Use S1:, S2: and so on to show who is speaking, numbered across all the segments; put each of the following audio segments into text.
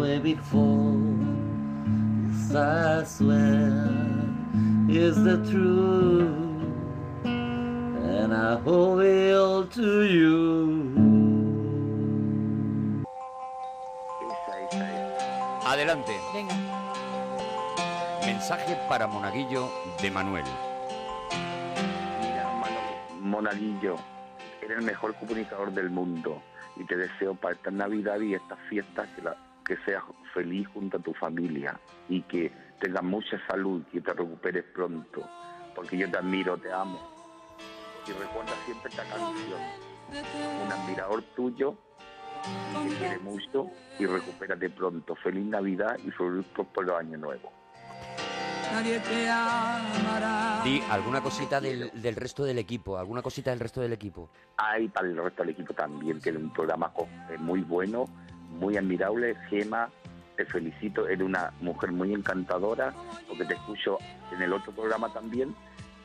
S1: hateful. This I swear is the truth, and I hold it all to you.
S2: Adelante.
S3: Venga.
S2: Mensaje para Monaguillo de Manuel.
S4: Mira, Manu- Monaguillo, eres el mejor comunicador del mundo y te deseo para esta Navidad y estas fiestas que, la- que seas feliz junto a tu familia y que tengas mucha salud y te recuperes pronto, porque yo te admiro, te amo. Y recuerda siempre esta canción, un admirador tuyo, que te quiere mucho y recupérate pronto. Feliz Navidad y feliz próspero año nuevo.
S5: Nadie te amará.
S2: Di alguna cosita del, del resto del equipo, alguna cosita del resto del equipo.
S4: hay para el resto del equipo también. Tiene un programa co- eh, muy bueno, muy admirable. Gema, te felicito, eres una mujer muy encantadora, porque te escucho en el otro programa también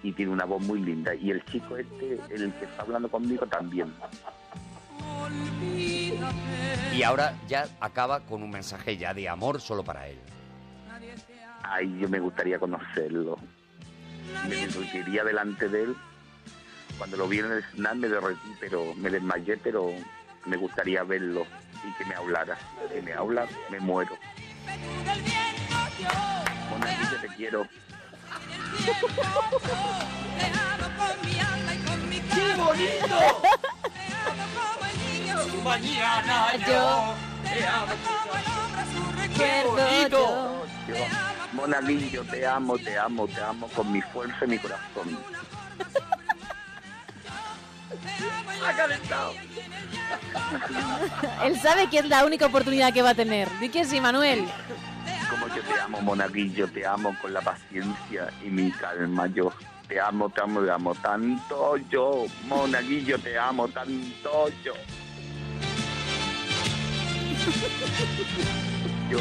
S4: y tiene una voz muy linda. Y el chico este, el que está hablando conmigo también.
S2: Y ahora ya acaba con un mensaje ya de amor solo para él.
S4: Ay, yo me gustaría conocerlo. Me derretiría delante de él. Cuando lo vi en el SNAP me derretí, pero me desmayé, pero me gustaría verlo y que me hablara. Si me habla, me muero. Monaguillo, te quiero.
S5: ¡Qué bonito! Mañana yo te amo. ¡Qué bonito!
S4: Monaguillo, te amo, te amo, te amo con mi fuerza y mi corazón.
S5: ¡Ha calentado!
S3: Él sabe que es la única oportunidad que va a tener. Di que sí, Manuel.
S4: Como yo te amo, Monaguillo, te amo con la paciencia y mi calma. Yo te amo, te amo, te amo tanto yo. Monaguillo, te amo tanto yo. Yo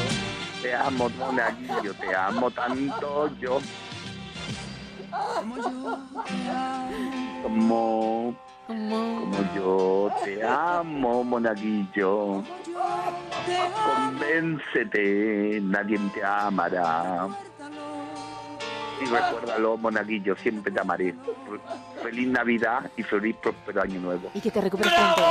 S4: te amo, Monaguillo, te amo tanto yo. Como, como yo te amo, Monaguillo. Convéncete, nadie te amará. Y recuérdalo, monaguillo, siempre te amaré. Re- Feliz Navidad y feliz próspero año nuevo.
S3: Y que te recuperes pronto.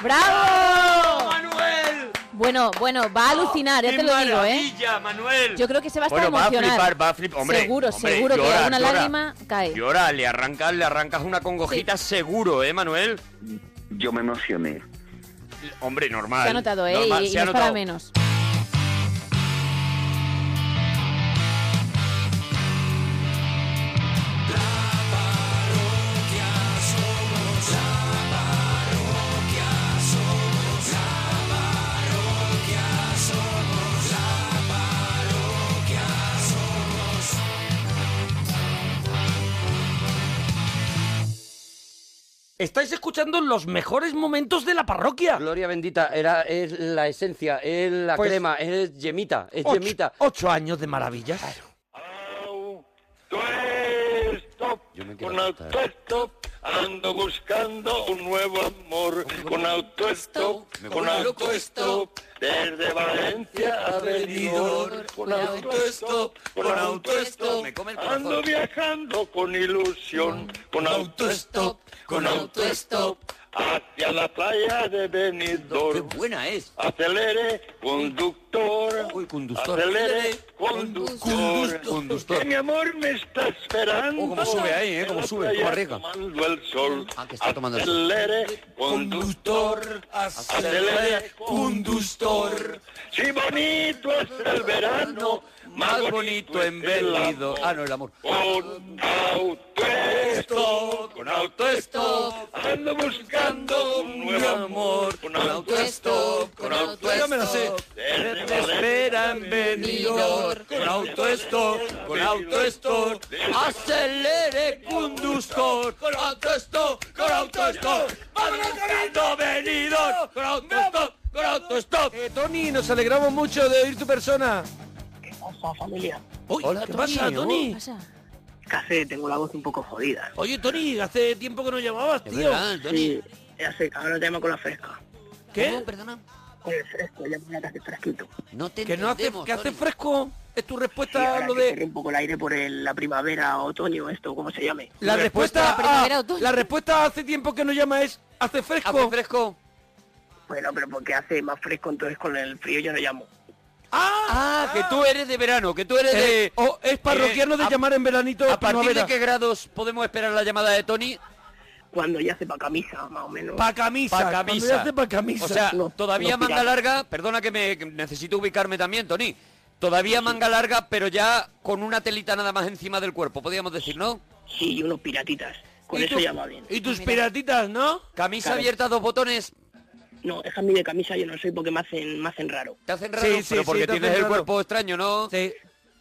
S3: ¡Bravo!
S5: ¡Manuel!
S3: Bueno, bueno, va a alucinar, ya
S5: ¡Qué
S3: te lo digo, ¿eh?
S5: maravilla, Manuel!
S3: Yo creo que se va a estar
S2: Bueno, va a
S3: emocionado.
S2: flipar, va a flipar. Hombre,
S3: seguro,
S2: hombre,
S3: seguro que
S2: llora,
S3: alguna
S2: llora.
S3: lágrima cae.
S2: Llora, le arrancas, le arrancas una congojita seguro, ¿eh, Manuel?
S4: Yo me emocioné.
S2: Hombre, normal.
S3: Se ha notado, ¿eh?
S2: Normal,
S3: y y
S2: se
S3: no
S2: ha
S3: es para
S2: notado.
S3: menos.
S5: Estáis escuchando los mejores momentos de la parroquia.
S6: Gloria bendita, era, es la esencia, es la
S5: Pues-
S6: crema, es yemita, es
S5: Ocho-
S6: yemita.
S5: Ocho años de maravillas.
S6: Yo me quiero
S7: Con
S6: acostar.
S7: autoestop ando buscando un nuevo amor. Con autoestop, con autoestop. Desde Valencia a Benidorm. Con autoestop, con autoestop. Ando viajando con ilusión. Con autoestop, con autoestop. Hacia la playa de Benidorm.
S5: buena es!
S7: Acelere, conductor.
S5: Uy, conductor.
S7: Acelere, conductor.
S5: Conductor.
S7: Que mi amor me está esperando.
S2: Oh, cómo sube ahí, ¿eh? Cómo sube, cómo arriesga.
S7: Tomando el sol.
S2: Ah, que está tomando el sol.
S7: Acelere, conductor. Acelere, conductor. Si bonito es el verano, más bonito en venido.
S2: Ah, no, el amor.
S7: Con autoestop, con autoestop, ando buscando un nuevo amor. Con autoestop, con autoestop,
S5: me la sé.
S7: te espera en venidor. Con autoestop, con autoestop,
S5: Acelere conductor con autostop, con autostop. Vámonos corriendo, venidos con autostop, con autostop. Eh, Tony, nos alegramos mucho de oír tu persona.
S8: pasa, familia?
S5: Uy,
S6: Hola,
S5: ¿qué
S6: Tony,
S5: pasa,
S6: uy.
S3: ¿Qué
S5: Tony?
S3: pasa?
S8: Casi tengo la voz un poco jodida.
S5: Oye, Tony, hace tiempo que no llamabas, tío.
S8: Sí, ya sé, ahora te llamo con la fresca.
S5: ¿Qué?
S8: Que con el fresco, ella me la que hace fresquito.
S2: No te
S5: Que no hace, que hace fresco. Es tu
S8: Sí,
S5: respuesta a
S8: ahora
S5: lo
S8: que
S5: de...
S8: corre un poco el aire por el- la primavera, otoño, esto, como se llame.
S5: La respuesta,
S3: la primavera,
S5: a-
S3: otoño.
S5: la respuesta hace tiempo que no llama es hace fresco.
S2: Hace fresco.
S8: Bueno, pero porque hace más fresco, entonces con el frío yo no llamo.
S5: Ah,
S2: Ah, que tú eres de verano, que tú eres de...
S5: eh, o es parroquiano de
S2: eh, a-
S5: llamar en veranito
S2: ¿A partir de
S5: primavera.
S2: qué grados podemos esperar la llamada de Tony?
S8: Cuando ya hace pa' camisa, más o menos.
S5: Pa' camisa.
S2: Pa'
S5: Cuando
S2: camisa.
S5: ya hace pa' camisa.
S2: O sea,
S8: No,
S2: todavía
S8: no,
S2: manga
S8: pirata.
S2: larga, perdona que me que necesito ubicarme también, Tony. Todavía manga larga, pero ya con una telita nada más encima del cuerpo, podríamos decir, ¿no?
S8: Sí, y unos piratitas. Con
S5: ¿Y
S8: eso
S5: tú-
S8: ya va bien.
S5: Y tus piratitas, ¿no?
S2: Camisa
S8: Claro.
S2: abierta, dos botones,
S8: No, es que a mí de camisa yo no soy porque me hacen, me hacen raro.
S2: te hacen raro,
S5: sí,
S2: pero
S5: sí,
S2: porque
S5: te hacen
S2: tienes el
S5: raro.
S2: cuerpo extraño, ¿no?
S5: Sí.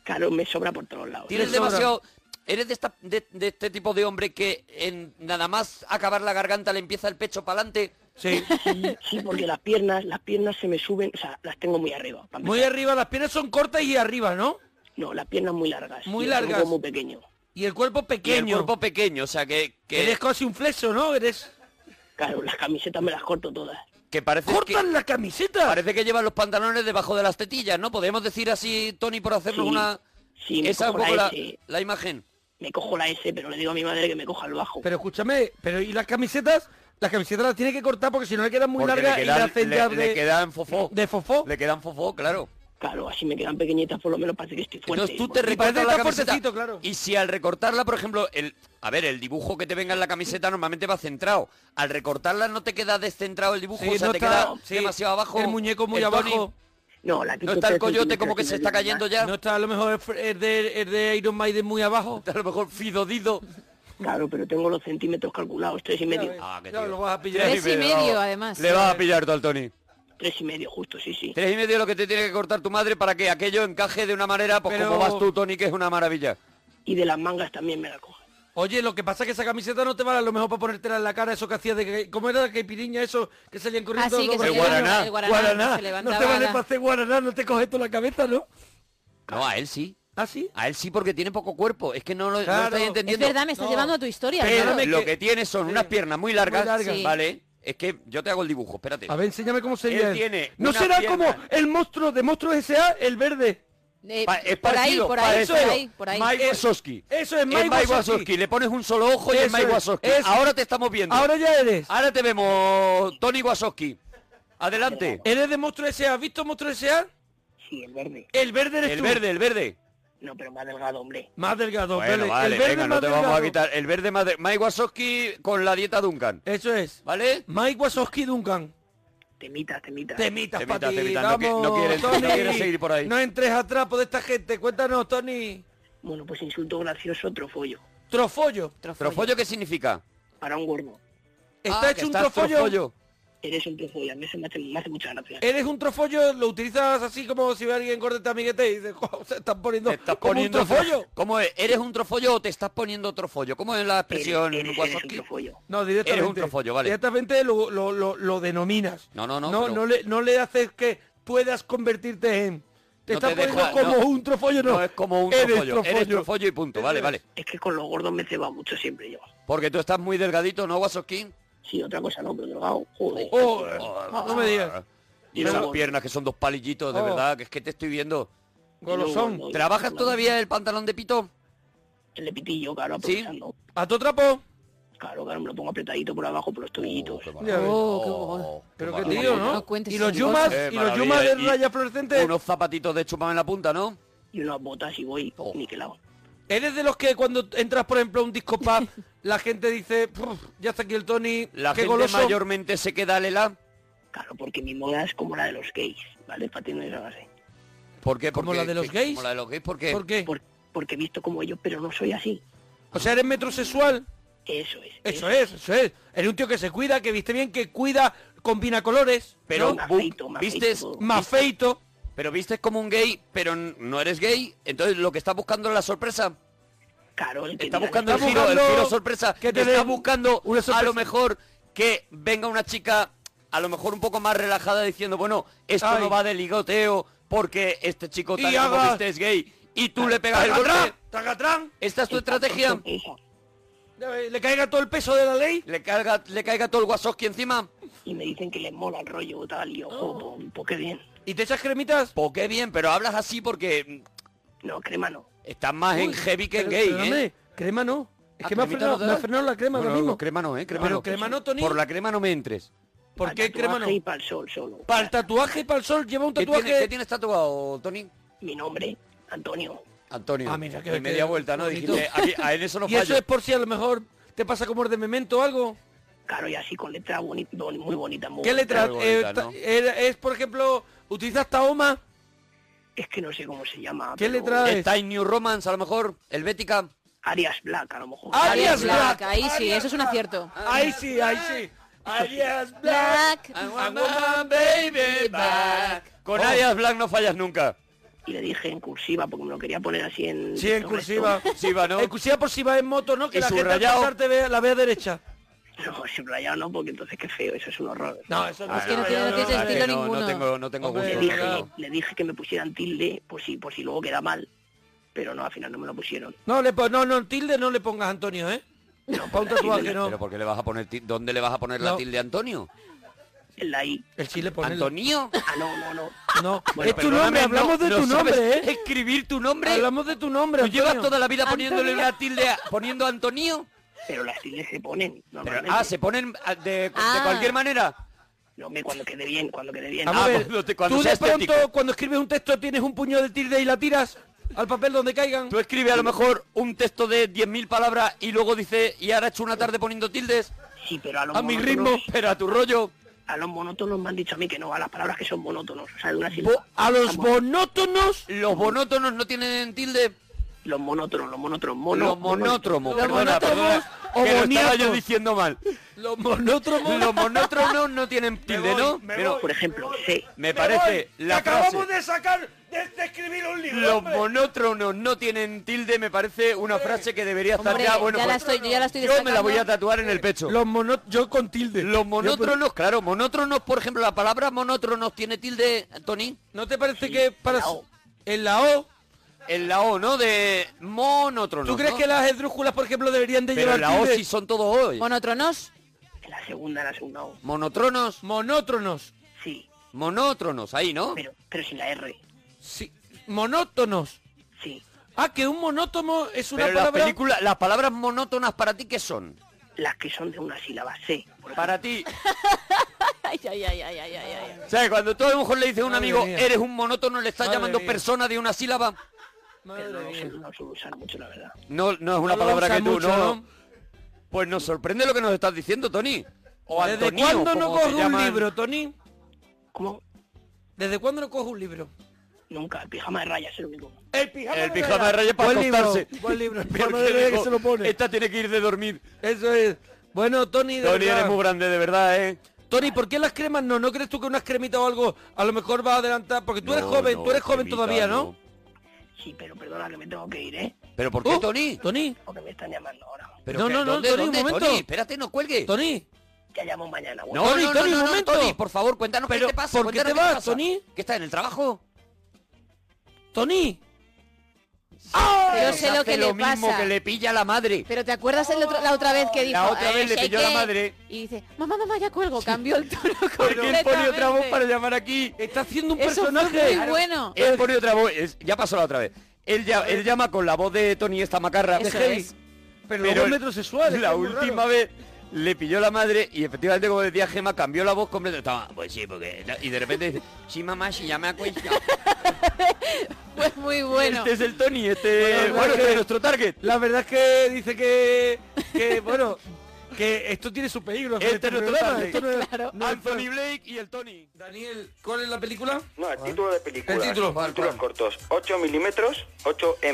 S8: Claro, me sobra por todos lados.
S2: Tienes
S5: Te sobra.
S2: demasiado... Eres de, esta- de- de este tipo de hombre que en nada más acabar la garganta le empieza el pecho para adelante.
S5: Sí.
S8: Sí, sí, porque las piernas, las piernas se me suben, o sea, las tengo muy arriba. pa' empezar.
S5: Muy arriba, las piernas son cortas y arriba, ¿no?
S8: No, las piernas muy largas.
S5: Muy
S8: y el tronco
S5: largas.
S8: Muy pequeño.
S5: Y el cuerpo
S2: Y el
S5: pequeño.
S2: cuerpo pequeño, o sea, que, que,
S5: Eres casi un fleso, ¿no? Eres...
S8: Claro, las camisetas me las corto todas.
S2: que parece que,
S5: ¡Cortan la camiseta!
S2: parece que llevan los pantalones debajo de las tetillas, ¿no? Podemos decir así, Tony, por hacernos
S8: Sí.
S2: una...
S8: Sí, me
S2: Esa es un
S8: cojo
S2: poco
S8: la
S2: la,
S8: S,
S2: la imagen.
S8: me cojo la S, pero le digo a mi madre que me coja el bajo.
S5: Pero escúchame, pero ¿y las camisetas? Las camisetas las tiene que cortar porque si no le quedan muy
S2: Porque
S5: largas
S2: le
S5: y le
S2: quedan,
S5: hacen
S2: le-
S5: ya
S2: le
S5: de,
S2: quedan fofó.
S5: de fofó.
S2: Le quedan fofó, claro.
S8: Claro, así me quedan pequeñitas, por lo menos parece que estoy fuerte.
S2: Entonces tú te
S8: Porque-
S5: parece
S2: recortas
S5: que
S2: la
S5: está
S2: camiseta.
S5: fuertecito, claro.
S2: Y si al recortarla, por ejemplo, el, a ver, el dibujo que te venga en la camiseta normalmente va centrado. Al recortarla no te queda descentrado el dibujo,
S5: Sí,
S2: o sea,
S5: no
S2: te
S5: está-
S2: queda
S5: sí,
S2: demasiado abajo.
S5: el muñeco muy
S2: el Tony.
S5: abajo.
S8: No, la quito
S2: No está el
S8: tres
S2: coyote como
S8: centímetros
S2: que
S8: y
S2: se
S8: medio
S2: está
S8: más.
S2: cayendo ya.
S5: No está a lo mejor el, fr- el de, el de Iron Maiden muy abajo.
S2: Está a lo mejor fidodido.
S8: Claro, pero tengo los centímetros calculados, tres y medio.
S2: Ah, qué
S5: Ya
S2: tío.
S5: lo vas a pillar.
S3: Tres y medio, además.
S2: Le vas a pillar tú al Tony.
S8: Tres y medio, justo, sí, sí.
S2: Tres y medio es lo que te tiene que cortar tu madre para que aquello encaje de una manera, pues
S5: Pero-
S2: como vas tú, Tony, que es una maravilla.
S8: Y de las mangas también me la cojo.
S5: Oye, lo que pasa es que esa camiseta no te vale a lo mejor para ponértela en la cara, eso que hacías de... que- ¿Cómo era que piriña eso que salían corriendo?
S3: Así Ah, que
S5: los-
S3: se
S2: El
S3: levanta-
S2: guaraná.
S3: el guaraná,
S5: Guaraná.
S3: se
S5: No
S3: levantaba
S5: te vale
S3: la-
S5: para Ah. hacer guaraná, no te coges tú la cabeza, ¿no?
S2: No, a él sí.
S5: ¿Ah, sí?
S2: A él sí porque tiene poco cuerpo. Es que no lo no
S5: Claro.
S2: estáis
S3: Es
S2: entendiendo.
S3: verdad, me estás
S5: No.
S3: llevando a tu historia.
S2: Pero
S3: claro.
S5: Espérame
S2: lo
S5: que-
S2: que tiene son
S5: Sí.
S2: unas piernas muy largas.
S5: Muy largas.
S3: Sí.
S2: Vale. Es que yo te hago el dibujo, espérate.
S5: A ver, enséñame cómo sería.
S2: Él
S5: él.
S2: tiene
S5: ¿No
S2: una
S5: será
S2: pierna.
S5: como el monstruo de Monstruos S.A., el verde? Eh,
S3: Eh,
S2: Pa- es
S3: por ahí,
S2: parecido,
S3: por ahí, por
S2: parecido.
S3: ahí, por ahí.
S2: Mike Wazowski.
S5: Eso es
S2: Es
S5: Mike Wazowski.
S2: Le pones un solo ojo y es
S5: Eso
S2: Mike
S5: es,
S2: Wazowski.
S5: eso.
S2: Ahora te estamos viendo.
S5: Ahora ya eres.
S2: Ahora te vemos, Tony Wazowski. Adelante.
S5: Eres de Monstruos S.A. ¿Has visto Monstruos S.A.?
S8: Sí, el verde.
S5: El verde eres
S2: El
S5: tú.
S2: verde, el verde.
S8: No, pero más delgado, hombre.
S5: Más delgado.
S2: Bueno, vale,
S5: el verde
S2: venga,
S5: más
S2: no te vamos a
S5: delgado.
S2: quitar. El verde más de... Mike Wazowski con la dieta Duncan.
S5: Eso es.
S2: ¿Vale?
S5: Mike Wazowski Duncan.
S8: Temitas, temitas.
S5: Temitas
S2: Temita,
S5: para ti.
S2: temita, no que- no
S5: vamos,
S2: quieres- no
S5: Tony.
S2: quieres seguir por ahí.
S5: No entres a trapo de esta gente. Cuéntanos, Tony.
S8: Bueno, pues insulto gracioso, trofollo.
S5: Trofollo.
S2: ¿Trofollo qué significa?
S8: Para un gordo.
S5: Está
S2: Ah, que
S5: hecho un
S2: estás
S5: trofollo.
S2: trofollo.
S8: Eres un trofollo. A mí se me hace, me hace mucha gracia.
S5: Eres un trofollo, lo utilizas así como si alguien corta este amiguete y dice, "Jo, se están poniendo
S2: Te estás
S5: como
S2: poniendo
S5: un trofollo.
S2: ¿Cómo es? ¿Eres un trofollo o te estás poniendo trofollo? ¿Cómo es la
S8: Eres,
S2: expresión
S8: eres- eres un
S2: Wazowski?
S8: trofollo.
S5: No, directamente.
S2: Eres un trofollo, vale.
S5: Directamente lo, lo, lo, lo denominas.
S2: No, no, no,
S5: No,
S2: pero-
S5: no, le, no le haces que puedas convertirte en... Te
S2: No
S5: estás
S2: te
S5: poniendo
S2: deja-
S5: como
S2: no.
S5: un trofollo, no.
S2: No, es como un
S5: Eres
S2: trofollo. Eres trofollo y punto. Vale,
S5: Eso
S2: vale.
S8: Es que con los gordos me ceba mucho siempre yo.
S2: Porque tú estás muy delgadito, ¿no, Wazowski?
S8: Sí, otra cosa no, pero delgado. Joder.
S5: Oh, no me digas.
S2: oh. Y
S8: No.
S2: esas piernas que son dos palillitos, de
S5: Oh.
S2: verdad, que es que te estoy viendo.
S5: Golosón.
S8: No,
S2: ¿Trabajas
S8: no,
S2: todavía el pantalón de pito?
S8: El de pitillo, claro, aprovechando.
S5: ¿A tu trapo?
S8: Claro, claro, me lo pongo apretadito por abajo
S2: Oh,
S8: por los tobillitos.
S5: Ya ves.
S3: Oh, qué bueno.
S5: Pero qué
S2: maravilla.
S5: tío, ¿no?
S3: No cuentes
S5: y los
S3: esas
S5: yumas,
S2: cosas.
S5: y
S2: Qué
S5: los yumas de
S2: maravilla. Y
S5: raya fluorescente.
S2: Unos zapatitos de chupame en la punta, ¿no?
S8: y unas botas y voy
S2: Oh.
S8: niquelado.
S5: ¿Eres de los que cuando entras, por ejemplo, a un disco pub, la gente dice, "Puf, ya está aquí el Tony,
S2: La
S5: qué
S2: gente
S5: goloso?
S2: mayormente se queda lela.
S8: Claro, porque mi moda es como la de los gays, ¿vale? Para ti no es así.
S2: ¿Por qué?
S5: ¿Como
S2: Porque-
S5: la de los
S2: que-
S5: gays?
S2: Como la de los gays, ¿por qué?
S5: ¿Por qué?
S8: Por- porque he visto como ellos, pero no soy así.
S5: O sea, eres metrosexual.
S8: Eso es.
S5: Eso es, eso es. Eres un tío que se cuida, que viste bien, que cuida, combina colores,
S2: Pero,
S8: No, me
S2: bu-
S8: afeito, me
S2: vistes,
S8: afeito.
S5: más feito.
S2: pero vistes como un gay, pero n- no eres gay. Entonces lo que estás buscando es la sorpresa.
S8: Claro, el que
S2: Está
S8: diga-
S2: buscando el
S5: Está
S2: giro, el
S5: buscando
S2: giro sorpresa.
S5: que te
S2: está
S5: den
S2: buscando
S5: una
S2: a
S5: sorpresa.
S2: lo mejor que venga una chica a lo mejor un poco más relajada diciendo, bueno, esto
S5: Ay.
S2: no va de ligoteo porque este chico
S5: Y
S2: tal y como
S5: hagas-
S2: viste es gay y tú le pegas el golpe.
S5: ¡Tacatrán!
S2: Esta es tu
S8: Está
S2: estrategia.
S8: buscando esa.
S5: Ya ves, ¿Le caiga todo el peso de la ley?
S2: Le caiga, le caiga todo el Wazowski encima.
S8: y me dicen que les mola el rollo tal, y
S5: Oh.
S8: ojo, pues, pues qué bien.
S2: ¿Y te echas cremitas? Pues qué bien, pero hablas así porque... mm,
S8: No, crema no.
S2: Estás más en
S5: Uy,
S2: heavy que en
S5: pero-
S2: gay,
S5: perdóname,
S2: ¿eh?
S5: Crema no. Es
S2: Ah,
S5: que me ha,
S2: cremita
S5: frenado,
S2: no te
S5: me ha
S2: da.
S5: frenado la crema
S2: Bueno,
S5: ahora mismo.
S2: crema no, ¿eh? Crema
S5: Pero
S2: no.
S5: crema no, Tony.
S2: Por la crema no me entres.
S5: ¿Por qué
S8: Tatuaje
S5: crema no?
S8: Y para el sol solo.
S5: Para el tatuaje y para el sol lleva un
S2: ¿Qué tienes,
S5: tatuaje.
S2: qué tienes tatuado, Tony?
S8: Mi nombre, Antonio.
S2: Antonio.
S5: Ah, mira, qué-
S2: y media
S5: qué
S2: vuelta, ¿no?
S5: bonito.
S2: Dijiste, aquí- a en eso no
S5: y eso
S2: fallo.
S5: es por si a lo mejor te pasa como el de memento o algo.
S8: Claro, y así con letras boni- boni- muy bonitas. Muy
S5: ¿Qué letra?
S8: bonitas.
S2: Muy bonita,
S5: eh, ta-
S2: ¿no?
S5: era- es, por ejemplo, utilizas Taoma.
S8: Es que no sé cómo se llama.
S5: ¿Qué
S8: pero-
S5: letra
S2: Está en New Romance, a lo mejor. Helvética.
S8: Arias Black, a lo mejor.
S5: Arias
S3: Arias
S5: Black,
S3: Black, ahí sí, eso es un acierto.
S5: Ahí sí, ahí sí. Arias
S3: Black.
S5: I want my baby back.
S2: Con
S5: Oh.
S2: Arias Black no fallas nunca.
S8: Y le dije en cursiva porque me lo quería poner así en...
S5: Sí, en
S8: sobre
S5: cursiva.
S2: Sí, va, ¿no?
S5: En cursiva por si vas en moto, ¿no? Que
S2: Y
S5: la gente al
S2: subrayado.
S5: pasar te vea, la vea derecha.
S8: esto. No, subrayado no, porque entonces qué feo, eso es un horror.
S5: No, eso no
S3: Es que no
S5: se
S3: tiene-
S5: raya,
S3: no tiene
S5: no,
S3: sentido
S2: no, no
S3: ninguno.
S2: tengo, no tengo
S5: Hombre,
S8: Le
S2: gusto.
S5: Pero
S8: dije,
S5: claro.
S8: le dije que me pusieran tilde por si, por si luego queda mal, pero no, al final no me lo pusieron.
S5: No, le pon- no, no, tilde no le pongas Antonio, ¿eh? No, para un tatuaje
S2: ¿Pero
S5: no.
S2: por qué le vas a poner ti- ¿Dónde le vas a poner la
S5: No.
S2: tilde a Antonio?
S8: En la I.
S5: El sí le pone...
S2: ¿Antonio?
S8: Ah, no, no, no.
S5: No,
S8: Bueno,
S5: es tu nombre,
S2: Perdóname, no-
S5: hablamos de
S2: no
S5: tu
S2: sabes
S5: nombre, ¿eh?
S2: Escribir tu nombre.
S5: Hablamos de tu nombre,
S2: Tú llevas
S5: Antonio.
S2: toda la vida poniéndole una tilde, a- poniendo Antonio.
S8: Pero las tildes se ponen
S2: Pero,
S8: normalmente.
S2: ah, se ponen ah, de, de
S3: Ah.
S2: cualquier manera.
S8: No, me cuando quede bien, cuando quede bien.
S5: Vamos a
S2: Ah,
S5: ver,
S2: cuando te- cuando
S5: tú
S2: sea
S5: de pronto,
S2: estético.
S5: cuando escribes un texto, tienes un puño de tilde y la tiras al papel donde caigan.
S2: Tú escribes a lo mejor un texto de 10.000 palabras y luego dices, y ahora he hecho una tarde poniendo tildes
S8: Sí, pero a los
S2: a mi ritmo,
S8: monótonos-
S2: pero a tu rollo.
S8: A los monótonos me han dicho a mí que no, a las palabras que son monótonos. O sea, de una
S5: Bo-
S8: sílaba.
S5: a los
S8: Vamos,
S5: monótonos...
S2: Los monótonos no tienen tilde.
S8: Los monótonos, los monótonos, mono.
S2: los monótromos,
S5: Los
S2: perdona,
S5: monótromos
S2: perdona,
S5: o
S2: que lo estaba
S5: boniatos.
S2: yo diciendo mal.
S5: Los monótonos...
S2: Los monótronos no tienen tilde,
S5: voy,
S2: ¿no?
S5: me
S2: Pero
S5: voy.
S8: Por ejemplo, C.
S2: me parece la frase,
S5: de sacar, de, escribir un
S2: los monótronos no tienen tilde, me parece una frase que debería estar
S3: Hombre,
S2: ya, bueno,
S3: ya la
S2: pues,
S3: estoy- yo ya la estoy
S2: yo me la
S3: destacando.
S2: voy a tatuar en el pecho.
S5: Los mono... Yo con tilde.
S2: Los monótronos, claro, monótronos, por ejemplo, la palabra monótronos tiene tilde, Tony,
S5: ¿No te parece que para...
S8: la O.
S5: En la O...
S2: en la O, ¿no? De monótronos.
S5: ¿Tú crees
S2: ¿no?
S5: que las esdrújulas, por ejemplo, deberían de
S2: Pero
S5: llevar
S2: en la O
S5: tilde?
S2: sí son todos O. ¿eh?
S3: Monotronos.
S8: En la segunda, en la segunda O.
S2: Monotronos,
S5: Monótonos.
S8: Sí,
S2: monótronos, ahí, ¿no?
S8: pero, pero sin la R.
S5: Sí. Monótonos.
S8: Sí.
S5: Ah, que un monótono es una
S2: Pero las
S5: palabra...
S2: películas, las palabras monótonas para ti, ¿qué son?
S8: Las que son de una sílaba. C. Por ejemplo.
S2: Para ti,
S3: Ay, ay, ay, ay, ay, ay, ay.
S2: ¿sabes? Cuando tú a lo mejor le dices a un
S5: Madre
S2: amigo,
S5: mía.
S2: eres un monótono, le estás
S5: Madre
S2: llamando
S5: mía.
S2: persona de una sílaba.
S8: Pero no,
S5: Madre
S8: lo
S5: mía.
S8: sé, no lo suelo usar mucho, la verdad.
S2: No, no es una
S5: No lo
S2: palabra
S5: usas
S2: que tú
S5: mucho,
S2: no.
S5: ¿no?
S2: Pues nos sorprende lo que nos estás diciendo, Tony. O
S5: ¿Desde
S2: Antonio,
S5: cuándo no
S2: como te
S5: cojo un
S2: llaman.
S5: libro, Tony?
S8: ¿Cómo?
S5: ¿Desde cuándo no cojo un libro?
S8: Nunca. El pijama de rayas es el único.
S5: El pijama,
S2: El pijama de reyes para
S5: Buen libro,
S2: acostarse.
S5: buen libro, el
S2: Porque
S5: pijama de reyes que
S2: digo,
S5: se lo pone.
S2: Esta tiene que ir de dormir.
S5: Eso es. Bueno, Tony, de
S2: Tony,
S5: verdad.
S2: eres muy grande, de verdad, ¿eh?
S5: Tony, ¿por qué las cremas no? ¿No crees tú que unas cremitas o algo a lo mejor va a adelantar? Porque tú eres joven, tú eres joven todavía, ¿no?
S8: Sí, pero perdona que me tengo que ir, ¿eh?
S2: ¿Pero por qué,
S5: Uh,
S2: Tony?
S5: Tony,
S8: Porque me están llamando ahora.
S2: Pero
S5: No,
S2: que-
S5: no, no,
S2: ¿dónde,
S5: Tony, un
S2: dónde,
S5: momento.
S2: Tony? espérate, no cuelgues.
S5: Tony.
S8: Ya llamo mañana.
S2: No,
S8: bueno.
S5: Tony,
S2: no, no,
S5: Tony,
S2: no,
S5: un
S2: no,
S5: momento.
S2: Tony, por favor, cuéntanos
S5: Pero,
S2: qué te pasa.
S5: ¿por qué
S2: cuéntanos
S5: te vas,
S2: pasa.
S5: Tony?
S2: ¿Qué estás en el trabajo?
S5: Tony. Ah.
S3: Yo
S2: Nos
S3: sé lo
S2: hace
S3: que
S2: lo
S3: le
S2: mismo
S3: pasa.
S2: que le pilla la madre.
S3: Pero ¿te acuerdas el otro- la otra vez que dijo? eh,
S2: La otra vez le
S3: sé
S2: pilló la
S3: que-
S2: madre.
S3: Y dice, mamá, mamá, ya cuelgo. Cambió el tono
S2: Porque
S3: completamente.
S2: él pone otra voz para llamar aquí.
S5: Está haciendo un
S3: Eso fue
S5: personaje.
S3: muy bueno.
S2: Él pone otra voz. es- ya pasó la otra vez. Él, ya, él llama con la voz de Tony esta macarra.
S3: Eso
S2: de
S3: es.
S5: Pero,
S2: Pero
S5: luego es metrosexual. es
S2: la
S5: que es muy
S2: última
S5: raro.
S2: vez le pilló la madre y efectivamente, como decía Gema, cambió la voz completamente. Estaba, pues sí, porque... Y de repente dice, sí, mamá, si ya me ha cuesta.
S3: Fue Pues muy bueno.
S2: Este es el Tony, este,
S5: Bueno,
S2: bueno,
S5: bueno,
S2: este
S5: que-
S2: es nuestro target.
S5: La verdad es que dice que... Que, bueno... Que esto tiene su peligro.
S2: Este
S5: este
S2: es nuestro
S5: programa,
S2: target.
S5: esto no es-
S3: Claro.
S5: no es-
S2: Anthony Blake y el Tony.
S5: Daniel, ¿cuál es la película?
S9: No,
S10: Ah.
S9: el título de película.
S5: El título, ¿cuál,
S9: Títulos
S5: cuál?
S9: cortos. 8 milímetros, 8 mm.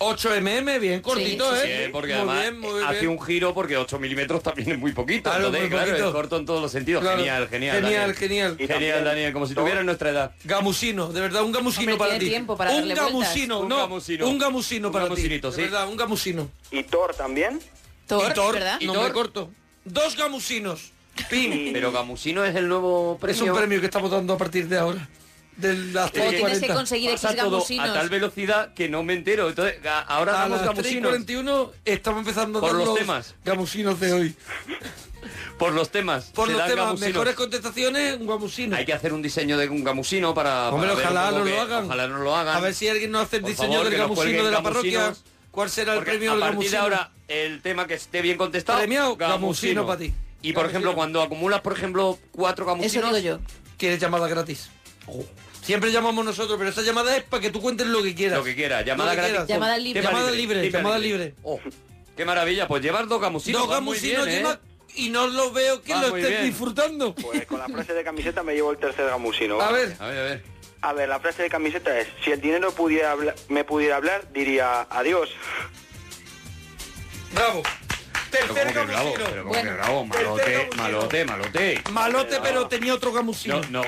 S5: 8mm, bien cortito,
S3: sí,
S5: ¿eh?
S2: Sí, porque
S5: muy
S2: además
S5: bien, muy
S2: hace
S5: bien.
S2: un giro porque 8 milímetros también es muy poquito.
S5: Claro,
S2: entonces,
S5: muy
S2: claro,
S5: poquito.
S2: es corto en todos los sentidos.
S5: Claro.
S2: Genial, genial.
S5: Genial,
S2: Daniel.
S5: genial.
S9: Y
S2: Genial,
S9: también-
S2: Daniel, como si tuvieran nuestra edad.
S5: Gamusino, de verdad, un gamusino
S3: Hombre,
S5: para
S3: tiene
S5: ti.
S3: tiempo para
S5: un
S3: darle
S5: gamusino,
S2: vueltas.
S5: no,
S2: Un gamusino.
S5: un gamusino
S2: Un
S5: para ti.
S2: gamusinito,
S5: De
S2: sí.
S5: verdad, un gamusino.
S9: Y Thor también.
S3: Thor,
S5: y Thor,
S3: ¿verdad?
S5: no me corto. Dos gamusinos. Pim.
S9: Y,
S2: Pero Gamusino es el nuevo
S5: Es
S2: premio.
S5: un premio que estamos dando a partir de ahora. Del hasta
S3: O
S5: las
S3: tienes que
S5: 40.
S3: conseguir
S2: Pasa
S3: X
S2: todo a tal
S3: gamusinos.
S2: velocidad que no me entero. Entonces, ga- ahora
S5: A
S2: damos
S5: las
S2: Gamusinos.
S5: 3.41 estamos empezando a
S2: Por
S5: dar
S2: los temas.
S5: gamusinos de hoy.
S2: Por los temas.
S5: Por
S2: se
S5: los
S2: dan
S5: temas,
S2: gamusinos.
S5: mejores contestaciones, un guamusino.
S2: Hay que hacer un diseño de un gamusino para.
S5: Hombre,
S2: para ver
S5: ojalá
S2: un
S5: no
S2: poco
S5: lo
S2: que-
S5: hagan.
S2: Ojalá no lo hagan.
S5: A ver si alguien nos hace el
S2: Por
S5: diseño
S2: favor,
S5: del
S2: que nos
S5: gamusino
S2: cuelguen
S5: de la parroquia.
S2: gamusinos.
S5: ¿Cuál será el
S2: Porque
S5: premio
S2: a
S5: del
S2: partir de
S5: gamusino?
S2: ahora, el tema que esté bien contestado.
S5: Premiado, gamusino pa' ti.
S2: Y por ejemplo, cuando acumulas, por ejemplo, cuatro gamusinos.
S5: Tienes llamada gratis.
S2: Oh.
S5: Siempre llamamos nosotros, pero esa llamada es para que tú cuentes lo que quieras.
S2: Lo que quieras, llamada
S5: Lo que
S2: gratis.
S5: quieras. Llamada libre.
S2: Tema
S5: Llamada libre, llamada libre.
S2: Oh, qué maravilla, pues llevar dos gamusinos.
S5: Dos
S2: va muy bien,
S5: gamusinos lleva
S2: ¿eh?
S5: y no lo veo que
S2: Va
S5: lo
S2: muy
S5: estés
S2: bien.
S5: disfrutando.
S9: Pues con la frase de camiseta me llevo el tercer gamusino.
S5: A ver,
S2: A ver, a ver.
S9: A ver, la frase de camiseta es, si el dinero pudiera habla- me pudiera hablar, diría adiós.
S5: bravo.
S2: Pero como
S5: Tercer
S2: que bravo,
S5: gamusino.
S2: pero como que bravo, malote,
S5: Tercer
S2: malote, malote.
S5: Malote, pero tenía otro
S2: No,
S5: gamusino.
S2: no.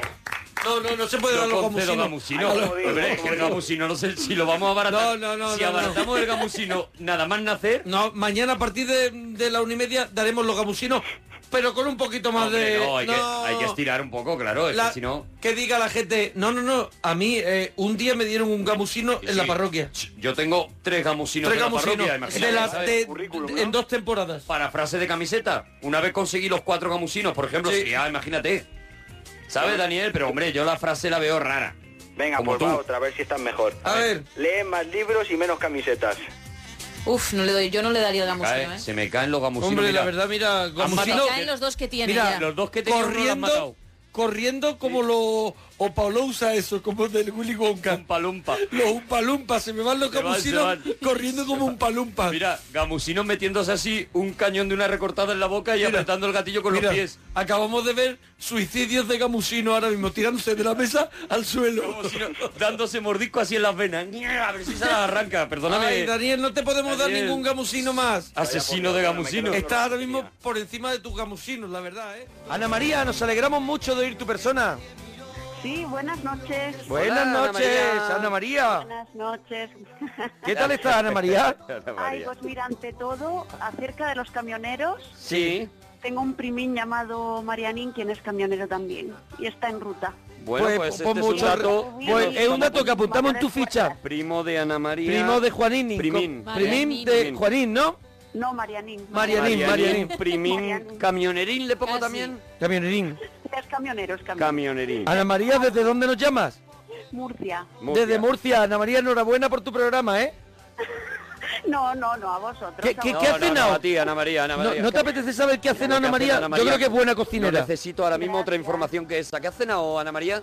S5: No, no, no se puede
S2: Yo
S5: dar los
S2: concedo
S5: gamusinos.
S2: gamusino.
S5: A los-
S9: Como digo,
S2: Hombre, es
S9: como
S2: que el
S9: digo.
S2: gamusino, no sé si lo vamos a abaratar.
S5: No, no, no,
S2: Si
S5: no, no.
S2: abaratamos el gamusino nada más nacer,
S5: No, mañana a partir de, de la una y media daremos los gamusinos, pero con un poquito más
S2: hombre,
S5: de...
S2: no, hay,
S5: no.
S2: Que, hay que estirar un poco, claro, es
S5: La-
S2: que si no...
S5: Que diga la gente, no, no, no, a mí eh, un día me dieron un gamusino en la
S2: Sí.
S5: parroquia.
S2: Yo tengo tres gamusinos
S5: Tres
S2: de la
S5: gamusinos.
S2: parroquia,
S5: de
S2: imagínate,
S5: la-
S2: ¿sabes?
S5: de-
S9: Currículum,
S5: en
S9: ¿no?
S5: dos temporadas.
S2: Para frase de camiseta, una vez conseguí los cuatro gamusinos, por ejemplo,
S5: Sí.
S2: sería, imagínate. ¿Sabes, Daniel? Pero, hombre, yo la frase la veo rara.
S9: Venga,
S2: Como
S9: pues
S2: tú.
S9: va otra, a ver si estás mejor.
S5: A ver.
S9: Lee más libros y menos camisetas.
S3: Uf, no le doy, yo no le daría el
S2: Cae-
S3: gamusino, ¿eh?
S2: Se me caen los gamusinos.
S5: Hombre,
S2: mira.
S5: la verdad, mira,
S3: Se
S5: gamusino...
S2: matado.
S3: caen los dos que tiene
S5: Mira,
S3: ya.
S2: los dos que tenía uno lo han matado.
S5: corriendo, corriendo como lo... O Paulo usa eso, como del Willy Wonka.
S2: Un palumpa.
S5: Los umpalumpas, se me van los
S2: Se van, se
S5: gamusinos
S2: van.
S5: corriendo como un palumpa.
S2: Mira, gamusinos metiéndose así un cañón de una recortada en la boca y apretando el gatillo con
S5: Mira,
S2: los pies.
S5: acabamos de ver suicidios de gamusino ahora mismo, tirándose de la mesa al suelo.
S2: Gamusinos dándose mordisco así en las venas. A ver si se las arranca. Perdóname.
S5: Ay, Daniel, no te podemos dar
S2: Daniel.
S5: ningún gamusino más.
S2: Asesino de gamusinos.
S5: Estás ahora mismo por encima de tus gamusinos, la verdad, ¿eh? Ana María, nos alegramos mucho de oír tu persona.
S11: Sí, buenas noches.
S5: Buenas
S6: Ana
S5: noches,
S6: María.
S5: Ana María.
S11: Buenas noches.
S5: ¿Qué tal estás, Ana María?
S11: Ay, pues mira, ante todo, acerca de los camioneros,
S6: Sí.
S11: tengo un primín llamado Marianín, quien es camionero también, y está en ruta.
S6: Bueno, pues, este
S5: pon
S6: es un
S5: mucho-
S6: dato.
S11: que
S5: pues,
S11: nos
S5: es un dato
S11: vamos
S5: que
S11: a
S5: apuntamos en
S11: poner
S5: tu ficha.
S11: fuerza.
S6: Primo de Ana María.
S5: Primo de Juanín.
S6: Primín.
S5: co- Primín de
S6: Primín.
S5: Juanín, ¿no?
S11: No, Marianín.
S5: Marianín, Marianín.
S6: Primín.
S11: Marianín.
S6: Camionerín, le pongo
S3: Casi.
S6: también.
S5: Camionerín.
S11: Es camionero, es camionero.
S6: Camionerín.
S5: Ana María, ¿desde dónde nos llamas?
S11: Murcia.
S6: Murcia.
S5: Desde Murcia. Ana María, enhorabuena por tu programa, ¿eh?
S11: No, no, no, a vosotros.
S5: ¿Qué-
S11: a
S5: qué-
S6: No,
S5: qué ha
S6: no, no,
S5: cenado?
S6: a ti, Ana María, Ana
S5: No,
S6: María.
S5: ¿no te apetece saber qué hace
S6: Lo que
S5: Ana
S6: ha
S5: María?
S6: cenado Ana
S5: Yo
S6: María.
S5: creo que es buena
S6: No
S5: cocinera.
S6: necesito ahora mismo otra información que esta. ¿Qué ha cenado Ana María?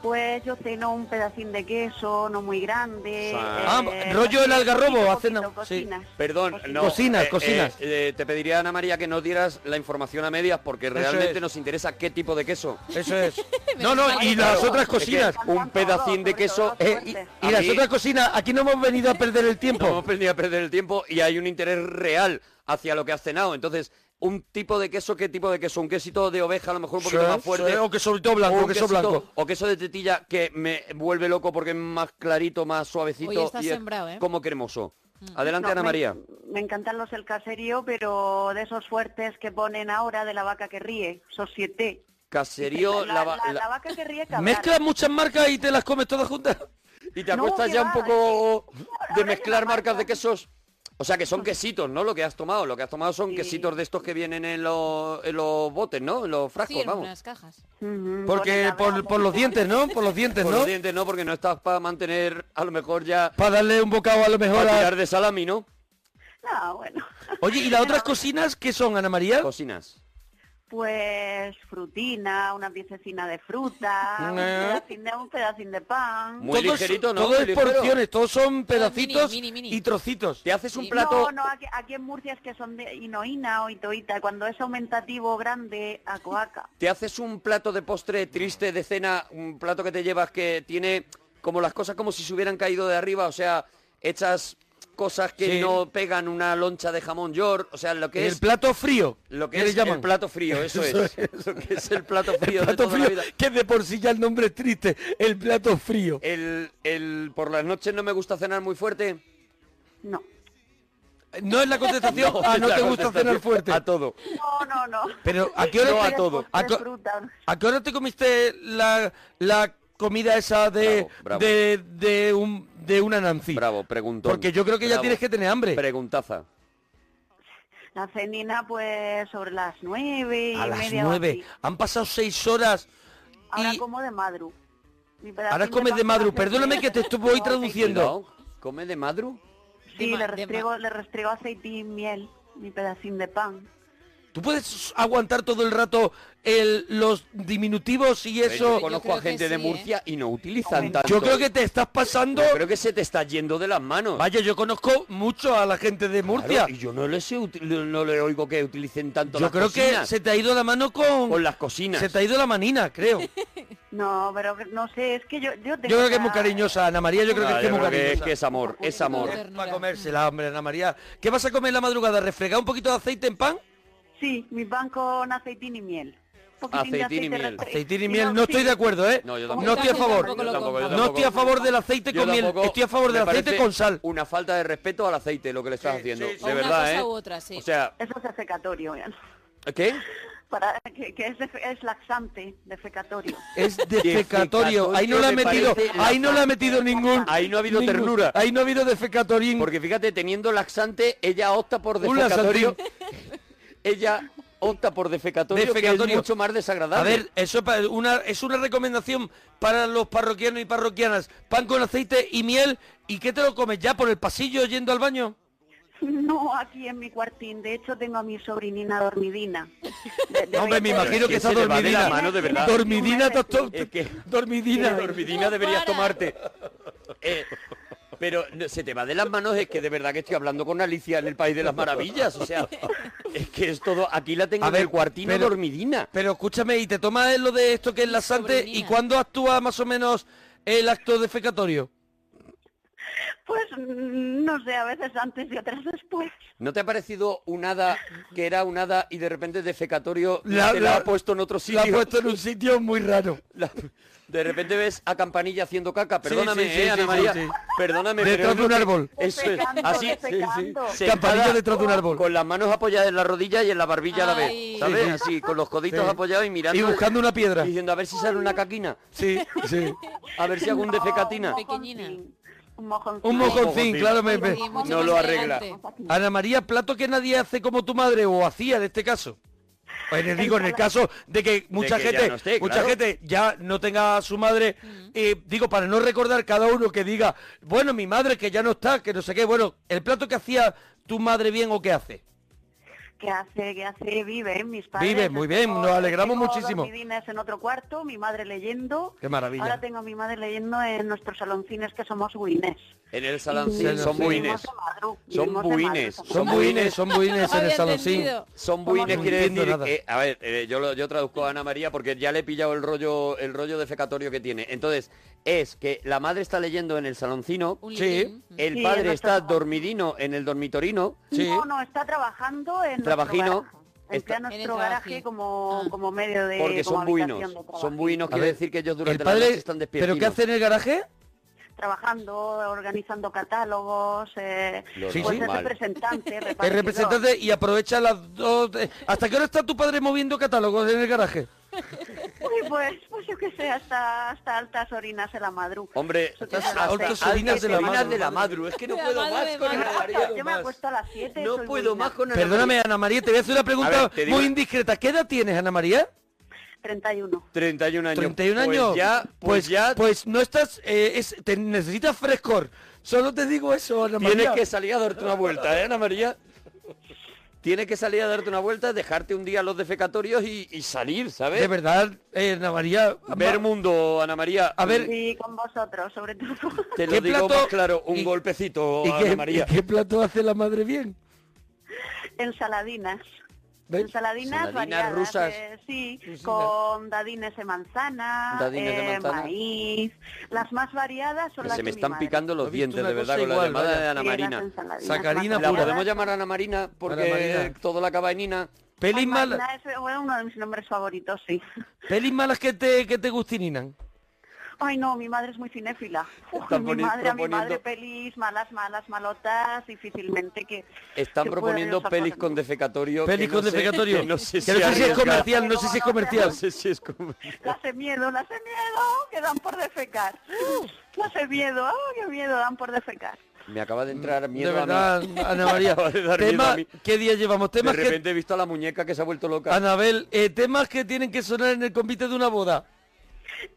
S11: Pues yo ceno un pedacín de queso, no muy grande. eh,
S6: Ah,
S5: rollo el algarrobo,
S11: poquito,
S5: hacen-
S11: poquito,
S5: sí.
S11: cocinas.
S6: Perdón, no.
S5: Cocinas, cocinas.
S6: eh, te pediría, Ana María, que no dieras la información a medias porque realmente
S5: es.
S6: nos interesa qué tipo de queso.
S5: Eso es. No, no, y las
S6: Claro,
S5: otras
S6: es que
S5: cocinas.
S6: un pedacín de queso.
S11: Sobre
S5: Eh,
S11: todo,
S5: y,
S11: suerte.
S5: y
S6: A
S5: las
S6: mí-
S5: otras cocinas, aquí no hemos venido a perder el
S6: No hemos
S5: tiempo.
S6: venido a perder el tiempo y hay un interés real hacia lo que has cenado. Entonces, un tipo de queso, ¿qué tipo de queso? Un quesito de oveja, a lo mejor un poquito
S5: Sí,
S6: más fuerte.
S5: sí, o queso todo blanco,
S6: un quesito-
S5: queso blanco.
S6: O queso de tetilla que me vuelve loco porque es más clarito, más suavecito.
S3: Hoy estás
S6: y es
S3: sembrado, ¿eh?
S6: Como cremoso. Adelante,
S11: No,
S6: Ana
S11: me-
S6: María.
S11: Me encantan los del caserío, pero de esos fuertes que ponen ahora de la vaca que ríe, esos siete.
S6: Caserío,
S11: la,
S6: la va-
S11: la-
S6: la-
S11: la vaca que ríe cabral.
S5: Mezclas muchas marcas y te las comes todas juntas.
S6: Y te
S11: No,
S6: acuestas
S11: qué
S6: ya un
S11: va,
S6: poco
S11: es que- ahora
S6: de
S11: ya
S6: mezclar
S11: no
S6: marcas de
S11: pasa.
S6: quesos. O sea, que son quesitos, ¿no? Lo que has tomado. Lo que has tomado son
S11: Sí.
S6: quesitos de estos que vienen en los, en los botes, ¿no? En los frascos,
S3: Sí, en
S6: vamos.
S3: unas cajas.
S11: Ujú, ponen
S5: Porque
S11: la
S5: por,
S11: vaca
S5: por los
S11: muy-
S5: dientes, ¿no? Por los dientes,
S6: Por
S5: ¿no?
S6: los dientes, ¿no? Porque no estás para mantener, a lo mejor ya...
S5: Para darle un bocado a lo
S6: Para
S5: mejor a...
S6: tirar de salami, ¿no?
S11: Ah, bueno.
S5: Oye, ¿y las otras cocinas qué son, Ana María?
S6: Cocinas.
S11: Pues frutina, una piececina de fruta, un
S5: No.
S11: pedacín de, un pedacín de pan.
S6: Eh. Muy
S5: Todo es-
S6: ligerito, ¿no?
S5: Todo es
S6: Muy ligero.
S5: porciones, todos son pedacitos
S3: Oh, mini, mini, mini.
S5: y trocitos.
S6: Te haces un
S3: Sí.
S6: plato...
S11: No, no, aquí, aquí en Murcia es que son de hinoína o itoíta. Cuando es aumentativo grande, a coaca.
S6: Te haces un plato de postre triste de cena, un plato que te llevas que tiene como las cosas como si se hubieran caído de arriba, o sea, hechas cosas que
S5: Sí.
S6: no pegan una loncha de jamón york, o sea, lo que
S5: El
S6: es
S5: plato frío.
S6: lo que
S5: ¿qué le
S6: es
S5: llaman?
S6: el plato frío, eso,
S5: Eso
S6: es. Lo que es el plato frío de
S5: plato
S6: toda
S5: frío,
S6: la vida.
S5: que de por sí ya el nombre es triste, el plato frío.
S6: El, el por las noches no me gusta cenar muy fuerte.
S11: No.
S5: No es la contestación, ah, no
S6: La
S5: te gusta
S6: contestación
S5: cenar fuerte.
S6: A todo.
S11: No, no, no.
S5: Pero ¿a qué hora
S6: No
S5: te,
S6: a todo.
S5: ¿A, qué-
S11: Fruta.
S5: a qué hora te comiste la, la comida esa de
S6: Bravo, bravo.
S5: De, de un de una Nancy?
S6: Bravo, preguntón.
S5: Porque yo creo que ya
S6: Bravo.
S5: tienes que tener hambre.
S6: Preguntaza.
S11: La cenina, pues, sobre las nueve y
S5: A las
S11: media. o
S5: nueve.
S11: así.
S5: Han pasado seis horas.
S11: Ahora
S5: y-
S11: como de madru. Mi
S5: Ahora
S11: pedacín
S5: comes de madru.
S11: pastel.
S5: Perdóname que te estoy
S11: No,
S5: traduciendo.
S2: ¿Come de madru?
S11: Sí,
S7: De ma-
S11: le
S7: de
S11: restriego, le restriego aceite y miel, mi pedacín de pan.
S5: ¿Tú puedes aguantar todo el rato el- los diminutivos y
S2: Yo,
S5: eso?
S2: conozco a gente de Murcia
S7: ¿eh?
S2: y no utilizan tanto.
S5: Yo creo que te estás pasando...
S2: Yo creo que se te está yendo de las manos.
S5: Vaya, yo conozco mucho a la gente de Murcia.
S2: Claro, y yo no les he uti- no le oigo que utilicen tanto
S5: Yo
S2: las
S5: creo que
S2: cocinas.
S5: se te ha ido la mano con...
S2: Con las cocinas.
S5: Se te ha ido la manina, creo.
S11: No, pero que- no sé, es que yo... Yo,
S5: Yo creo que es muy cariñosa, Ana María. Yo creo que
S2: Ah,
S5: es, que es
S2: yo
S5: muy
S2: creo que es
S5: cariñosa.
S2: que es amor, es amor.
S5: Es para comérsela, hombre, Ana María. ¿Qué vas a comer en la madrugada? ¿Refregar un poquito de aceite en pan?
S11: Sí, mi pan con aceitín y miel. Un poquitín de
S2: Aceitín y
S11: aceite
S2: miel.
S11: restri-
S5: Aceitín y
S11: no,
S5: miel, no
S11: sí.
S5: estoy de acuerdo, ¿eh?
S2: No, yo
S5: No
S2: tampoco.
S5: estoy a favor.
S7: Tampoco lo
S2: Yo
S7: compro.
S5: No estoy a favor del aceite
S2: Yo
S5: con miel,
S2: tampoco-
S5: estoy a favor del
S2: me
S5: aceite
S2: parece
S5: con sal.
S2: Una falta de respeto al aceite, lo que le estás haciendo.
S5: sí, sí.
S2: De
S7: O una
S2: verdad,
S7: cosa
S2: ¿eh?
S7: u otra, sí.
S2: O sea,
S11: Eso es defecatorio, ya.
S2: ¿qué?
S11: Para, que, que es, defe- es laxante, defecatorio.
S5: Es defecatorio, ahí no la ha
S2: me
S5: metido,
S2: parece la
S5: ahí no la ha metido ningún.
S2: Ahí no ha habido
S5: ningún-
S2: ternura.
S5: Ahí no ha habido defecatorín.
S2: Porque fíjate, teniendo laxante, ella opta por
S5: Un
S2: defecatorio.
S5: laxante.
S2: ella opta por defecatorio, que
S5: Defecatorio.
S2: es mucho más
S5: A
S2: desagradable.
S5: ver, eso es pa- una, es una recomendación para los parroquianos y parroquianas. Pan con aceite y miel. ¿Y qué te lo comes? ¿Ya por el pasillo yendo al baño?
S11: No, aquí en mi cuartín. De hecho, tengo a mi sobrinina dormidina. De- de
S5: No, hombre, me
S11: veinte-
S5: imagino que
S2: que
S5: está
S2: se le va de la
S5: dormidina.
S2: mano, de verdad.
S5: Dormidina, to- to-
S2: Es que-
S5: dormidina.
S2: Dormidina deberías tomarte. Eh, pero no, se te va de las manos, es que de verdad que estoy hablando con Alicia en el País de las Maravillas. O sea, es que es todo... Aquí la tengo
S5: A
S2: en
S5: ver,
S2: el cuartino
S5: pero-
S2: dormidina.
S5: Pero escúchame, ¿y te tomas lo de esto que es laxante? ¿Y
S7: Sobrinina.
S5: cuándo actúa más o menos el acto defecatorio?
S11: Pues mm, no sé, a veces antes y otras después.
S2: ¿No te ha parecido un hada que era un hada y de repente defecatorio
S5: La-
S2: te
S5: la-
S2: la ha puesto en otro
S5: La
S2: sitio?
S5: ha puesto en un sitio muy raro.
S2: La- de repente ves a Campanilla haciendo caca.
S5: Sí,
S2: Perdóname,
S5: sí, sí,
S2: eh,
S5: sí,
S2: Ana
S5: sí,
S2: María.
S5: sí.
S2: Perdóname.
S5: Detrás
S2: pero
S5: de
S2: es lo
S5: un
S2: que-
S5: árbol.
S2: Eso es.
S11: Defecando,
S2: Así.
S11: defecando.
S2: sí.
S5: Campanilla
S2: Sentada
S5: detrás de un árbol.
S2: Con las manos apoyadas en la rodilla y en la barbilla a la
S7: Ay.
S2: vez. ¿Sabes?
S5: Sí, sí.
S2: Así, con los coditos
S5: Sí.
S2: apoyados y mirando.
S5: Y buscando una piedra.
S2: Diciendo, a ver si sale una caquina.
S5: Sí, sí.
S2: A ver si hago un
S11: No,
S2: defecatina.
S11: un
S7: Pequeñina.
S11: mojoncín, Un mojoncín.
S5: Un mojoncín, claro, me, me-
S7: Sí, mucho
S2: No
S7: más
S2: lo arregla.
S7: elegante.
S5: Ana María, plato que nadie hace como tu madre o hacía en este caso. O En el, digo, en el caso de que mucha
S2: que ya
S5: gente,
S2: no esté,
S5: mucha
S2: claro.
S5: gente ya no tenga a su madre, eh, digo, para no recordar cada uno que diga, bueno, mi madre que ya no está, que no sé qué, bueno, el plato que hacía tu madre bien o qué hace.
S11: ¿Qué hace? ¿Qué hace? Vive, ¿eh? mis padres.
S5: Vive, muy bien,
S11: Tengo-
S5: nos alegramos
S11: tengo
S5: muchísimo.
S11: dormidinas en otro cuarto, mi madre leyendo.
S5: Qué maravilla.
S11: Ahora tengo a mi madre leyendo en nuestros saloncines que somos buinés.
S2: En el salancín
S5: Sí,
S2: son
S5: sí.
S2: buines. Son buines.
S5: Son
S2: Son
S5: buines, son buines en el
S7: había
S5: saloncín.
S7: entendido.
S2: Son
S5: Como
S2: buines,
S5: no
S2: quiere
S5: entiendo
S2: decir
S5: nada.
S2: que... A ver, eh, yo, lo- yo traduzco a Ana María porque ya le he pillado el rollo, el rollo defecatorio que tiene. Entonces, es que la madre está leyendo en el saloncino,
S7: Un
S5: Sí.
S7: litín.
S2: el
S11: Sí, en
S2: padre
S11: nuestro
S2: está
S11: trabajo.
S2: dormidino en el dormitorino,
S5: Sí.
S11: No, no, está trabajando en
S2: Trabajino.
S11: nuestro garaje. Emplea
S2: Está-
S7: En el
S11: nuestro garaje
S7: trabajín.
S11: como,
S7: Ah.
S11: como medio de
S2: porque
S11: como
S2: son
S11: habitación
S2: buinos.
S11: de trabajo.
S2: Son buinos,
S5: A
S2: quiere
S5: ver,
S2: decir que ellos
S5: El
S2: durante la noche
S5: padre,
S2: están despiertos.
S5: ¿pero qué hace en el garaje?
S11: Trabajando, organizando catálogos, eh,
S2: Lo
S11: pues es
S2: normal.
S11: representante,
S5: El
S11: repartidor.
S5: representante y aprovecha las dos... de- ¿Hasta qué hora está tu padre moviendo catálogos en el garaje?
S11: Uy, pues, pues yo qué sé, hasta, hasta altas orinas de la madruga.
S2: Hombre,
S11: Eso tiene
S5: hasta
S11: las
S5: altas
S11: seis,
S5: orinas
S11: siete,
S5: de la
S11: ocho.
S5: madru.
S2: de la madru, es que no
S7: La
S2: puedo
S7: madre
S2: más
S7: de
S2: con
S11: Yo me
S2: Ana
S7: madre.
S2: María.
S11: acuesto- Yo me acuesto a las 7.
S2: No puedo más con Ana
S5: Perdóname,
S2: María.
S5: Ana María, te voy a hacer una
S2: A
S5: pregunta
S2: ver, te digo-
S5: muy indiscreta. ¿Qué edad tienes, Ana María?
S11: 31.
S2: 31 años.
S5: 31
S2: Pues
S5: años.
S2: ya, pues, ya
S5: Pues no estás... eh, es- te necesitas frescor. Solo te digo eso, Ana
S2: Tienes
S5: María.
S2: que salir a darte una vuelta, ¿eh, Ana María? Tienes que salir a darte una vuelta, dejarte un día los defecatorios y, y salir, ¿sabes?
S5: De verdad, eh, Ana María...
S2: Ver mundo, Ana María.
S5: A ver,
S11: Sí, con vosotros, sobre todo.
S2: te lo
S5: ¿qué plato-
S2: digo más claro, un
S5: y-
S2: golpecito,
S5: ¿y
S2: Ana
S5: qué,
S2: María.
S5: y qué plato hace la madre bien?
S11: Ensaladinas.
S5: ¿Ves?
S11: Ensaladinas
S2: Ensaladinas
S11: variadas,
S2: rusas.
S11: eh, sí, con dadines de manzana,
S2: Dadines de
S11: eh,
S2: manzana.
S11: maíz. Las más variadas son
S2: Que
S11: las
S2: se me
S11: que mi
S2: están
S11: madre-
S2: picando los
S5: He visto
S2: dientes,
S5: una
S2: de verdad,
S5: cosa
S2: con la
S5: igual,
S2: llamada
S5: vaya.
S2: de Ana
S11: Sí, las
S2: Marina.
S11: ensaladinas
S5: Sacarina
S11: más
S2: La
S5: pura.
S2: podemos
S11: variadas.
S2: llamar Ana Marina porque
S5: Ana Marina.
S2: todo la acaba en Ina.
S5: Pelis,
S11: Ay,
S5: mal-
S11: Marina, ese es uno de mis nombres favoritos, sí.
S5: pelis malas que te, que te gustininan.
S11: Ay, no, mi madre es muy cinéfila. Uf,
S2: Están
S11: mi
S2: poni-
S11: madre, a mi madre
S2: proponiendo-
S11: pelis, malas, malas, malotas, difícilmente que...
S2: Están
S11: que pueda
S2: proponiendo
S11: yo sacar
S2: pelis
S11: de
S2: con
S11: mí.
S2: defecatorio. que
S5: Pelis
S2: no
S5: con
S2: sé-
S5: defecatorio.
S2: que no sé si,
S5: es
S2: arriesgar.
S5: comercial, no sé si es comercial.
S2: No sé si es comercial.
S11: Las de miedo, las de
S2: Uh.
S11: miedo, que dan por defecar. Las de miedo, ah, qué miedo, dan por defecar.
S2: Me acaba de entrar miedo
S5: De verdad,
S2: a mí.
S5: Ana María.
S2: Me acaba de dar miedo
S5: tema-
S2: a mí.
S5: ¿Qué día llevamos?
S2: De
S5: Temas que-
S2: repente he visto a la muñeca que se ha vuelto loca.
S5: Anabel, eh, temas que tienen que sonar en el convite de una boda.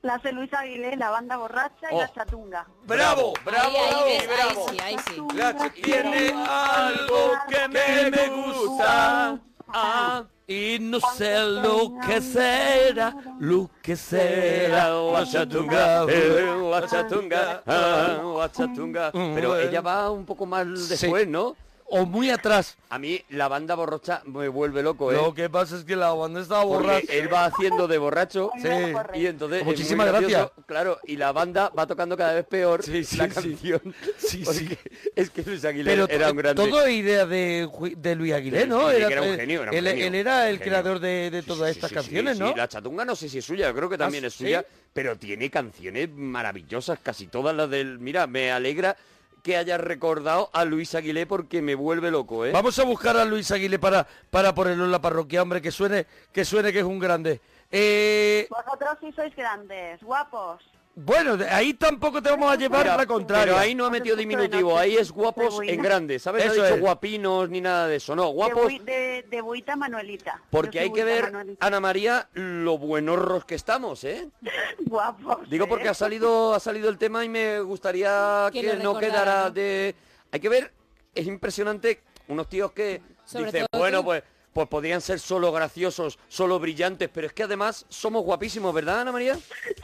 S11: Las de Luis Aguilé, la banda borracha y
S5: Oh.
S11: la chatunga.
S5: ¡Bravo!
S11: Ahí, ahí ves, ahí sí,
S3: ahí sí.
S5: La ch- tiene algo que me, gusta. ah, y no sé lo que será, lo que será la chatunga.
S2: Eh, la chatunga, ah, la
S5: Mm,
S2: chatunga. Pero ella va un poco más después, ¿no?
S5: O muy atrás.
S2: A mí la banda borracha me vuelve loco, ¿eh?
S5: Lo que pasa es que la banda estaba
S2: Porque
S5: borracha.
S2: él va haciendo de borracho
S5: Sí.
S2: y entonces es
S5: Muchísimas
S2: muy gracioso,
S5: gracias.
S2: claro y la banda va tocando cada vez peor la canción Porque es que Luis Aguilera
S5: Pero
S2: era un
S5: to-
S2: grande
S5: todo es idea de, Ju- de Luis Aguilé,
S2: De-
S5: ¿no?
S2: de que era un genio, era un
S5: él,
S2: genio,
S5: él era el
S2: genio.
S5: creador de, de todas estas
S2: Sí, sí,
S5: canciones,
S2: sí,
S5: ¿no?
S2: la chatunga no sé si es suya yo creo que también
S5: Ah,
S2: es
S5: ¿sí?
S2: suya pero tiene canciones maravillosas casi todas las del mira me alegra que hayas recordado a Luis Aguilé porque me vuelve loco eh
S5: Vamos a buscar a Luis Aguilé para, para ponerlo en la parroquia, hombre, que suene, que suene que es un grande. Eh,
S11: Vosotros sí sois grandes, guapos.
S5: bueno, de- ahí tampoco te vamos a llevar
S2: Mira,
S5: la contraria.
S2: pero ahí no ha metido diminutivo ahí es guapos en grande sabes no
S5: Eso
S2: ha dicho
S5: es.
S2: guapinos ni nada de eso no
S11: De,
S2: guapos
S11: bui- de, de buita Manuelita. Yo soy
S2: Porque hay que
S11: buita
S2: ver,
S11: Manuelita.
S2: Ana María, lo buenorros que estamos, ¿eh?
S11: Guapos.
S2: Digo porque ha salido, ha salido el tema y me gustaría
S11: Que
S2: que,
S11: lo
S2: no
S11: recordara,
S2: quedara
S11: ¿no?
S2: de... Hay que ver, es impresionante, unos tíos que
S5: Sobre
S2: dicen,
S5: todo
S2: bueno,
S5: tú.
S2: pues, pues podrían ser solo graciosos, solo brillantes, pero es que además somos guapísimos, ¿verdad, Ana María?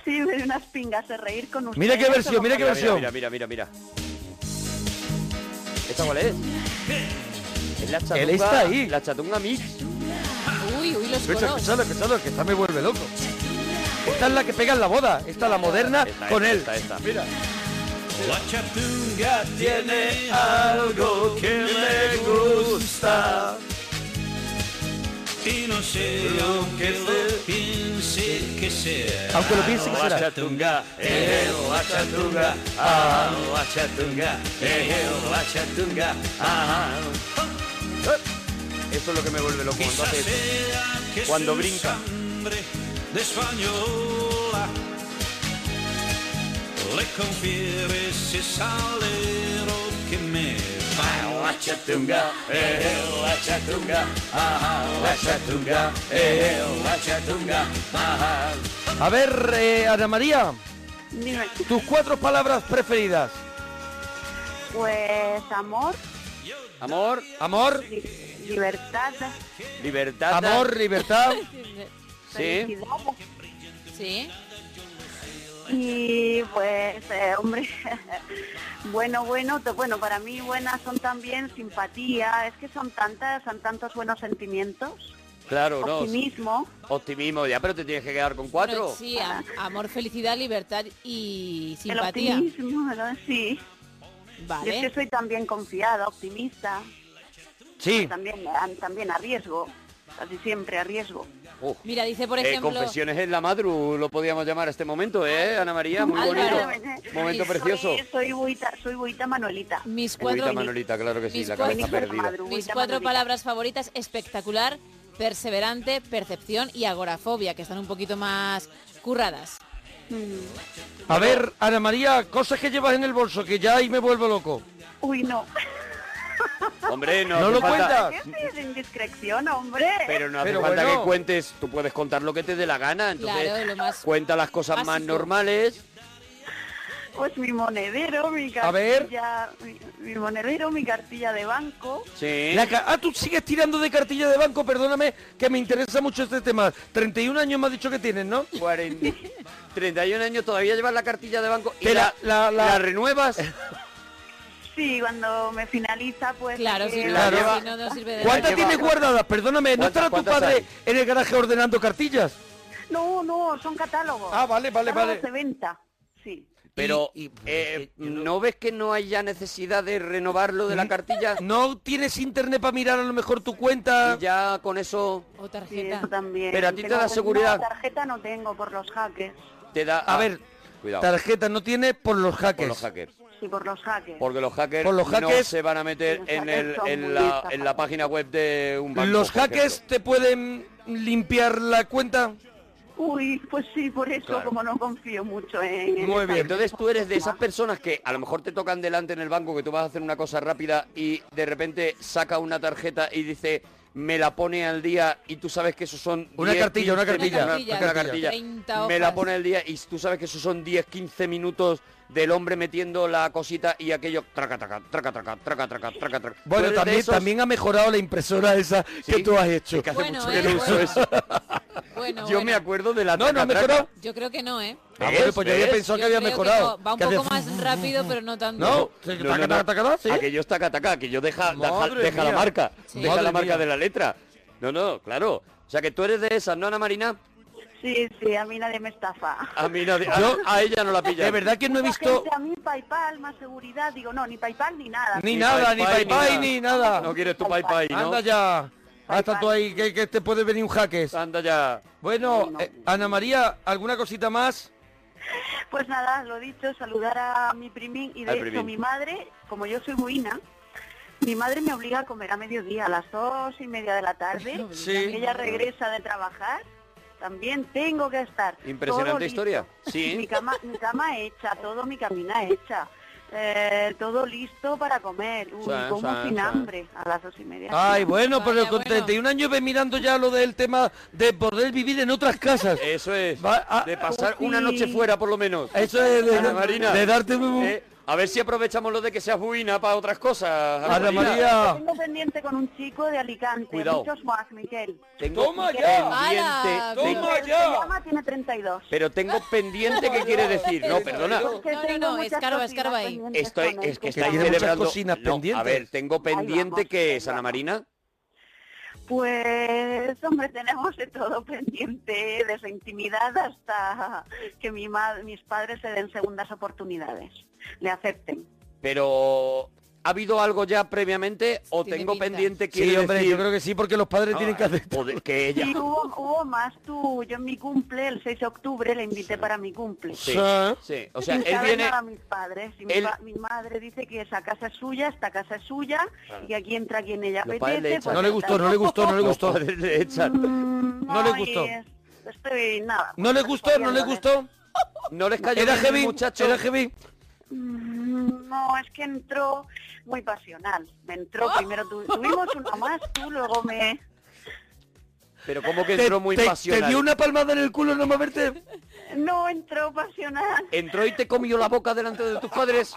S11: Sí, me dio unas pingas de reír con ustedes.
S2: Mira qué versión, mira qué
S11: Como-
S2: versión. Mira, mira, mira, mira. ¿Esta cuál es? Es la chatunga,
S5: Él está ahí.
S2: la chatunga mix.
S3: Uy, uy, los
S5: Escucha,
S3: coros.
S5: escuchalo, escuchalo, que esta me vuelve loco. Esta es la que pega en la boda, esta la moderna con él. Mira.
S7: La chatunga tiene algo que me gusta. Y no sé, aunque lo piense que sea.
S5: Aunque lo piense que será.
S7: La chatunga, eh, la chatunga, ah, la chatunga, eh, la chatunga, ah.
S2: Eso es lo que me vuelve loco. cuando hace eso.
S7: que
S2: Cuando
S7: su
S2: brinca.
S7: sangre de española le confiere ese salero que me va Ah, la chatunga, eh, la chatunga, ah, la chatunga, eh, la chatunga, ah.
S5: A ver, eh, Ana María, tus cuatro palabras preferidas.
S11: Pues amor,
S2: Amor,
S5: amor,
S11: libertad,
S2: libertad.
S5: Amor, libertad.
S2: sí.
S11: felicidad.
S3: Sí.
S11: Y pues, eh, hombre, bueno, bueno, to- bueno, para mí buenas son también simpatía, es que son tantas, son tantos buenos sentimientos,
S2: Claro, no.
S11: optimismo.
S2: Optimismo, ya, pero te tienes que quedar con cuatro.
S3: Bueno, sí, am- amor, felicidad, libertad y
S11: El
S3: simpatía.
S11: optimismo, ¿verdad? Sí. Yo es que soy también confiada, optimista.
S5: Sí.
S11: También, también a riesgo, casi siempre a riesgo.
S2: Uf.
S3: Mira, dice por
S2: Eh,
S3: ejemplo...
S2: confesiones en la madru, lo podíamos llamar a este momento, ¿eh, Ana María? Muy bonito. Momento
S11: Soy-
S2: precioso.
S11: Soy buita, soy buita Manuelita.
S3: Mis
S2: Buita Manolita, claro que sí,
S3: mis
S2: la
S3: cuatro-
S2: cabeza perdida.
S3: Mis cuatro palabras favoritas, espectacular, perseverante, percepción y agorafobia, que están un poquito más curradas.
S11: Mm.
S5: A ver, Ana María, cosas que llevas en el bolso, que ya ahí me vuelvo loco.
S11: Uy, no.
S2: Hombre, no,
S5: No
S2: hace
S5: lo
S2: falta-
S11: ¿Qué es indiscreción, hombre?
S2: Pero no hace
S5: Pero
S2: falta
S5: bueno.
S2: que cuentes, tú puedes contar lo que te dé la gana, entonces
S11: Claro, lo más
S2: cuenta las cosas más
S11: básico.
S2: normales.
S11: Pues mi monedero, mi cartilla,
S2: A ver.
S11: Mi, mi monedero, mi cartilla de banco.
S2: Sí.
S5: ah, tú sigues tirando de cartilla de banco, perdóname, que me interesa mucho este tema. 31 años me has dicho que tienes, ¿no?
S2: 31 años todavía llevas la cartilla de banco y
S5: Te
S2: la,
S5: la- la- la-
S2: la renuevas.
S11: Sí, cuando me finaliza, pues... Claro,
S5: si no, Claro. si
S3: no, no sirve
S5: ¿Cuántas tienes guardadas? Perdóname, ¿no
S2: ¿Cuántas-
S5: estará tu
S2: cuántas
S5: padre
S2: hay?
S5: en el garaje ordenando cartillas?
S11: No, no, son catálogos.
S5: Ah, vale, vale,
S11: Catálogos
S5: vale.
S11: de venta, sí.
S2: Pero
S5: pues,
S2: eh, no ves que no hay ya necesidad de renovarlo de la cartilla.
S5: ¿Mm? ¿No tienes internet para mirar a lo mejor tu cuenta?
S2: ya con eso...
S3: O
S11: Sí, eso también.
S5: Pero a ti te da
S11: pues,
S5: seguridad.
S11: No, tarjeta no tengo por los hackers.
S2: Te da... ah,
S5: A ver,
S2: Cuidado.
S5: tarjeta no tiene por los hackers. Por los
S2: hackers.
S11: Sí, por los hackers.
S2: Porque los hackers,
S5: Por los
S2: no
S5: hackers-
S2: se van a meter
S5: Los
S2: en,
S5: hackers
S2: el-
S5: son muy
S2: en, la,
S5: listas,
S2: en la página web de un banco. por
S5: hackers
S2: ejemplo.
S5: te pueden limpiar la cuenta?
S11: Uy, pues sí, por eso,
S2: Claro.
S11: como no confío mucho en... en
S2: Muy
S11: esa-
S2: bien, entonces tú eres de esas personas que a lo mejor te tocan delante en el banco que tú vas a hacer una cosa rápida y de repente saca una tarjeta y dice me la pone al día y tú sabes que eso son...
S5: Una
S2: 10,
S5: cartilla, una
S2: 15,
S5: cartilla,
S2: una,
S5: una
S2: cartilla.
S5: cartilla.
S3: 30
S2: Me la
S3: hojas.
S2: pone al día y tú sabes que eso son 10, 15 minutos del hombre metiendo la cosita y aquello... Traca, traca, traca, traca, traca, traca, traca, traca. Tú
S5: Bueno,
S2: eres de
S5: también,
S2: esos-
S5: también ha mejorado la impresora esa que tú has hecho.
S2: que hace Bueno, mucho que eh, no uso bueno. eso.
S3: Bueno,
S2: Yo me acuerdo de la...
S5: No, no, ha
S2: traca,
S5: mejorado.
S3: Yo creo que no, ¿eh?
S5: Ah, bueno, pues yo había
S2: ¿Ves?
S5: pensado que
S3: Yo
S5: había
S3: creo
S5: mejorado.
S3: no, va un
S5: que
S3: poco
S5: había-
S3: más rápido, pero no tanto.
S5: No,
S2: No,
S5: taca,
S2: no, no.
S5: taca, taca, taca, sí.
S2: Aquello es taca, taca, aquello deja, deja,
S5: Madre
S2: deja la
S5: mía.
S2: marca,
S3: Sí.
S2: deja
S5: Madre
S2: la marca
S5: mía.
S2: de la letra. No, no, claro. O sea que tú eres de esas, ¿no, Ana Marina?
S11: Sí, sí, a mí nadie me estafa.
S2: A mí nadie- a, a ella no la pilla.
S5: De verdad que no he
S11: La
S5: visto
S11: gente, a mí Paypal, más seguridad, digo, no, ni Paypal ni nada.
S5: ni nada, ni
S2: Pai Pai,
S5: PayPay,
S2: ni
S5: ni nada.
S2: No quieres tu pai pai, ¿no?
S5: Anda ya. Hasta tú ahí, que, que te puede venir un jaque.
S2: Anda ya.
S5: Bueno,
S11: No.
S5: eh, Ana María, ¿alguna cosita más?
S11: Pues nada, lo dicho, saludar a mi primín y de
S2: Al
S11: hecho
S2: primín.
S11: mi madre, como yo soy buina, mi madre me obliga a comer a mediodía, a las dos y media de la tarde.
S5: Sí.
S11: Ella regresa de trabajar, también tengo que estar. Todo
S2: Impresionante historia.
S11: listo.
S2: Sí. ¿eh?
S11: Mi cama, mi cama hecha, todo mi camina hecha. eh, todo listo para comer. Uy,
S2: San,
S11: como
S2: san,
S11: sin
S2: san.
S11: hambre a las dos y media.
S5: Ay, bueno,
S3: Vaya,
S5: pero con
S3: bueno.
S5: 31 años ves mirando ya lo del tema de poder vivir en otras casas.
S2: Eso es.
S5: Va, ah,
S2: de pasar
S11: pues
S2: una
S11: sí.
S2: noche fuera, por lo menos.
S5: Eso es de,
S2: Ana Marina.
S5: de darte un...
S2: Eh, a ver si aprovechamos lo de que seas buina para otras cosas.
S5: Ana María.
S11: Tengo pendiente con un chico de Alicante.
S2: Cuidado.
S11: Muchos más, Miguel.
S2: Tengo
S5: Toma
S2: pendiente-
S3: ya. Ala,
S2: tengo-
S5: Toma
S11: El que
S5: ya.
S11: llama tiene 32.
S2: pero tengo pendiente que quiere decir. No, perdona.
S11: Es que
S3: No, no,
S11: tengo
S3: no,
S11: muchas
S3: escarba,
S11: cocinas
S3: escarba ahí.
S11: pendientes
S2: Estoy,
S11: con él,
S2: es que
S11: por
S2: estáis
S5: hay
S11: favor.
S5: muchas
S2: celebrando.
S5: cocinas
S2: No, a
S5: pendientes.
S2: ver, tengo pendiente
S11: vamos,
S2: que
S11: ahí
S2: es Ana
S11: vamos.
S2: Marina.
S11: Pues, hombre, tenemos de todo pendiente, desde intimidad hasta que mi ma- mis padres le den segundas oportunidades, le acepten.
S2: Pero ¿ha habido algo ya previamente o
S3: Tiene
S2: tengo
S3: pinta.
S2: pendiente que
S5: Sí, hombre, yo creo que sí, porque los
S2: Ah,
S5: padres tienen que hacer...
S2: que ella
S11: Y hubo, hubo más tú, yo en mi cumple, el 6 de octubre, le invité para mi cumple.
S2: Sí,
S5: Sí. Ah.
S2: sí. O sea,
S11: Sin
S2: él
S11: saber
S2: viene
S11: nada a mis padres. Y mi
S2: él-
S11: pa- mi, madre dice que esa casa es suya, esta casa es suya, y aquí entra quien ella
S3: Pues
S2: Los padres le
S11: apetece. pues
S2: echan.
S5: No le gustó, no le gustó, no le gustó.
S2: Los padres le echan.
S11: Mm,
S5: No le
S11: y
S5: gustó.
S11: es- Estoy nada.
S5: ¿No le gustó? ¿No le gustó?
S2: No les cayó
S5: ¿Era
S2: bien el
S5: heavy?
S2: muchacho.
S5: ¿Era heavy?
S11: Mm, No, es que entró muy pasional. Me entró
S3: Oh.
S11: primero, tu- tuvimos una más, tú luego me...
S2: Pero como que entró muy pasional.
S5: dio una palmada en el culo no moverte?
S11: No entró pasional,
S2: Entró y te comió la boca delante de tus padres.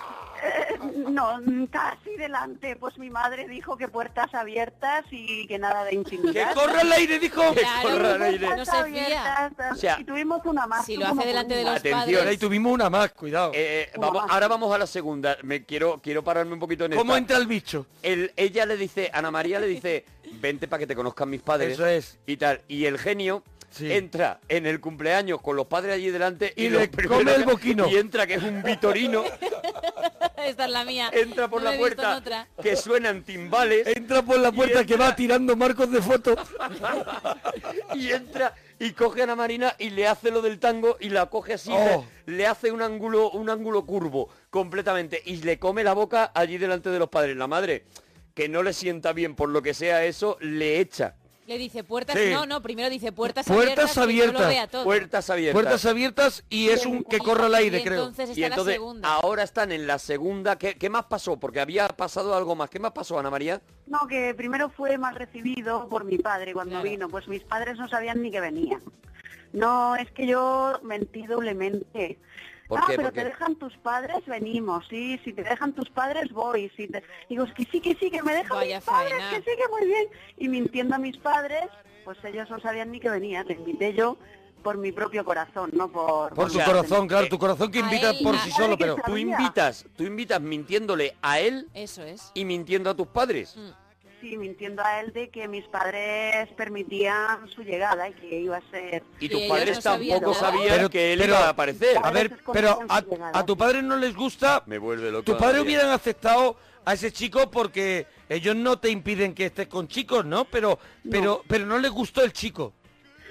S11: no, mm, casi delante. Pues mi madre dijo que puertas abiertas y que nada de intimidad.
S5: corra el aire, dijo.
S3: Claro,
S2: al aire.
S3: no se fía.
S11: abiertas,
S2: O sea,
S11: y tuvimos una más.
S3: Si
S11: tú
S3: lo hace
S11: como
S3: delante de
S11: una.
S3: los
S2: Atención,
S5: Ahora,
S3: padres.
S5: y tuvimos una más, cuidado.
S2: Eh, vamos, ahora vamos a la segunda. Me quiero quiero pararme un poquito en
S5: ¿Cómo
S2: esta.
S5: entra el bicho?
S2: El- ella le dice, Ana María le dice, vente para que te conozcan mis padres.
S5: Eso es.
S2: Y tal. Y el genio
S5: Sí.
S2: entra en el cumpleaños con los padres allí delante y,
S5: Y
S2: lo
S5: le
S2: primero
S5: come el
S2: que-
S5: boquino.
S2: Y entra que es un vitorino,
S3: Esta es la mía.
S2: entra por
S3: No
S2: la
S3: he visto en
S2: puerta,
S3: otra.
S2: que suenan timbales
S5: Entra por la puerta que va tirando marcos de fotos.
S2: y entra y coge a Ana Marina y le hace lo del tango y la coge así,
S5: Oh.
S2: le, le hace un ángulo, un ángulo curvo completamente y le come la boca allí delante de los padres. La madre, que no le sienta bien por lo que sea eso, le echa.
S3: Le dice puertas.
S5: Sí.
S3: No, no, primero dice puertas,
S5: Puertas
S3: abiertas. que yo lo
S5: abiertas.
S3: vea todo.
S2: Puertas abiertas.
S5: Puertas abiertas y es un que corra el aire,
S3: y
S5: creo.
S3: Entonces está
S2: Y entonces
S3: la segunda.
S2: ahora están en la segunda. ¿Qué, qué más pasó? Porque había pasado algo más. ¿Qué más pasó, Ana María?
S11: No, que primero fue mal recibido por mi padre cuando
S3: Claro.
S11: vino, pues mis padres no sabían ni que venía. No, es que yo mentí doblemente.
S2: ¿Por
S11: ah,
S2: qué?
S11: pero
S2: ¿Por qué?
S11: te dejan tus padres, venimos, sí, si te dejan tus padres, voy. Si te... Digo, es que sí, que sí, que me dejan
S3: Vaya
S11: mis padres,
S3: faena.
S11: que sí, que muy bien. Y mintiendo a mis padres, pues ellos no sabían ni que venía, le invité yo por mi propio corazón, no por...
S5: Por su
S2: sea,
S5: corazón, claro,
S2: eh,
S5: tu corazón que
S3: a
S5: invita
S3: él,
S5: por
S3: a-
S5: sí
S11: a
S5: solo,
S11: él que
S5: pero...
S11: sabe.
S2: Tú
S11: Sabía.
S2: invitas, tú invitas mintiéndole a él
S3: Eso es.
S2: y mintiendo a tus padres.
S5: Mm.
S11: Sí, mintiendo a él de que mis padres permitían su llegada y que iba a ser...
S2: Y
S3: Y
S2: tus
S3: ellos
S2: padres
S3: no sabían
S2: tampoco
S3: nada.
S2: sabían
S5: Pero-
S2: que él
S5: pero-
S2: iba a aparecer. Ah,
S5: A ver, pero a, a tu padre no les gusta...
S2: Me vuelve loco.
S5: Tus
S2: Ana
S5: padres
S2: María.
S5: hubieran aceptado a ese chico porque ellos no te impiden que estés con chicos, ¿no? Pero, pero, pero no les gustó el chico.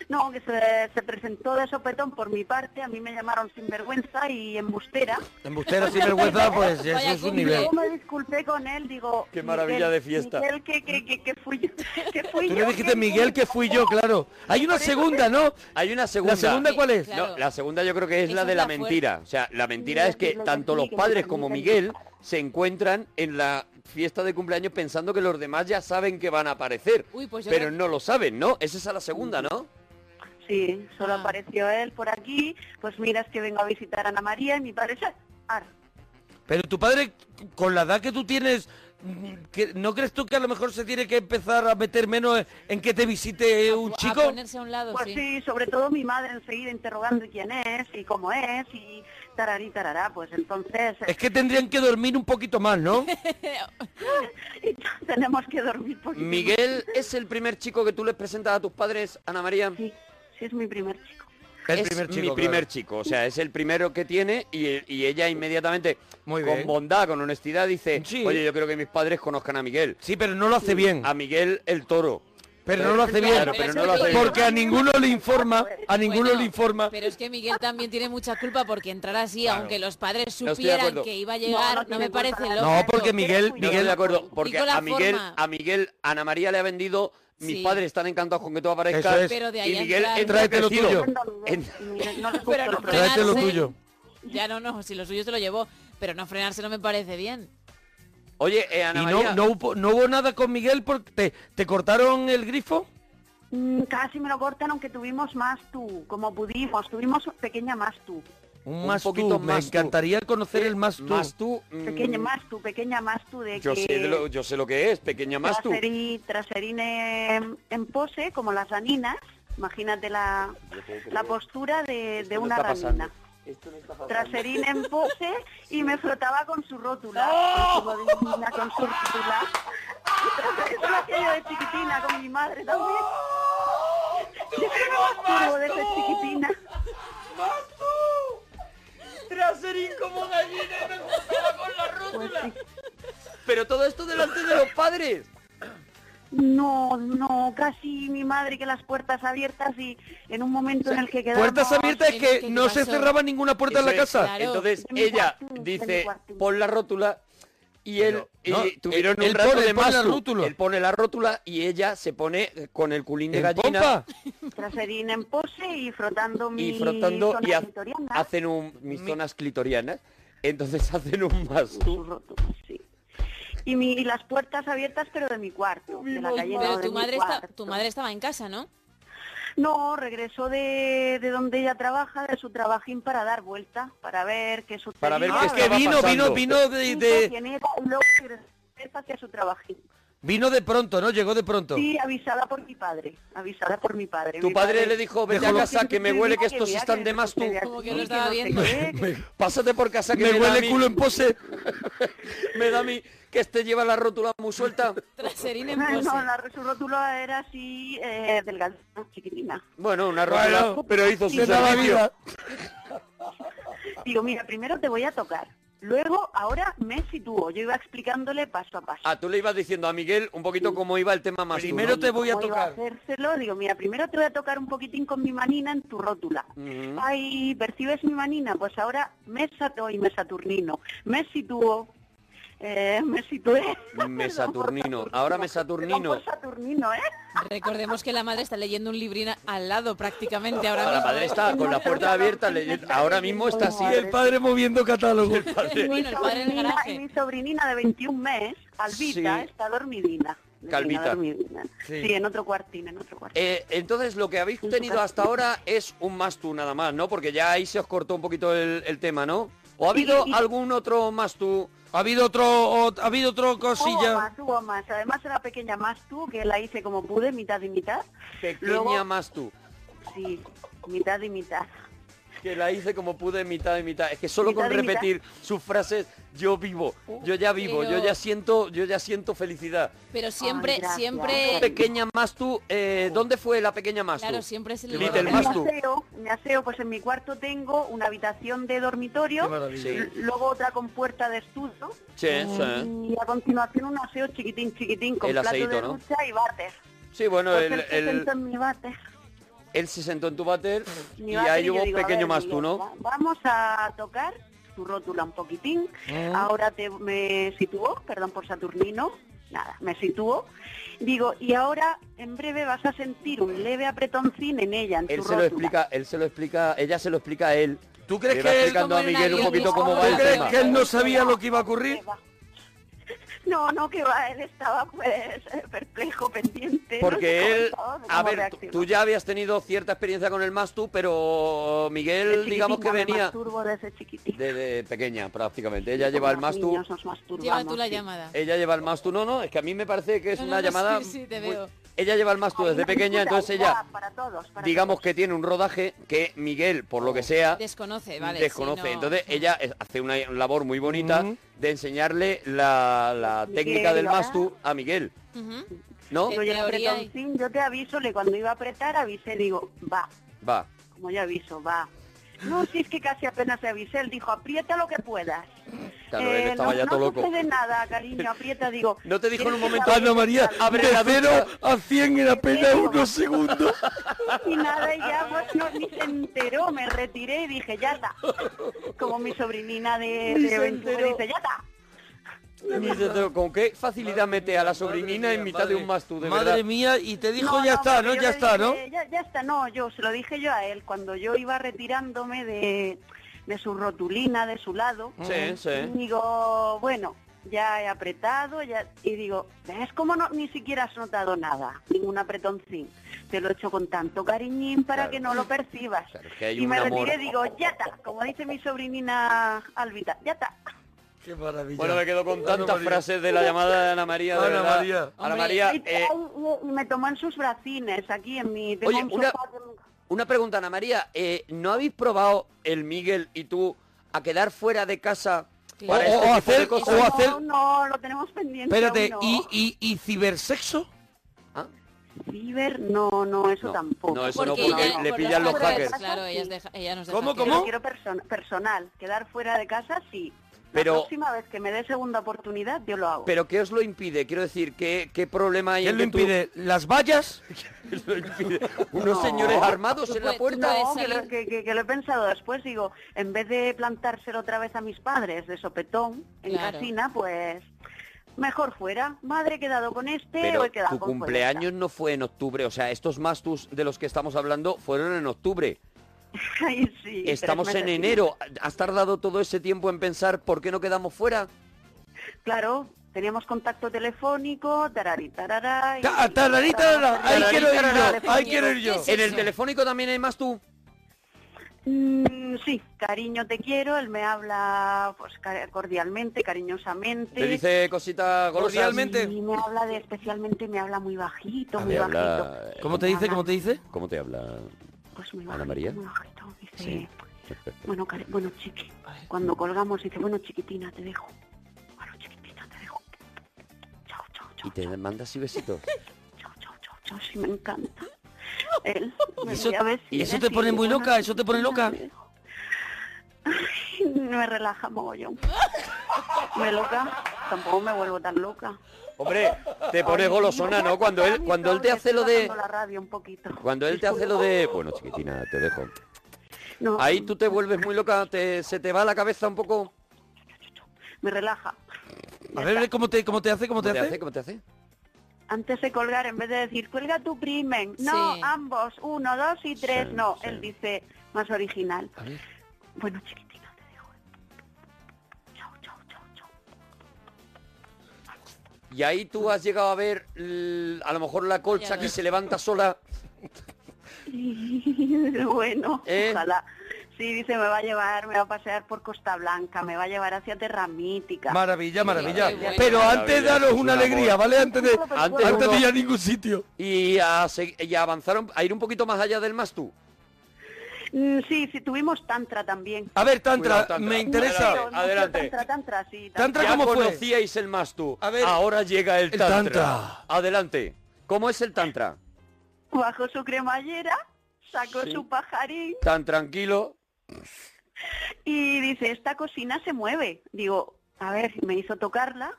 S11: No, que se, se presentó de sopetón por mi parte, a mí me llamaron sinvergüenza y embustera.
S5: Embustera sin vergüenza, pues
S11: Vaya
S5: eso es un
S11: cumple.
S5: nivel.
S11: Yo me disculpé con él, digo...
S5: Qué maravilla de fiesta.
S11: Miguel, que, que, que, que fui yo, que fui
S5: Tú
S11: yo,
S5: le dijiste
S11: que-
S5: Miguel que fui yo, claro. Hay una segunda, ¿no?
S2: Hay una segunda.
S5: ¿La segunda cuál es?
S2: No, la segunda yo creo que es
S5: Esa
S2: la de
S5: es
S2: la,
S5: la fuerte.
S2: mentira. O sea, la mentira
S5: Sí,
S2: es que
S5: lo que
S2: tanto
S5: sí,
S2: los
S5: que
S2: padres
S5: me
S2: como
S5: permitan.
S2: Miguel se encuentran en la fiesta de cumpleaños pensando que los demás ya saben que van a aparecer.
S11: Uy, pues yo
S2: pero
S11: creo-
S2: no lo saben, ¿no? Esa es a la segunda, ¿no?
S11: Sí, solo apareció él por aquí, pues miras que vengo a visitar a Ana María y mi padre... "Cha, Ara".
S5: Pero tu padre, con la edad que tú tienes, mm, que- ¿no crees tú que a lo mejor se tiene que empezar a meter menos en que te visite un chico?
S3: a un lado,
S11: pues sí. sobre todo mi madre enseguida interrogando quién es y cómo es y tararí tarará, pues entonces
S5: Es que tendrían que dormir un poquito más, ¿no?
S11: tenemos que dormir porque
S2: Miguel es el primer chico que tú les presentas a tus padres, Ana María. Sí,
S11: sí es mi primer chico.
S2: Es
S5: El primer chico,
S2: mi
S5: claro.
S2: primer chico, o sea, es el primero que tiene y, y ella inmediatamente,
S5: bien.
S2: con bondad, con honestidad, dice, oye, yo creo que mis padres conozcan a Miguel.
S5: Sí, pero no lo hace bien.
S2: A Miguel el toro.
S5: Pero no lo hace bien,
S2: Claro, pero no lo hace bien.
S5: porque a ninguno le informa, a ninguno
S3: Bueno,
S5: le informa.
S3: Pero es que Miguel también tiene mucha culpa porque entrar así,
S5: Claro.
S3: aunque los padres
S2: No estoy de
S3: supieran
S2: acuerdo.
S3: que iba a llegar, no, me parece lógico.
S5: No, porque Miguel,
S2: No estoy
S5: Miguel,
S2: de acuerdo, porque
S3: con la
S2: a Miguel,
S3: forma.
S2: a Miguel, Ana María le ha vendido, mis
S3: Sí.
S2: padres están encantados con que tú
S5: Eso
S2: aparezcas
S5: es. Pero de ahí
S2: y
S3: a
S2: Miguel
S3: entrar-
S2: entra
S5: Tráetelo
S2: crecido.
S5: tuyo.
S2: En-
S3: Pero no
S5: tráete lo
S3: frenarse.
S5: tuyo.
S3: Ya no, no, si lo suyo se lo llevó, pero no frenarse no me parece bien.
S2: Oye, eh, Ana
S5: ¿Y
S2: María,
S5: no, no, hubo, no hubo nada con Miguel porque te, te cortaron el grifo?
S11: Mm, Casi me lo cortan, aunque tuvimos más tú, como pudimos, tuvimos pequeña más tú,
S5: Un,
S2: Un
S5: más
S2: poquito
S5: tú, me
S2: más tú.
S5: encantaría conocer el más tú.
S2: más tú, mm,
S11: pequeña más tú, pequeña más tú de
S2: yo
S11: que
S2: sé, de lo, yo sé lo que es, pequeña más tú.
S11: traseri- traserine en, en pose, como las daninas, imagínate la, la postura Eh, de, de una danina. Traserín en pose y me frotaba con su rótula, con su rodillina, con su rótula. Eso lo hacía yo de chiquitina con mi madre también. Yo me desde chiquitina.
S7: Traserín como gallina y me juntaba con la
S11: Pues
S7: rótula.
S2: Pero todo esto delante de los padres.
S11: No, no, casi mi madre que las puertas abiertas y en un momento en el que quedamos...
S5: Puertas abiertas es que no se cerraba ninguna puerta en
S2: Eso
S5: la
S2: es.
S5: casa.
S2: Entonces
S11: De mi
S2: ella
S11: cuartín, de mi
S2: dice,
S11: cuartín.
S2: pon la rótula y él y
S5: no,
S2: tuvieron
S5: él-
S2: un
S5: él
S2: rato
S5: pone-
S2: de
S5: él pone
S2: más
S5: la
S2: tú.
S5: rótula.
S2: Él pone la rótula y ella se pone eh, con el culín de
S5: ¿En
S2: gallina
S5: pompa?
S11: Traserín en pose y frotando mi
S2: y frotando
S11: zona
S2: y ha-
S11: clitoriana.
S2: hacen un mis zonas clitorianas. Entonces hacen un más tú.
S11: y, mi- y las puertas abiertas pero de mi cuarto, de la calle no,
S3: Pero
S11: de
S3: tu
S11: mi
S3: madre, está,
S11: cuarto.
S3: tu madre estaba en casa, ¿no?
S11: No, regresó de, de donde ella trabaja, de su trabajín para dar vuelta, para ver qué sucedía.
S2: Para ver qué
S5: Es que
S2: estaba
S5: vino, vino,
S2: pasando.
S5: vino
S11: de...
S5: de, de-
S11: luego regresó hacia su trabajín.
S5: vino de pronto, ¿no? Llegó de pronto.
S11: Sí, avisada por mi padre, avisada por mi padre.
S2: Tu
S11: Mi
S2: padre le dijo, vete a
S5: Dejó-
S2: casa que me huele que estos
S11: mira,
S2: están
S11: que
S2: de más tú.
S11: sucede
S3: Como que
S11: aquí,
S3: lo estaba
S11: no sé
S3: viendo.
S11: qué, que-
S2: Pásate por casa que
S5: me
S2: da a
S5: huele
S2: mí-
S5: culo en pose.
S2: me da a mí que este lleva la rótula muy suelta.
S3: Traserín en
S11: No,
S3: pose.
S11: no, la, su rótula era así, eh, delgada, chiquitina.
S2: Bueno, una rótula,
S5: Bueno,
S2: pero hizo su
S5: te daba
S2: servicio.
S5: vida.
S11: Digo, mira, primero te voy a tocar. Luego, ahora me sitúo. Yo iba explicándole paso a paso.
S2: Ah, tú le ibas diciendo a Miguel un poquito cómo iba el tema más tú,
S5: Primero
S2: ¿no?
S5: te voy a
S11: ¿Cómo iba
S5: tocar.
S11: hacérselo? Digo, mira, primero te voy a tocar un poquitín con mi manina en tu rótula.
S2: Ujú.
S11: Ay, ¿percibes mi manina? Pues ahora me sató y me saturnino. Me sitúo. Eh, me situé.
S2: Me saturnino.
S11: Perdón por
S2: Ahora me
S11: Perdón
S2: saturnino.
S11: por saturnino, ¿eh?
S3: Recordemos que la madre está leyendo un librín a- al lado prácticamente ahora
S2: Ahora
S3: mismo.
S2: la madre está con la puerta abierta leyendo. Ahora mismo está así.
S5: Y el padre moviendo catálogo.
S3: Bueno, el padre en
S11: Sobrinina-
S3: el
S11: y
S3: garaje.
S11: mi sobrinina de 21 meses, Albita,
S2: Sí.
S11: está dormidina.
S2: Calvita.
S11: Dormidina, dormidina.
S5: Sí.
S11: Sí. en otro cuartín, en otro cuartín.
S2: Eh, entonces lo que habéis tenido hasta ahora es un más tú nada más, ¿no? Porque ya ahí se os cortó un poquito el, el tema, ¿no? ¿O ha habido
S11: Y- y-
S2: algún otro más tú?
S5: Ha habido otro, o- ha habido otro
S2: pues
S11: Hubo
S5: cosilla.
S11: más, hubo más. Además era pequeña más tú, que la hice como pude, mitad y mitad.
S2: Pequeña
S11: Luego-
S2: más tú.
S11: Sí, mitad y mitad.
S2: Que la hice como pude, mitad y mitad. Es que solo
S11: Mitad
S2: con
S11: y mitad. Uh,
S2: repetir sus frases, yo vivo, yo ya vivo, yo
S3: pero-
S2: ya siento, yo ya siento felicidad.
S3: Pero siempre,
S11: gracias.
S3: siempre...
S2: Pequeña más tú, eh, ¿dónde fue la pequeña más tú?
S3: Claro, siempre se le
S2: Little
S3: olvida.
S2: más
S11: me
S2: tú.
S11: aseo, me aseo, pues en mi cuarto tengo una habitación de dormitorio,
S5: Qué maravilla.
S11: l- luego otra con puerta de estudio
S2: Sí, sí.
S11: y a continuación un aseo chiquitín chiquitín con
S2: El
S11: plato
S2: aceito,
S11: de
S2: ¿no?
S11: ducha y váter.
S2: Sí, bueno,
S11: Porque
S2: el,
S11: Pues el que
S2: el-
S11: sentó en mi váter.
S2: él se sentó en tu váter
S11: Mi
S2: y
S11: madre,
S2: ahí
S11: yo
S2: hubo un
S11: digo, a
S2: pequeño
S11: ver,
S2: más
S11: digo,
S2: tú, ¿no?
S11: va- Vamos a tocar tu rótula un poquitín.
S2: Ah.
S11: Ahora te me sitúo, perdón por Saturnino. Nada, me sitúo. Digo, y ahora en breve vas a sentir un leve apretoncín en ella, en tu
S2: Él se
S11: rótula.
S2: lo explica, él se lo explica, ella se lo explica a él. ¿Tú
S11: crees
S2: Le va
S11: que él-
S2: explicando a
S11: Como en
S2: Miguel un
S11: una
S2: poquito cómo
S11: guionismo,
S2: va el
S11: ¿Tú crees
S2: tema?
S11: que él no sabía
S5: lo que iba a ocurrir?
S11: No, no, que va, él estaba pues perplejo, pendiente. no sé
S2: Porque él,
S11: cómo estaba, de
S2: a
S11: cómo
S2: ver,
S11: reaccionó.
S2: tú ya habías tenido cierta experiencia con el Mastu, pero Miguel,
S11: Desde
S2: digamos que
S11: chiquitina me
S2: venía
S11: masturbo desde chiquitín.
S2: desde pequeña prácticamente. Ella lleva el
S11: Los
S2: Mastu,
S11: niños nos masturbamos,
S3: Lleva tú la
S11: sí.
S3: llamada.
S2: ella lleva el Mastu. No, no, es que a mí me parece que es
S3: No, no,
S2: una
S3: no,
S2: llamada.
S3: Sí, sí, te
S2: muy-
S3: veo.
S2: Ella lleva el Mastu desde pequeña, entonces ella,
S11: Para todos, para
S2: digamos que tiene un rodaje que Miguel, por lo que sea,
S3: Desconoce, vale. sí,
S2: desconoce.
S3: no.
S2: Entonces ella es- hace una labor muy bonita de enseñarle la, la
S11: Miguel,
S2: técnica del
S11: ¿verdad?
S2: Mastu a Miguel,
S3: Ujú.
S2: ¿no?
S11: Digo, ya apretoncín, yo te aviso, le cuando iba a apretar, avisé, digo, va,
S2: Va.
S11: como yo aviso, va. No, si es que casi apenas le avisé, él dijo, aprieta lo que puedas.
S2: Claro, él
S11: Eh,
S2: estaba
S11: no,
S2: ya
S11: no
S2: todo loco.
S11: sucede nada, cariño, aprieta, digo.
S2: No te dijo en un
S11: ¿quieres
S2: momento,
S11: que
S2: Ana
S11: la-
S2: María, abre la
S5: Pero
S2: vena.
S5: a 100 en apenas unos segundos.
S11: Y nada, y ya pues no, ni se enteró, me retiré y dije, ya está. Como mi sobrinina de,
S2: Ni
S11: de
S2: se
S11: 21
S2: enteró.
S11: dice, ya está.
S2: Ni se te- ¿Con qué facilidad mete a la sobrinina en mitad de un Mastu, de
S5: Madre
S2: verdad?
S5: mía, y te dijo
S11: No,
S5: ya
S11: no,
S5: está,
S11: pero
S5: ¿no?
S11: yo
S5: Ya
S11: le
S5: está, ¿no?
S11: dije, Ya, ya está, no, yo se lo dije yo a él cuando yo iba retirándome de, de su rotulina, de su lado.
S2: Sí, sí.
S11: Digo, bueno, ya he apretado, ya y digo, ¿ves cómo no, ni siquiera has notado nada? Ningún apretoncín. Te lo he hecho con tanto cariñín para
S2: Claro.
S11: que no lo percibas.
S2: Claro, es que hay
S11: y
S2: un
S11: me
S2: amor.
S11: retiré y digo, ya está, como dice mi sobrinina Alvita, ya está.
S5: Qué maravilla.
S2: Bueno, me quedo con
S5: Ana
S2: tantas
S5: María.
S2: frases de la llamada de Ana María, de
S5: Ana
S2: verdad.
S5: María.
S2: Ana
S3: Hombre.
S2: María,
S11: Y,
S2: eh,
S11: y- y me tomó en sus bracines aquí en mi... tengo
S2: Oye,
S11: un
S2: una-
S11: sofá que-
S2: una pregunta, Ana María. eh, ¿No habéis probado el Miguel y tú a quedar fuera de casa
S3: Claro.
S2: para este
S5: O- o
S2: tipo de
S5: hacer-
S2: cosas?
S5: o
S11: no,
S5: hacer-
S11: no, lo tenemos pendiente.
S5: Espérate,
S11: aún
S5: ¿y,
S11: no.
S5: y, y cibersexo?
S11: Ciber, no, no, eso
S2: ¿Ah? No,
S11: tampoco.
S2: no, eso no,
S11: Porque
S2: porque
S11: ella-
S2: le
S11: porque
S2: pillan los
S11: fuera de
S2: hackers.
S11: casa,
S3: Claro,
S11: sí.
S3: ellas, deja- ellas nos
S5: ¿Cómo,
S3: dejan
S11: Pero
S5: cómo?
S11: quiero perso- personal, quedar fuera de casa, sí.
S2: Pero-
S11: La próxima vez que me dé segunda oportunidad, yo lo hago.
S2: ¿Pero qué os lo impide? Quiero decir, ¿qué, qué problema hay
S5: ¿Quién
S2: en
S5: lo
S2: que tú-
S5: impide? ¿Las vallas?
S2: ¿Quién lo impide? ¿Unos
S11: No.
S2: señores armados
S3: Tú
S2: en la
S3: puedes- tú
S2: puerta?
S3: puedes
S11: No, que lo,
S3: salir.
S11: que- que- que lo he pensado después, digo, en vez de plantárselo otra vez a mis padres de sopetón en
S3: Claro.
S11: casina, pues mejor fuera. Madre, he quedado con este o
S2: Pero
S11: he quedado
S2: tu
S11: con
S2: cumpleaños no fue en octubre, o sea, estos mastus de los que estamos hablando fueron en octubre.
S11: fuera. Ay, sí, tres
S2: Estamos en
S11: meses.
S2: enero. ¿Has tardado todo ese tiempo en pensar por qué no quedamos fuera?
S11: Claro, teníamos contacto telefónico, tarari, tarara, y-
S5: Ta- tararí, tarará, ahí
S2: Tararí,
S5: quiero ir
S2: tarará.
S5: yo, ahí quiero ir yo.
S3: Sí,
S2: En el
S3: sí.
S2: telefónico también hay más tú.
S11: Mm, sí, cariño te quiero, él me habla pues, ca- cordialmente, cariñosamente.
S2: Te dice cositas golosas.
S5: Cordialmente.
S11: Y me habla de especialmente, me habla muy bajito,
S2: A
S11: muy
S2: ver,
S11: bajito.
S2: habla, eh,
S5: ¿Cómo te dice? ¿Cómo te dice?
S2: ¿Cómo te habla?
S11: Pues muy
S2: Ana
S11: bajito,
S2: María?
S11: muy bajito. Dice,
S2: Sí.
S11: bueno, cari- bueno, chiqui, cuando colgamos dice, bueno, chiquitina, te dejo. Bueno, chiquitina, te dejo. Chao, chao,
S2: Y
S11: chao,
S2: te manda así besitos.
S11: chao, chao, chao, chao, sí, me encanta. Él, me
S5: eso-
S11: envía
S5: y eso
S11: besitos
S5: te pone muy
S11: bueno,
S5: loca, eso te pone
S11: chiquitina,
S5: loca.
S11: te dejo. Ay, Me relaja mogollón. Me loca, tampoco me vuelvo tan loca.
S2: Hombre, te pones
S11: Ay,
S2: golosona,
S11: mira,
S2: ¿no? Cuando él,
S11: mi
S2: cuando él te
S11: pobre,
S2: hace lo
S11: estoy
S2: de.
S11: bajando la radio un poquito.
S2: Cuando él te hace lo de. Bueno, chiquitina, te dejo.
S11: No,
S2: Ahí tú te vuelves muy loca, te- se te va la cabeza un poco.
S11: Me relaja.
S5: A ver, ¿cómo te, cómo te hace? ¿Cómo te hace?
S2: ¿Cómo te hace?
S11: Antes de colgar, en vez de decir, cuelga tu primen. No,
S3: Sí.
S11: ambos, uno, dos y tres.
S2: Sí,
S11: no,
S2: sí.
S11: él dice más original.
S2: A ver.
S11: Bueno, chiquitina, te dejo. Chao, chao, chao, chao.
S2: Y ahí tú has llegado a ver l- a lo mejor la
S3: Ya
S2: colcha
S3: lo
S2: que
S3: ves.
S2: se levanta sola.
S11: bueno,
S2: ¿Eh?
S11: ojalá. Sí, dice, me va a llevar, me va a pasear por Costa Blanca, me va a llevar hacia Terra Mítica.
S5: Maravilla, maravilla.
S3: Qué bueno.
S5: Pero antes
S2: Maravilla,
S5: daros
S2: es un
S5: una
S2: amor.
S5: alegría, ¿vale? Antes de,
S2: Antes
S5: antes de
S2: uno-
S5: ir a ningún sitio.
S2: Y a, se- y a avanzar un- a ir un poquito más allá del Mastu.
S11: Mm, sí, sí, tuvimos Tantra también.
S5: A ver, Tantra,
S2: Cuidado, Tantra.
S5: me interesa.
S11: Mucho, mucho
S2: adelante.
S11: Tantra, tantra, sí.
S5: Tantra
S2: Ya
S5: ¿Cómo fue?
S2: conocíais el Mastu.
S5: A ver.
S2: Ahora llega el,
S5: El
S2: tantra.
S5: tantra.
S2: Adelante. ¿Cómo es el Tantra?
S11: Bajó su cremallera, sacó
S2: Sí.
S11: su pajarín
S2: Tan tranquilo.
S11: y dice, esta cocina se mueve. Digo, a ver, me hizo tocarla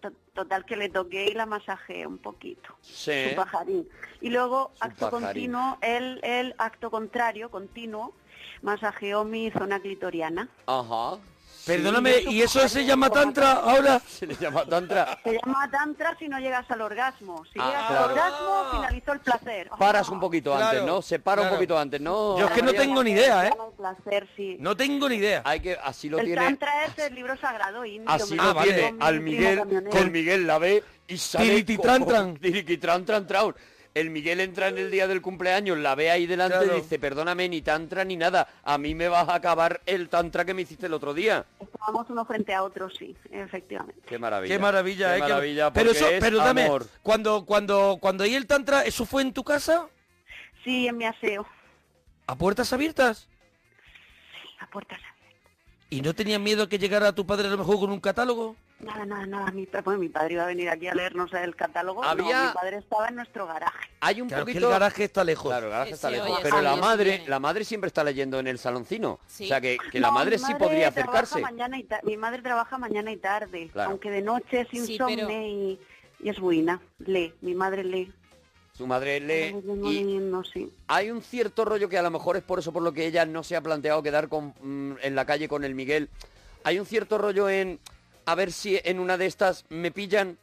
S11: to- total que le toqué y la masajeé un poquito.
S2: Sí.
S11: Su pajarín. Y luego,
S2: Su
S11: acto
S2: pajarín.
S11: continuo, él, él, acto contrario, continuo, masajeó mi zona clitoriana.
S2: Ajá.
S5: Perdóname, ¿y eso se llama tantra ahora?
S2: Se le llama tantra.
S11: Se llama tantra si no llegas al orgasmo. Si
S2: Ah,
S11: llegas
S2: claro.
S11: al orgasmo, finalizó el placer.
S2: Paras un poquito
S5: Claro,
S2: antes, ¿no? Se para
S5: claro.
S2: un poquito antes, ¿no?
S5: Yo es que no
S2: María?
S5: tengo ni idea, ¿eh?
S11: El placer, sí.
S5: No tengo ni idea.
S2: Hay que, así lo
S11: el
S2: tiene,
S11: tantra es el libro sagrado indio.
S2: así
S11: me
S2: lo
S11: lo
S5: vale.
S2: tiene
S11: contó mi
S2: al
S11: primo
S2: Miguel,
S11: camionero.
S2: con Miguel la ve y sale
S5: Tirititran-tran.
S2: como- Tiriquitran-tran-tran. El Miguel entra en el día del cumpleaños, la ve ahí delante
S5: Claro.
S2: y dice, perdóname, ni tantra ni nada, a mí me vas a acabar el tantra que me hiciste el otro día.
S11: Estábamos uno frente a otro, sí, efectivamente.
S2: Qué maravilla.
S5: Qué maravilla,
S2: Qué
S5: eh. que-
S2: maravilla,
S5: pero
S2: porque
S5: eso,
S2: es
S5: pero dame,
S2: amor.
S5: cuando, cuando, cuando hay el tantra, ¿eso fue en tu casa?
S11: Sí, en mi aseo,
S5: ¿A puertas abiertas?
S11: a puertas
S5: ¿Y no tenías miedo que llegara tu padre a lo mejor con un catálogo?
S11: Nada, nada, nada. Mi, pa- bueno, mi padre iba a venir aquí a leernos el catálogo. No,
S2: Había-
S11: mi padre estaba en nuestro garaje.
S2: Hay un
S5: Claro, que el
S2: poquito...
S5: garaje está lejos.
S2: Claro, el garaje
S3: Sí,
S2: está
S3: sí,
S2: lejos.
S3: oye,
S2: pero
S11: sí,
S2: la
S11: oye,
S2: madre,
S3: sí.
S2: la madre siempre está leyendo en el saloncino.
S3: Sí.
S2: O sea que, que la
S11: No, mi
S2: madre, sí podría
S11: trabaja
S2: acercarse.
S11: Mañana y ta- mi madre trabaja mañana y tarde,
S2: Claro.
S11: aunque de noche es
S3: Sí,
S11: insomne
S3: pero-
S11: y, y es buena. Lee, mi madre lee.
S2: Su madre lee
S11: No,
S2: y
S11: no sé.
S2: hay un cierto rollo que a lo mejor es por eso por lo que ella no se ha planteado quedar con, mm, en la calle con el Miguel. Hay un cierto rollo en a ver si en una de estas me pillan.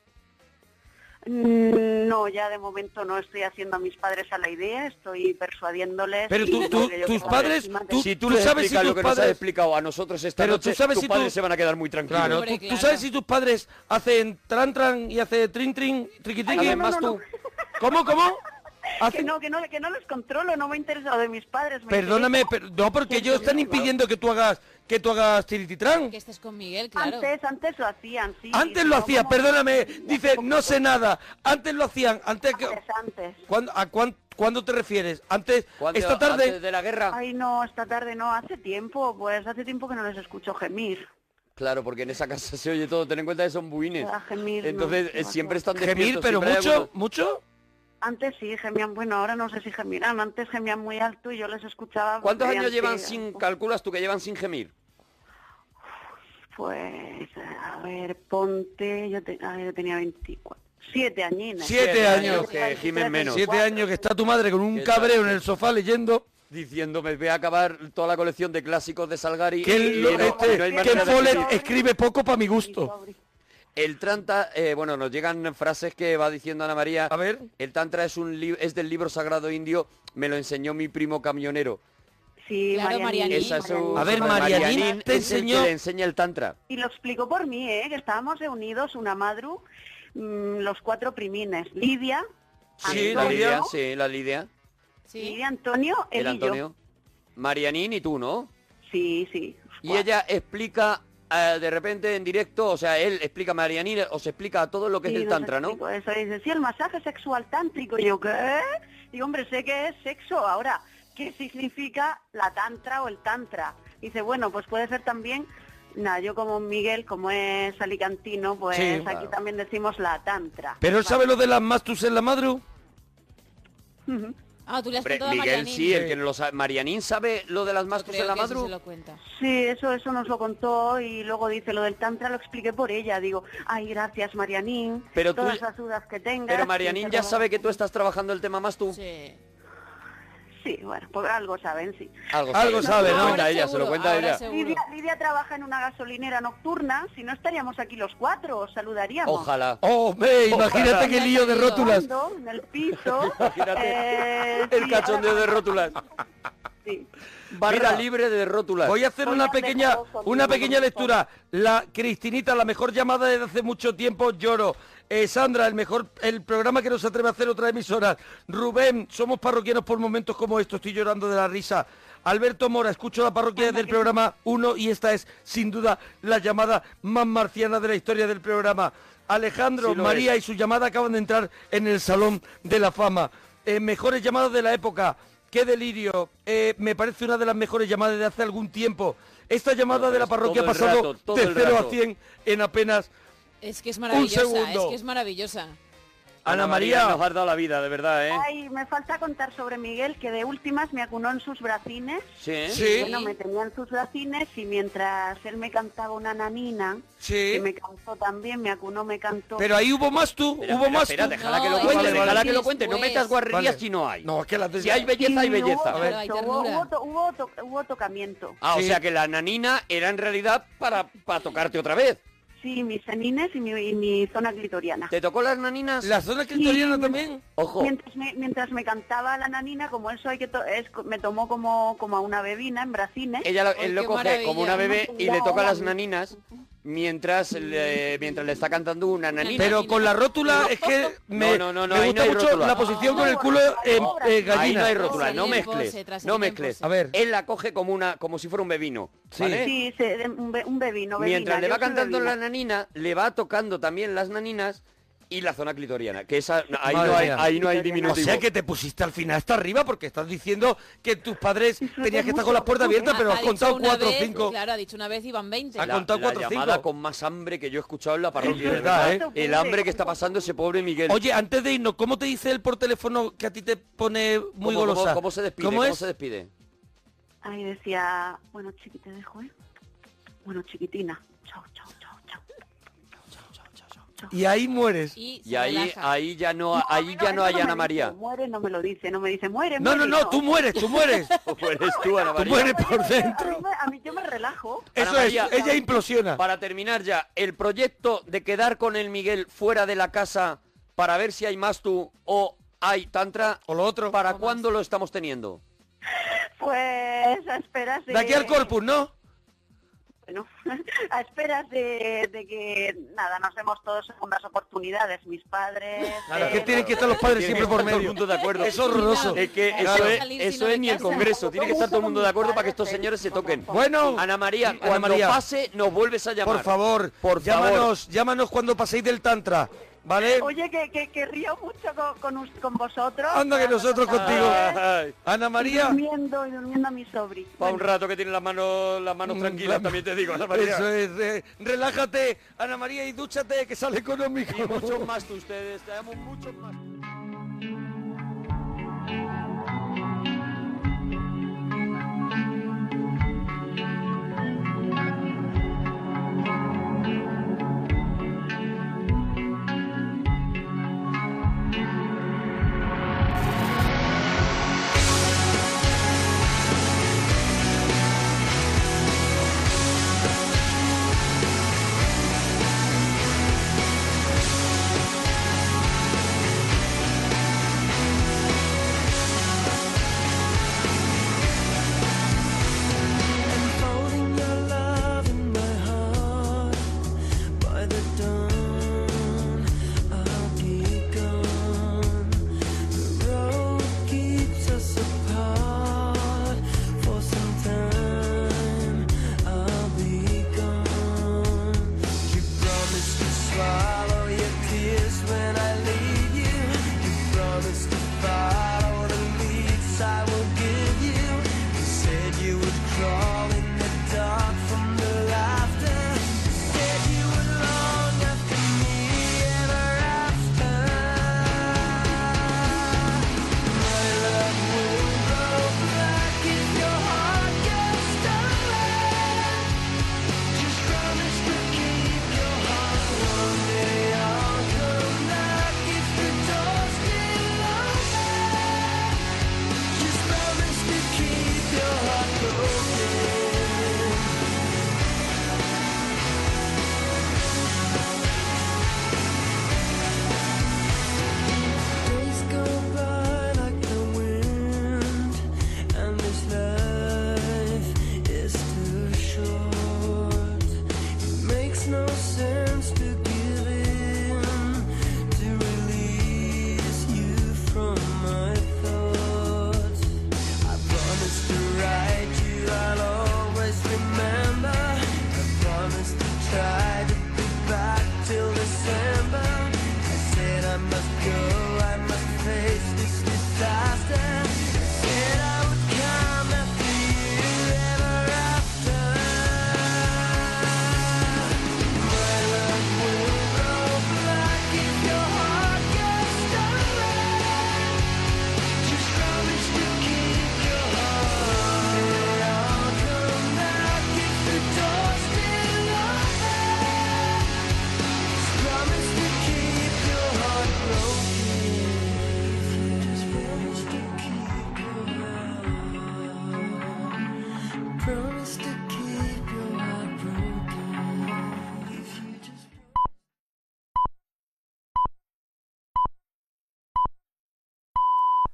S11: Mm, No, ya de momento no estoy haciendo a mis padres a la idea, estoy persuadiéndoles.
S5: Pero
S11: y
S5: tú-
S11: lo
S5: tú-
S11: que yo
S5: tus
S11: pueda
S5: padres,
S11: encima de-
S5: tú-
S2: si tú, les
S5: sabes si
S2: explicas lo
S5: tus
S2: que nos has
S5: padres-
S2: explicado a nosotros esta
S5: Pero tú
S2: noche,
S5: sabes
S2: tus
S5: si tú-
S2: padres se van a quedar muy tranquilos.
S5: Claro,
S3: Hombre,
S5: tú, tú
S3: claro.
S5: sabes si tus padres hacen tran tran y hace trin trin, triqui triqui.
S2: no, no, Además no. tú.
S5: ¿Cómo, cómo?
S11: Que
S5: Hacen-
S11: no, que no, que no les controlo, no me interesa lo de mis padres. me
S5: Perdóname,
S11: interesa-
S5: pero- no, porque ellos están impidiendo que tú hagas que tú hagas tirititran.
S3: Que estés con Miguel, claro.
S11: Antes, antes lo hacían, sí.
S5: Antes
S11: no
S5: lo hacías,
S11: como-
S5: perdóname. Dice, no sé nada. Antes lo hacían, antes que...
S11: Antes, antes.
S5: ¿Cuándo, a cuán- cuándo te refieres? Antes,
S2: Cuando-
S5: esta tarde...
S2: antes de la guerra.
S11: Ay, no, esta tarde no, hace tiempo, pues hace tiempo que no les escucho gemir.
S2: Claro, porque en esa casa se oye todo. Ten en cuenta que son buines.
S11: Ah, gemir, no,
S2: Entonces eh,
S11: no,
S2: siempre
S11: no.
S2: están
S5: Gemir,
S2: despiertos,
S5: pero
S2: siempre hay
S5: mucho,
S2: algunos-
S5: mucho.
S11: Antes sí gemían, bueno, ahora no sé si gemían, antes gemían muy alto y yo les escuchaba.
S2: ¿Cuántos años
S11: mediante-
S2: llevan sin, calculas tú que llevan sin gemir?
S11: Pues, a ver, ponte, yo, te- a ver, yo tenía 24. Siete añines.
S5: Siete años.
S2: Que gimen menos.
S5: Siete años que está tu madre con un
S2: ¿Qué tal?
S5: cabreo en el sofá leyendo.
S2: Diciéndome, voy a acabar toda la colección de clásicos de Salgari.
S5: Que el,
S2: y
S5: lo-
S2: no-
S5: este-
S2: no hay
S5: que
S2: manera de
S5: Follett
S2: decidir.
S5: escribe poco para mi gusto.
S2: El Tranta, eh, bueno, nos llegan frases que va diciendo Ana María.
S5: A ver.
S2: El Tantra es, un li- es del libro sagrado indio, me lo enseñó mi primo camionero.
S11: Sí,
S3: Claro,
S11: Marianín,
S3: Marianín.
S2: Esa es su-
S5: A ver,
S2: su-
S5: Marianín te
S2: es el que
S5: enseñó-
S2: le enseña el Tantra.
S11: Y lo explico por mí, ¿eh? que estábamos reunidos una madru, mm, los cuatro primines, Lidia,
S5: Sí,
S2: la
S11: Antonio,
S5: Lidia,
S2: Lidia, sí, la Lidia.
S3: Sí.
S11: Lidia, Antonio, él
S2: El
S11: y yo.
S2: Antonio. Marianín y tú, ¿no?
S11: Sí, sí.
S2: Y
S11: Guau.
S2: ella explica eh, de repente en directo, o sea, él explica a Marianina, os explica todo lo que
S11: Sí, pues.
S2: es el
S11: nos
S2: tantra, ¿no?
S11: explicó Eso dice, sí, el masaje sexual tántrico. Y yo, ¿qué? Digo, hombre, sé que es sexo. Ahora, ¿qué significa la tantra o el tantra? Dice, bueno, pues puede ser también... Nada, yo como Miguel, como es alicantino, pues
S5: Sí,
S11: aquí
S5: claro.
S11: también decimos la tantra.
S5: Pero él sabe lo de las mastus en la madru.
S3: Ah, tú le has
S2: Hombre,
S3: contado a
S2: Miguel
S3: Marianín.
S2: sí, el que no lo sabe. Marianín sabe lo de las mastos
S3: Creo
S2: en la
S3: que eso
S2: madru.
S3: se lo cuenta.
S11: Sí, eso, eso nos lo contó y luego dice lo del tantra, lo expliqué por ella. Digo, ay, gracias Marianín,
S2: Pero tú-
S11: todas las dudas que tengas.
S2: Pero Marianín ya sabe que tú estás trabajando el tema mastu.
S3: Sí.
S11: Sí, bueno, por algo pues saben, sí.
S2: Algo,
S5: Algo sabe, ¿no?
S2: Se lo
S3: Ahora
S2: cuenta ella, se
S3: seguro,
S2: lo cuenta
S3: ahora
S2: ella.
S3: seguro.
S11: Lidia, Lidia trabaja en una gasolinera nocturna, si no estaríamos aquí los cuatro, os saludaríamos.
S2: Ojalá.
S5: Oh, me, imagínate qué
S3: Ya
S5: lío
S3: te
S5: de
S3: digo.
S5: rótulas.
S11: Ando En el piso.
S2: Imagínate
S11: eh,
S2: el
S11: sí,
S2: cachondeo
S11: ahora-
S2: de rótulas.
S11: sí.
S2: Barra libre de rótulas.
S5: Voy a hacer
S11: Voy
S5: una
S11: a
S5: pequeña,
S11: dejaros con
S5: una
S11: mi
S5: pequeña
S11: corazón.
S5: lectura. La Cristinita, la mejor llamada desde hace mucho tiempo, lloro. Eh, Sandra, el mejor, el programa que nos atreve a hacer otra emisora. Rubén, somos parroquianos por momentos como estos, estoy llorando de la risa. Alberto Mora, escucho la parroquia del programa 1 y esta es, sin duda, la llamada más marciana de la historia del programa. Alejandro,
S2: Sí lo
S5: María y su llamada acaban de entrar en el Salón de la Fama. Eh, mejores llamadas de la época. ¡Qué delirio! Eh, me parece una de las mejores llamadas de hace algún tiempo. Esta llamada de la
S2: pero
S5: parroquia ha
S2: todo el
S5: pasado
S2: rato, todo
S5: de
S2: el
S5: 0 a
S2: rato.
S5: 100 en apenas...
S3: Es que es maravillosa, es
S5: segundo.
S3: que es maravillosa.
S5: Ana María.
S2: Nos has dado la vida, de verdad, ¿eh?
S11: Ay, me falta contar sobre Miguel, que de últimas me acunó en sus bracines.
S2: Sí.
S5: Sí.
S11: Bueno, me tenía en sus bracines y mientras él me cantaba una nanina,
S5: Sí.
S11: que me cantó también, me acunó, me cantó.
S5: eh, Pero ahí hubo más tú, hubo
S2: Espera,
S5: más
S2: espera,
S5: tú.
S2: déjala que
S3: No,
S2: lo
S3: es
S2: cuente,
S5: que
S2: déjala
S5: es
S2: que lo cuente. No
S3: después.
S2: metas guarrerías
S5: Vale.
S2: si no hay.
S5: No, es que las
S2: Si hay
S11: Sí,
S2: belleza, hay belleza.
S11: Hubo,
S5: A ver.
S11: toque,
S3: Claro, hay
S11: hubo,
S3: ternura.
S11: hubo to- hubo to- hubo tocamiento.
S2: Ah, o
S5: Sí.
S2: sea que la nanina era en realidad para, para tocarte otra vez.
S11: Sí, mis senines y mi, y mi zona clitoriana.
S2: ¿Te tocó las naninas?
S5: ¿La zona clitoriana también?
S2: Ojo.
S11: Mientras me, mientras me cantaba la nanina, como él soy que to- es, co- me tomó como, como a una bebina en bracines.
S2: Ella la-
S3: Ay,
S2: él lo
S3: qué
S2: coge como
S3: maravilla.
S2: una bebé y le toca
S11: Hola.
S2: las naninas mientras le, mientras le está cantando una nanina.
S5: Pero con la rótula es que me,
S2: No, no, no,
S5: me
S2: ahí
S5: gusta
S2: no hay
S5: mucho
S2: rótula.
S5: la posición
S11: No,
S5: con el
S11: no,
S5: culo
S11: ahí
S5: eh,
S11: no hay
S5: eh,
S11: rótula.
S2: Ahí no
S5: gallina.
S2: hay rótula,
S3: Traserín
S2: no
S3: en
S2: mezcles.
S3: pose, traserín
S2: no
S3: en
S2: mezcles.
S5: pose. A ver.
S2: Él la coge como una como si fuera un bebino.
S5: Sí.
S2: ¿vale?
S11: Sí, se- un, be- un bebino, bebina.
S2: Mientras le
S11: yo
S2: va
S11: soy
S2: cantando
S11: bebina.
S2: la nanina, le va tocando también las naninas y la zona clitoriana, que esa ahí
S5: Madre
S2: no hay,
S5: mía.
S2: ahí no hay
S5: O
S2: diminutivo.
S5: sea que te pusiste al final hasta arriba porque estás diciendo que tus padres
S11: Disfruté
S5: tenías que estar
S11: mucho.
S5: con las puertas abiertas,
S3: Ha-
S5: pero
S3: ha
S5: has
S3: dicho
S5: contado
S3: una
S5: cuatro o
S3: vez-
S5: cinco.
S3: Claro, ha dicho una vez y van 20.
S5: Ha
S2: la,
S5: contado
S2: la
S5: cuatro, cinco.
S2: llamada con más hambre que yo he escuchado en la parroquia.
S5: Es
S2: de
S5: verdad,
S2: verdad,
S11: ¿eh?
S2: El hambre que está pasando ese pobre Miguel.
S5: Oye, antes de irnos, ¿cómo te dice él por teléfono que a ti te pone muy
S2: ¿Cómo- cómo-
S5: golosa?
S2: ¿Cómo, se despide?
S5: ¿Cómo
S2: ¿Cómo
S5: es?
S2: se despide?
S11: Ahí decía, bueno, chiqui, te dejo, ¿eh? Bueno, chiquitina. Chao, chao, chao, chao.
S5: Y ahí mueres.
S3: Y, se
S2: Y ahí,
S3: relaja.
S2: ahí ya no, ahí ya no
S11: a
S2: hay
S11: mí me
S2: Ana
S11: dice,
S2: María.
S11: Muere, no me lo dice, no me dice, muere,
S5: No, no,
S11: muere,
S5: no, tú mueres, tú mueres.
S2: ¿O eres tú, Ana
S5: tú
S2: María?
S5: mueres por
S11: A mí,
S5: dentro.
S11: me- a mí yo me relajo.
S5: Eso es,
S2: María.
S5: ella implosiona.
S2: Para terminar ya, el proyecto de quedar con el Miguel fuera de la casa para ver si hay más tú o hay tantra,
S5: O lo otro.
S2: ¿para cuándo lo estamos teniendo?
S11: Pues a esperas de...
S5: De aquí al corpus, ¿no?
S11: Bueno, a esperas de, de que, nada, nos demos todos segundas oportunidades, mis padres... eh,
S5: Claro,
S11: él,
S5: que tienen que estar los padres siempre por
S2: Todo el
S5: medio.
S2: mundo de acuerdo.
S5: Es horroroso.
S2: Es que
S3: Claro.
S2: eso es,
S3: Salir si
S2: eso
S3: no
S2: es
S3: me
S2: ni el
S3: caso.
S2: Congreso. Tiene que estar todo el mundo de acuerdo para que estos señores se toquen.
S5: Bueno,
S2: Ana María,
S5: Ana
S2: cuando
S5: María.
S2: pase nos vuelves a llamar.
S5: por favor,
S2: Por favor.
S5: llámanos, llámanos cuando paséis del tantra, ¿vale?
S11: Oye, que, que, que río mucho con, con, us- con vosotros.
S5: Anda que nosotros contigo.
S2: Ay,
S5: Ana
S11: Y
S5: María,
S11: durmiendo, y durmiendo a mi sobri.
S2: pa' un rato que tiene las manos, las manos tranquilas, también te digo, Ana María.
S5: Mm, eso es, eh, relájate, Ana María, y dúchate, que sale económico.
S2: Y muchos más de ustedes, te damos muchos más.
S5: Ana María.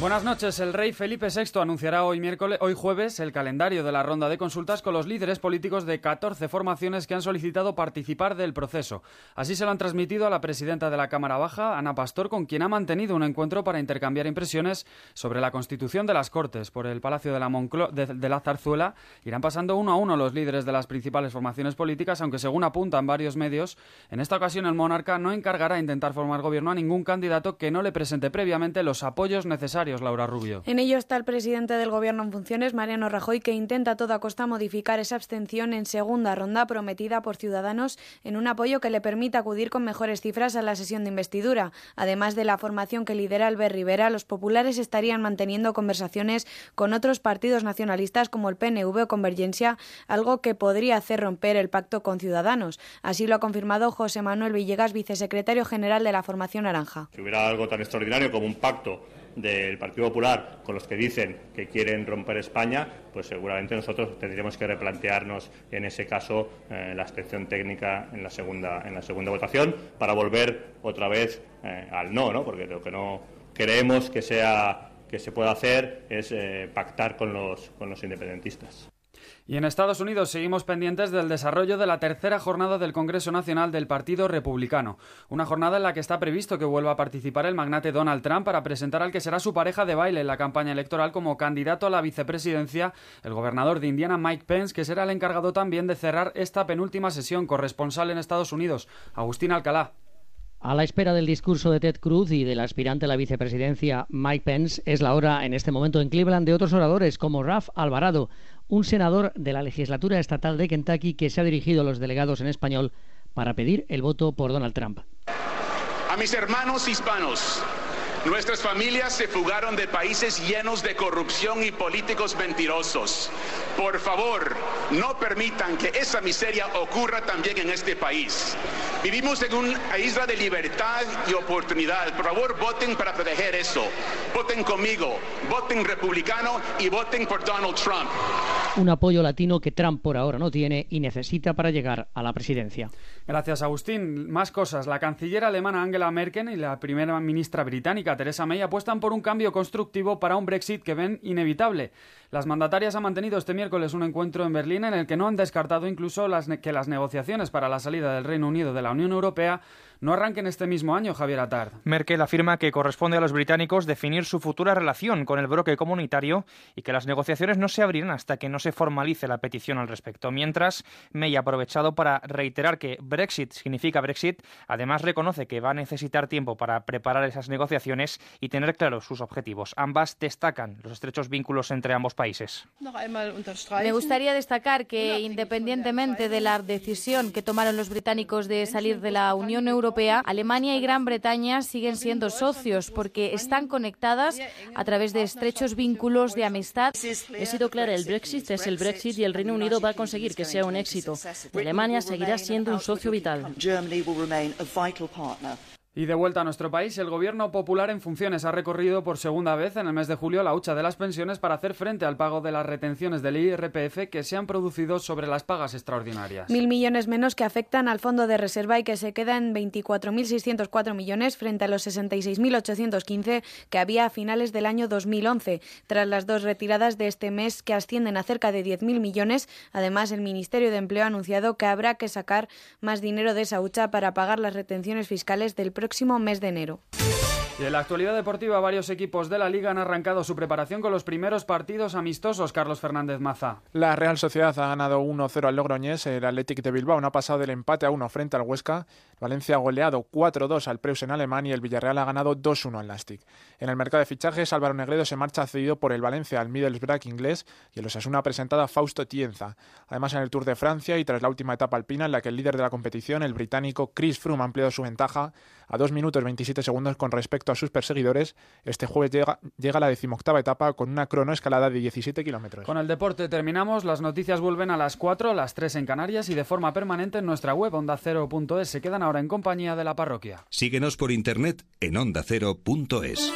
S10: Buenas noches. El rey Felipe VI anunciará hoy, miércoles, hoy jueves el calendario de la ronda de consultas con los líderes políticos de 14 formaciones que han solicitado participar del proceso. Así se lo han transmitido a la presidenta de la Cámara Baja, Ana Pastor, con quien ha mantenido un encuentro para intercambiar impresiones sobre la constitución de las Cortes. Por el Palacio de la, Monclo de, de la Zarzuela irán pasando uno a uno los líderes de las principales formaciones políticas, aunque según apuntan varios medios, en esta ocasión el monarca no encargará intentar formar gobierno a ningún candidato que no le presente previamente los apoyos necesarios Laura Rubio.
S12: En ello está el presidente del Gobierno en funciones, Mariano Rajoy, que intenta a toda costa modificar esa abstención en segunda ronda prometida por Ciudadanos en un apoyo que le permita acudir con mejores cifras a la sesión de investidura. Además de la formación que lidera Albert Rivera, los populares estarían manteniendo conversaciones con otros partidos nacionalistas como el PNV o Convergencia, algo que podría hacer romper el pacto con Ciudadanos. Así lo ha confirmado José Manuel Villegas, vicesecretario general de la Formación Naranja.
S13: Si hubiera algo tan extraordinario como un pacto del Partido Popular con los que dicen que quieren romper España, pues seguramente nosotros tendremos que replantearnos en ese caso eh, la abstención técnica en la segunda en la segunda votación para volver otra vez eh, al no, ¿no? Porque lo que no creemos que sea que se pueda hacer es eh, pactar con los con los independentistas.
S10: Y en Estados Unidos seguimos pendientes del desarrollo de la tercera jornada del Congreso Nacional del Partido Republicano, una jornada en la que está previsto que vuelva a participar el magnate Donald Trump para presentar al que será su pareja de baile en la campaña electoral como candidato a la vicepresidencia, el gobernador de Indiana Mike Pence, que será el encargado también de cerrar esta penúltima sesión corresponsal en Estados Unidos, Agustín Alcalá.
S14: A la espera del discurso de Ted Cruz y del aspirante a la vicepresidencia Mike Pence, es la hora en este momento en Cleveland de otros oradores como Raf Alvarado, un senador de la legislatura estatal de Kentucky que se ha dirigido a los delegados en español para pedir el voto por Donald Trump.
S15: A mis hermanos hispanos, nuestras familias se fugaron de países llenos de corrupción y políticos mentirosos. Por favor, no permitan que esa miseria ocurra también en este país. Vivimos en una isla de libertad y oportunidad. Por favor, voten para proteger eso. Voten conmigo, voten republicano y voten por Donald Trump.
S14: Un apoyo latino que Trump por ahora no tiene y necesita para llegar a la presidencia.
S10: Gracias, Agustín. Más cosas. La canciller alemana Angela Merkel y la primera ministra británica Theresa May apuestan por un cambio constructivo para un Brexit que ven inevitable. Las mandatarias han mantenido este miércoles un encuentro en Berlín en el que no han descartado incluso las que las negociaciones para la salida del Reino Unido de la Unión Europea no arranquen este mismo año, Javier Atard.
S16: Merkel afirma que corresponde a los británicos definir su futura relación con el bloque comunitario y que las negociaciones no se abrirán hasta que no se formalice la petición al respecto. Mientras, May ha aprovechado para reiterar que Brexit significa Brexit, además reconoce que va a necesitar tiempo para preparar esas negociaciones y tener claros sus objetivos. Ambas destacan los estrechos vínculos entre ambos países.
S17: Me gustaría destacar que, independientemente de la decisión que tomaron los británicos de salir de la Unión Europea, Alemania y Gran Bretaña siguen siendo socios porque están conectadas a través de estrechos vínculos de amistad.
S4: He sido clara, el Brexit es el Brexit y el Reino Unido va a conseguir que sea un éxito. Alemania seguirá siendo un socio vital.
S10: Y de vuelta a nuestro país, el Gobierno Popular en funciones ha recorrido por segunda vez en el mes de julio la hucha de las pensiones para hacer frente al pago de las retenciones del IRPF que se han producido sobre las pagas extraordinarias.
S12: Mil millones menos que afectan al fondo de reserva y que se queda en 24.604 millones frente a los 66.815 que había a finales del año 2011. Tras las dos retiradas de este mes que ascienden a cerca de 10.000 millones, además el Ministerio de Empleo ha anunciado que habrá que sacar más dinero de esa hucha para pagar las retenciones fiscales del próximo mes de enero.
S10: Y en la actualidad deportiva, varios equipos de la liga han arrancado su preparación con los primeros partidos amistosos, Carlos Fernández Maza.
S18: La Real Sociedad ha ganado 1-0 al Logroñés, el Athletic de Bilbao no ha pasado del empate a 1 frente al Huesca, Valencia ha goleado 4-2 al Preus en Alemania y el Villarreal ha ganado 2-1 al Lastic. En el mercado de fichajes, Álvaro Negredo se marcha cedido por el Valencia al Middlesbrough inglés y el Osasuna ha presentado a Fausto Tienza. Además, en el Tour de Francia y tras la última etapa alpina en la que el líder de la competición, el británico Chris Froome, ha ampliado su ventaja a 2 minutos 27 segundos con respecto a sus perseguidores. Este jueves llega, llega a la decimoctava etapa con una cronoescalada de 17 kilómetros.
S10: Con el deporte terminamos. Las noticias vuelven a las 4, las 3 en Canarias y de forma permanente en nuestra web onda0.es. Se quedan ahora en compañía de la parroquia.
S19: Síguenos por internet en onda0.es.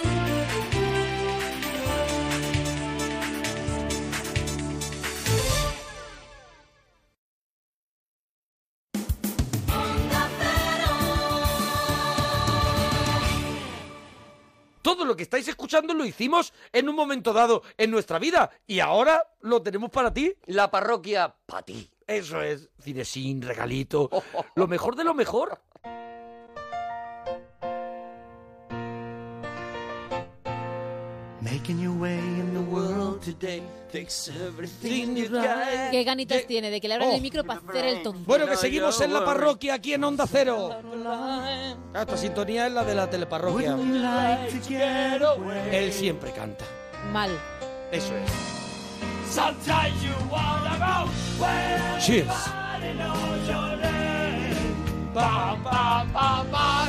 S5: todo lo que estáis escuchando lo hicimos en un momento dado en nuestra vida y ahora lo tenemos para ti.
S20: La parroquia para ti.
S5: Eso es, cine sin regalito, lo mejor de lo mejor.
S7: Making your way in the world today takes everything you got.
S3: ¿Qué ganitas tiene de que le abran
S5: Oh.
S3: el micro para hacer el tonto?
S5: Bueno, que seguimos en la parroquia aquí en Onda Cero. Ah, Esta sintonía es la de la teleparroquia. Él siempre canta.
S3: Mal.
S5: Eso es.
S7: Sometimes you wanna go where
S5: Cheers.
S7: nobody knows your name. Bam, bam, bam, bam.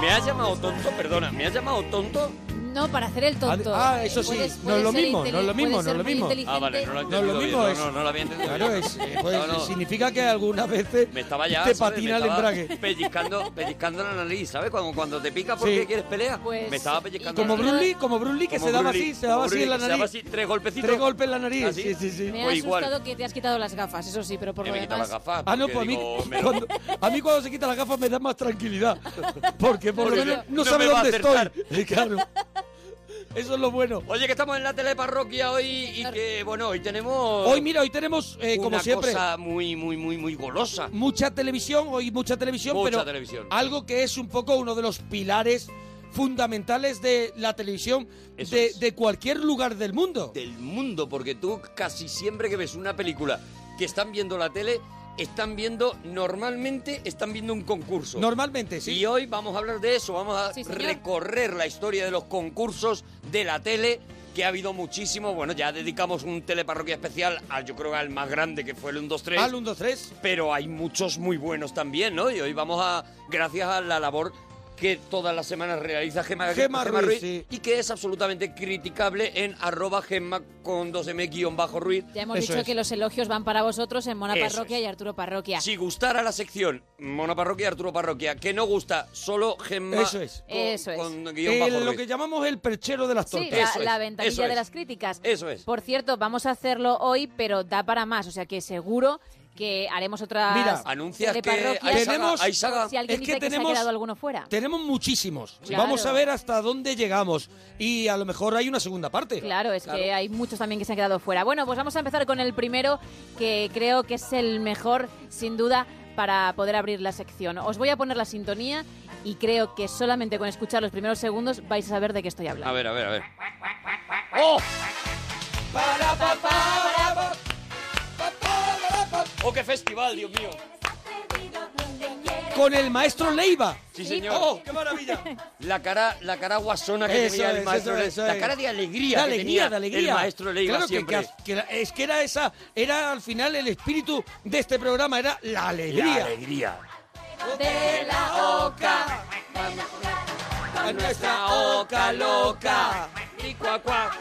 S2: ¿Me has llamado tonto? Perdona, ¿me has llamado tonto?
S3: No, para hacer el tonto.
S5: Ah, eso sí,
S3: Puedes-
S5: no es
S3: puedes
S5: lo
S3: ser
S5: mismo, no es lo
S3: inteli-
S5: mismo,
S3: puedes
S5: no es
S3: ser
S5: lo
S3: muy
S5: mismo.
S3: inteligente.
S2: Ah, vale, no lo he
S5: No es
S2: entendido
S5: lo
S2: bien,
S5: mismo
S2: no,
S5: es.
S2: no, no lo había entendido
S5: Claro,
S2: bien.
S5: es, eh, pues,
S2: No, no.
S5: significa que algunas veces
S2: Me estaba ya.
S5: te
S2: ¿sabes?
S5: patina
S2: Me
S5: el
S2: estaba
S5: embrague.
S2: Pellizcando, pellizcando la nariz, ¿sabes? Cuando, cuando te pica porque
S5: Sí.
S2: quieres pelea.
S5: Pues-
S2: me estaba pellizcando.
S5: Como
S2: la nariz.
S5: Bruce Lee, como Bruce Lee, que
S2: Como
S5: se daba
S2: Bruce Lee,
S5: así, se daba
S2: como
S5: así
S2: Bruce
S5: en la
S2: Lee, que se
S5: nariz.
S2: daba así, tres golpecitos. ¿Ah, Pues
S5: Tres golpes en la nariz,
S2: ¿Así?
S5: sí, sí, sí.
S3: Me
S5: O
S3: ha
S5: igual.
S3: asustado que te has quitado las gafas, eso sí, pero por
S2: Que
S3: lo
S2: me he quitado
S3: demás...
S2: las gafas.
S5: Ah, no,
S2: porque
S5: pues a mí,
S2: digo, me-
S5: cuando, a mí cuando se quita las gafas me da más tranquilidad. Porque por lo
S2: Porque
S5: menos
S2: no-
S5: no
S2: no
S5: sabe
S2: me va a
S5: dónde
S2: acertar.
S5: estoy. Eh, Claro. Eso es lo bueno.
S2: Oye, que estamos en la teleparroquia hoy y que, bueno, hoy tenemos.
S5: Hoy, mira, hoy tenemos, eh, como
S2: una
S5: siempre,
S2: cosa muy, muy, muy, muy golosa.
S5: mucha televisión, hoy mucha televisión,
S2: Mucha
S5: pero
S2: televisión.
S5: algo que es un poco uno de los pilares fundamentales de la televisión de, de cualquier lugar del mundo.
S2: Del mundo, porque tú casi siempre que ves una película que están viendo la tele, están viendo, normalmente están viendo un concurso.
S5: Normalmente, sí.
S2: Y hoy vamos a hablar de eso, vamos a recorrer la historia de los concursos de la tele, que ha habido muchísimo. Bueno, ya dedicamos un teleparroquia especial al, yo creo, al más grande, que fue el 123.
S5: Al 123.
S2: Pero hay muchos muy buenos también, ¿no? Y hoy vamos a, gracias a la labor que todas las semanas realiza Gemma,
S5: Gemma Ruiz,
S2: y que es absolutamente criticable en arroba Gemma con 2M guión bajo Ruiz.
S3: Ya hemos dicho que los elogios van para vosotros en Mona
S2: Eso
S3: Parroquia y Arturo Parroquia.
S2: Si gustara la sección Mona Parroquia, Arturo Parroquia, que no gusta, solo Gemma
S5: Eso es.
S2: con,
S3: Eso es.
S2: con guión bajo
S5: El- Eh, lo
S2: Ruiz.
S5: que llamamos el perchero de las
S3: Sí,
S5: tortas.
S3: la, la ventanilla
S2: eso
S3: de
S2: es.
S3: las críticas.
S2: Eso es.
S3: Por cierto, vamos a hacerlo hoy, pero da para más, o sea que seguro que haremos otras
S5: Mira,
S2: anuncias que
S3: teleparroquias.
S2: hay saga, Tenemos- hay saga.
S3: Si alguien
S5: Es que
S3: dice que se
S5: tenemos-
S3: ha quedado alguno fuera.
S5: Tenemos muchísimos.
S3: Claro.
S5: Vamos a ver hasta dónde llegamos. Y a lo mejor hay una segunda parte.
S3: Claro, es que hay muchos también que se han quedado fuera. Bueno, pues vamos a empezar con el primero, que creo que es el mejor, sin duda, para poder abrir la sección. Os voy a poner la sintonía y creo que solamente con escuchar los primeros segundos vais a saber de qué estoy hablando.
S2: A ver, a ver, a ver.
S3: ¡Oh!
S2: ¡Oh, qué festival, Dios mío!
S5: Con el maestro Leiva.
S2: Sí, señor.
S5: ¡Oh, qué maravilla!
S2: La cara, la cara guasona que
S5: Eso
S2: tenía el
S5: es,
S2: maestro.
S5: eso es, eso
S2: la
S5: es.
S2: cara de alegría,
S5: De
S2: que
S5: alegría,
S2: tenía
S5: de alegría.
S2: el maestro Leiva
S5: Claro que-
S2: siempre.
S5: que- que la- es que era esa, era al final el espíritu de este programa, era la alegría.
S2: La alegría.
S7: De la oca, a nuestra oca loca. Y cuac, cuac.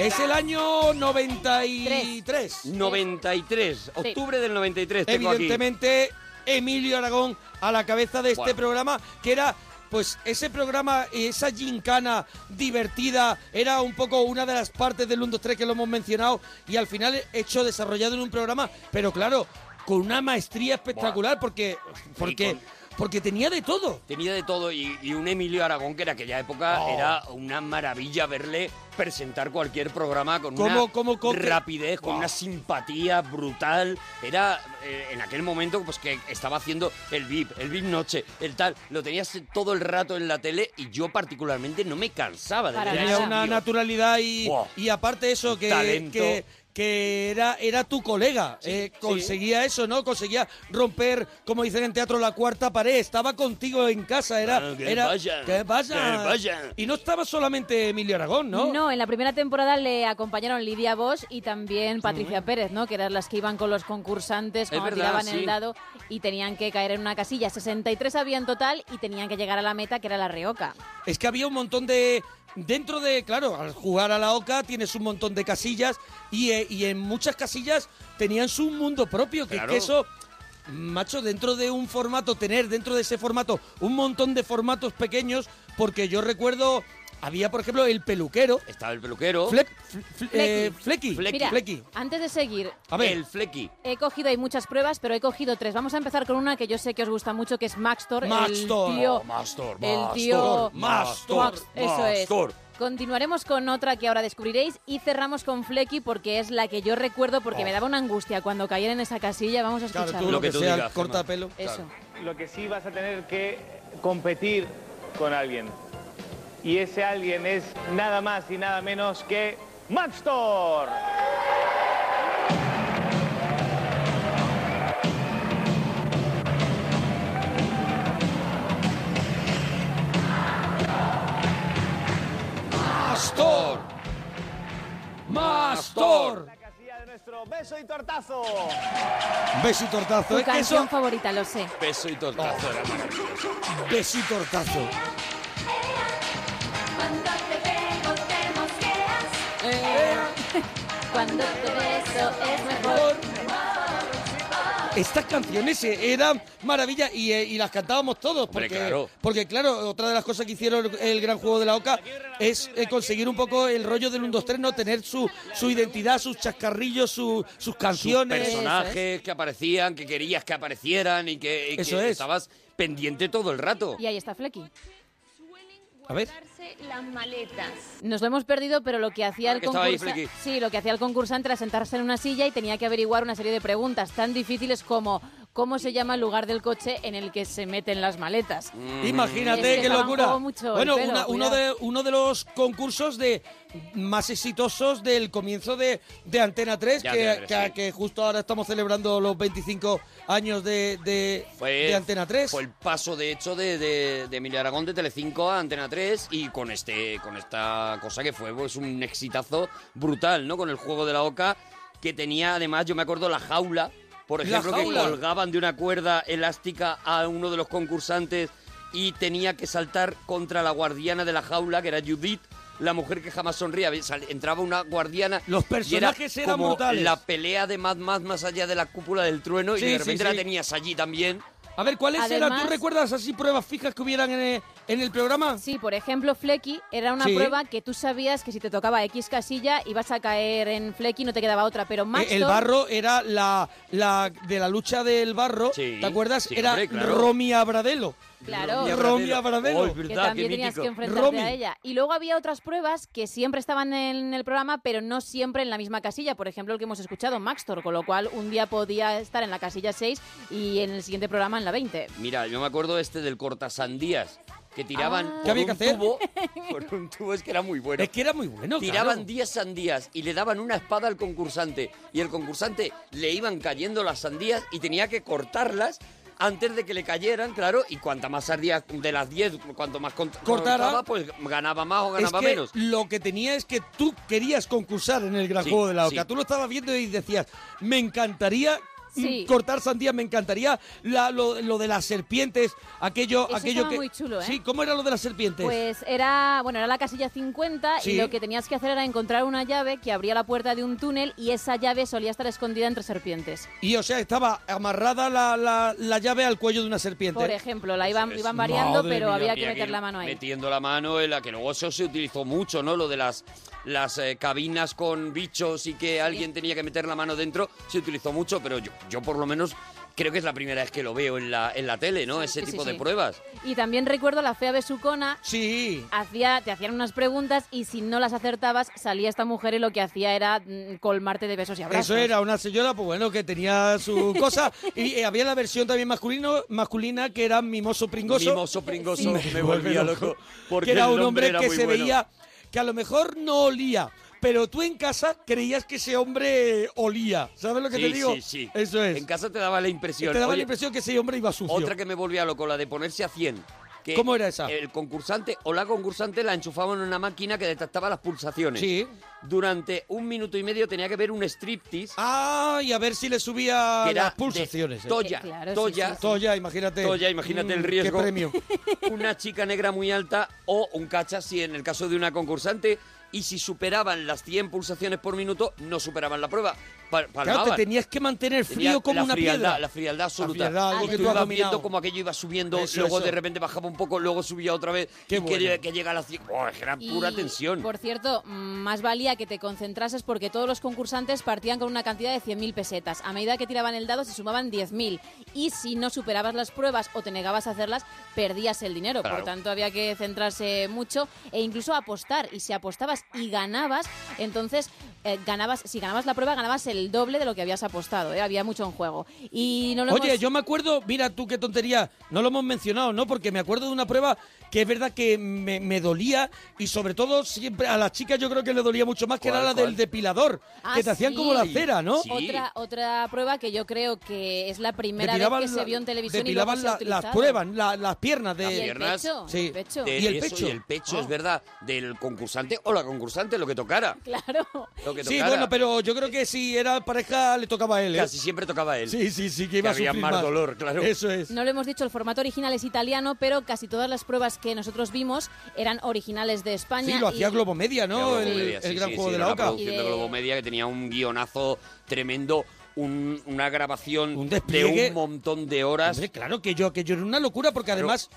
S5: Es el año 93.
S2: 93, octubre del 93. Tengo aquí.
S5: Evidentemente, Emilio Aragón a la cabeza de este
S2: Bueno.
S5: programa, que era. Pues ese programa, esa gincana divertida, era un poco una de las partes del 1, 2, 3 que lo hemos mencionado y al final hecho, desarrollado en un programa, pero claro, con una maestría espectacular porque porque Eh, porque tenía de todo.
S2: Tenía de todo y, y un Emilio Aragón que en aquella época
S5: Oh.
S2: era una maravilla verle presentar cualquier programa con
S5: ¿Cómo-
S2: una
S5: cómo- cómo que-
S2: rapidez, con
S5: Wow.
S2: una simpatía brutal. Era eh, en aquel momento pues que estaba haciendo el VIP, el VIP noche, el tal. Lo tenías todo el rato en la tele y yo particularmente no me cansaba de ver a
S5: Tenía
S2: ese
S5: una
S2: tío.
S5: naturalidad y,
S2: Buah.
S5: y aparte eso, que,
S2: talento.
S5: que, que era, era tu colega. eh, conseguía eso, ¿no? Conseguía romper, como dicen en teatro, la cuarta pared. Estaba contigo en casa. Era,
S2: Ah, que
S5: era,
S2: vaya,
S5: que vaya.
S2: que vaya.
S5: Y no estaba solamente Emilio Aragón, ¿no?
S3: en la primera temporada le acompañaron Lidia Bosch y también Patricia Pérez, ¿no? Que eran las que iban con los concursantes
S2: Es
S3: cuando
S2: verdad,
S3: tiraban
S2: sí.
S3: el dado y tenían que caer en una casilla. 63 había en total y tenían que llegar a la meta, que era la Reoca.
S5: Es que había un montón de... Dentro de, claro, al jugar a la OCA tienes un montón de casillas y, eh, y en muchas casillas tenían su mundo propio, que, es
S2: Claro.
S5: que eso, macho, dentro de un formato, tener dentro de ese formato un montón de formatos pequeños, porque yo recuerdo Había, por ejemplo, el peluquero.
S2: Estaba el peluquero.
S5: Fleck- fl- fl- eh, Flecky.
S3: Mira,
S5: Flecky.
S3: antes de seguir,
S5: A ver.
S2: El flequi.
S3: he cogido, hay muchas pruebas, pero he cogido tres. Vamos a empezar con una que yo sé que os gusta mucho, que es Maxtor. el
S5: Maxtor.
S3: tío-
S5: Oh, Maxtor,
S3: el
S5: Maxtor,
S3: tío...
S5: Maxtor,
S3: Max, eso es.
S5: Maxtor.
S3: Continuaremos con otra que ahora descubriréis y cerramos con Flecky porque es la que yo recuerdo porque me daba una angustia cuando caíera en esa casilla. Vamos a escuchar.
S5: Oh. tú lo que sea, corta pelo.
S3: Eso.
S16: Lo que sí vas a tener que competir con alguien. Y ese alguien es nada más y nada menos que Maxtor.
S21: Mastor. Mastor.
S16: Nuestro beso y tortazo.
S5: Beso y tortazo.
S3: Tu
S5: Es que
S3: canción
S5: ¿eh? eso. Oh.
S3: favorita, lo sé.
S2: Beso y tortazo era maravilloso.
S5: Beso y tortazo.
S7: Cuando te pego te mosqueas. Eh.
S3: Cuando te beso es mejor.
S5: Estas canciones eh, eran maravillas y, eh, y las cantábamos todos. Porque,
S2: Hombre, claro.
S5: porque, claro, otra de las cosas que hicieron el, el gran juego de la OCA es eh, conseguir un poco el rollo del 1, 2, 3, no tener su, su identidad, sus chascarrillos, su- sus canciones.
S2: Personajes que aparecían, que querías que aparecieran y que, y que
S5: Eso es.
S2: estabas pendiente todo el rato.
S3: Y ahí está Flecky.
S2: A ver.
S3: Las maletas. Nos lo hemos perdido, pero lo que hacía el
S2: Ah, que estaba ahí,
S3: concursante.
S2: Friki.
S3: Sí, lo que hacía el concursante era sentarse en una silla y tenía que averiguar una serie de preguntas tan difíciles como cómo se llama el lugar del coche en el que se meten las maletas.
S2: Mm.
S5: Imagínate
S3: Es que
S5: qué
S3: estaba en
S5: locura.
S3: juego mucho el
S5: bueno,
S3: pelo,
S5: una- uno,
S3: cuidado.
S5: de, uno de los concursos de más exitosos del comienzo de, de Antena 3,
S2: De
S5: que,
S2: Antena 3,
S5: que-
S2: sí.
S5: que justo ahora estamos celebrando los 25 años de, de- de Antena 3.
S2: Fue Pues, el paso, de hecho, de, de, de Emilio Aragón de Telecinco a Antena 3 y con este con esta cosa que fue pues, un exitazo brutal, ¿no? Con el juego de la oca que tenía, además, yo me acuerdo, la jaula, por
S5: La
S2: ejemplo,
S5: jaula.
S2: que colgaban de una cuerda elástica a uno de los concursantes y tenía que saltar contra la guardiana de la jaula, que era Judith, la mujer que jamás sonría. Sal- Entraba una guardiana. Los
S5: personajes eran brutales.
S2: La pelea de Mad Max más allá de la cúpula del trueno
S5: Sí,
S2: y de
S5: sí,
S2: repente
S5: sí.
S2: la tenías allí también.
S5: A ver, ¿cuáles eran? ¿Tú
S3: Además-
S5: recuerdas así pruebas fijas que hubieran en el, en el programa?
S3: Sí, por ejemplo, Flecky era una
S5: Sí.
S3: prueba que tú sabías que si te tocaba X casilla ibas a caer en Flecky, no te quedaba otra, pero más
S5: Eh, El barro era la, la de la lucha del barro, ¿te acuerdas?
S2: sí,
S5: era
S2: hombre, claro.
S5: Romy Abradelo.
S3: Claro.
S5: Romy Abradelo.
S3: que también tenías que enfrentarte
S5: Romy.
S3: a ella. Y luego había otras pruebas que siempre estaban en el programa, pero no siempre en la misma casilla. Por ejemplo, el que hemos escuchado, Maxtor, con lo cual un día podía estar en la casilla 6 y en el siguiente programa en la 20.
S2: Mira, yo me acuerdo este del cortasandías, que tiraban
S3: Ah.
S2: por
S5: ¿Qué había
S2: un
S5: que hacer?
S2: tubo, por un tubo, es que era muy bueno.
S5: Es que era muy bueno.
S2: Tiraban
S5: claro.
S2: 10 sandías y le daban una espada al concursante y el concursante le iban cayendo las sandías y tenía que cortarlas antes de que le cayeran, claro, y cuanta más sandías de las 10, cuanto más cont-
S5: Cortara.
S2: cortaba, pues ganaba más o
S5: Es
S2: ganaba
S5: que
S2: menos.
S5: lo que tenía es que tú querías concursar en el Gran
S2: Sí,
S5: Juego de la Oca.
S2: sí.
S5: Tú lo estabas viendo y decías, me encantaría mm,
S3: Sí.
S5: cortar sandías, me encantaría la- lo, lo de las serpientes, aquello,
S3: Eso
S5: aquello
S3: estaba
S5: que...
S3: muy chulo, ¿eh?
S5: Sí, ¿cómo era lo de las serpientes?
S3: Pues era, bueno, era la casilla 50 y
S5: Sí.
S3: lo que tenías que hacer era encontrar una llave que abría la puerta de un túnel y esa llave solía estar escondida entre serpientes.
S5: Y o sea, estaba amarrada la, la- la llave al cuello de una serpiente.
S3: Por ejemplo, la iban,
S2: Es-
S3: iban variando,
S2: Madre
S3: pero
S2: mía,
S3: había que
S2: tenía
S3: meter
S2: ir
S3: la mano ahí.
S2: Metiendo la mano en la que luego eso se utilizó mucho, ¿no? Lo de las las eh, cabinas con bichos y que alguien tenía que meter la mano dentro se utilizó mucho, pero yo, yo por lo menos creo que es la primera vez que lo veo en la, en la tele, ¿no? Ese
S3: sí,
S2: tipo
S3: sí.
S2: de pruebas.
S3: Y también recuerdo la fea besucona.
S5: Sí.
S3: Hacía, te hacían unas preguntas y si no las acertabas, salía esta mujer y lo que hacía era mm, colmarte de besos y abrazos.
S5: Eso era una señora, pues bueno, que tenía su cosa. y eh, había la versión también masculino, masculina, que era Mimoso Pringoso.
S2: Mimoso Pringoso, me volvía loco, porque
S5: Que era
S2: el
S5: un hombre
S2: nombre era
S5: que
S2: muy
S5: se
S2: bueno.
S5: veía, que a lo mejor no olía, pero tú en casa creías que ese hombre olía. ¿Sabes lo que te
S2: Sí,
S5: digo?
S2: sí, sí.
S5: Eso es.
S2: En casa te daba la impresión.
S5: Te daba la
S2: Oye,
S5: impresión que ese hombre iba sucio.
S2: Otra que me volvía loco, la de ponerse a 100. que
S5: ¿Cómo era esa?
S2: El concursante o la concursante la enchufaban en una máquina que detectaba las pulsaciones.
S5: Sí.
S2: Durante un minuto y medio tenía que ver un striptease.
S5: Ah, y a ver si le subía
S2: Que era
S5: las
S2: de
S5: pulsaciones. ¿eh?
S2: Toya, Eh, claro, sí, Toya. sí, sí.
S5: Toya, imagínate.
S2: Toya, imagínate el
S5: Mm,
S2: riesgo.
S5: Qué premio.
S2: Una chica negra muy alta o un cacha si en el caso de una concursante y si superaban las 100 pulsaciones por minuto, no superaban la prueba. Pa-
S5: Claro, te
S2: palmaban.
S5: tenías que mantener
S2: Tenía
S5: frío como
S2: la
S5: una
S2: frialdad,
S5: piedra.
S2: La frialdad absoluta.
S5: La frialdad, algo
S2: Y
S5: que tú has
S2: tú ibas
S5: dominado.
S2: viendo como aquello iba subiendo,
S5: Eso,
S2: luego
S5: eso.
S2: de repente bajaba un poco, luego subía otra vez. y
S5: bueno.
S2: que, que llega a las 100. ¡Oh, es que era
S3: Y,
S2: pura tensión.
S3: Por cierto, mm, más valía que te concentrases porque todos los concursantes partían con una cantidad de 100.000 pesetas. A medida que tiraban el dado se sumaban 10.000. Y si no superabas las pruebas o te negabas a hacerlas, perdías el dinero.
S22: Claro.
S3: Por tanto, había que centrarse mucho e incluso apostar. Y si apostabas y ganabas, entonces eh, ganabas, si ganabas la prueba, ganabas el doble de lo que habías apostado. ¿eh? Había mucho en juego. Y no lo
S5: Oye,
S3: hemos-
S5: yo me acuerdo, mira tú qué tontería, no lo hemos mencionado, ¿no? Porque me acuerdo de una prueba que es verdad que me, me dolía y sobre todo siempre a las chicas yo creo que le dolía mucho más que era
S2: ¿Cuál,
S5: la
S2: cuál?
S5: del depilador,
S3: Ah,
S5: que te hacían
S3: sí.
S5: como la cera, ¿no?
S3: Otra, otra prueba que yo creo que es la primera vez
S5: Depilaban
S3: que
S5: la-
S3: se vio en televisión y luego
S5: depilaban
S3: se ha
S5: la- las
S3: utilizado.
S5: pruebas, la- las piernas de
S2: Las piernas,
S5: Sí.
S2: de
S5: y el pecho.
S2: eso, Y el pecho,
S3: Oh.
S2: es verdad, del concursante o la concursante, lo que tocara.
S3: Claro.
S2: Lo que
S5: Sí,
S2: tocara.
S5: bueno, pero yo creo que si era pareja le tocaba a él. ¿eh?
S2: Casi siempre tocaba a él.
S5: Sí, sí, sí, que iba a
S2: había
S5: sufrir
S2: más
S5: más.
S2: dolor, claro.
S5: Eso es.
S3: No lo hemos dicho, el formato original es italiano, pero casi todas las pruebas que nosotros vimos eran originales de España.
S5: Sí, lo hacía
S3: y-
S5: Globo Media, ¿no?
S2: Globo
S5: el
S2: Media, sí,
S5: el gran
S2: sí,
S5: juego
S2: sí,
S5: de
S2: era
S5: la
S2: una
S5: OCA.
S2: producción de Globo Media que tenía un guionazo tremendo, un- una grabación de
S5: despliegue.
S2: un montón de horas.
S5: Hombre, claro que yo, que yo era una locura porque además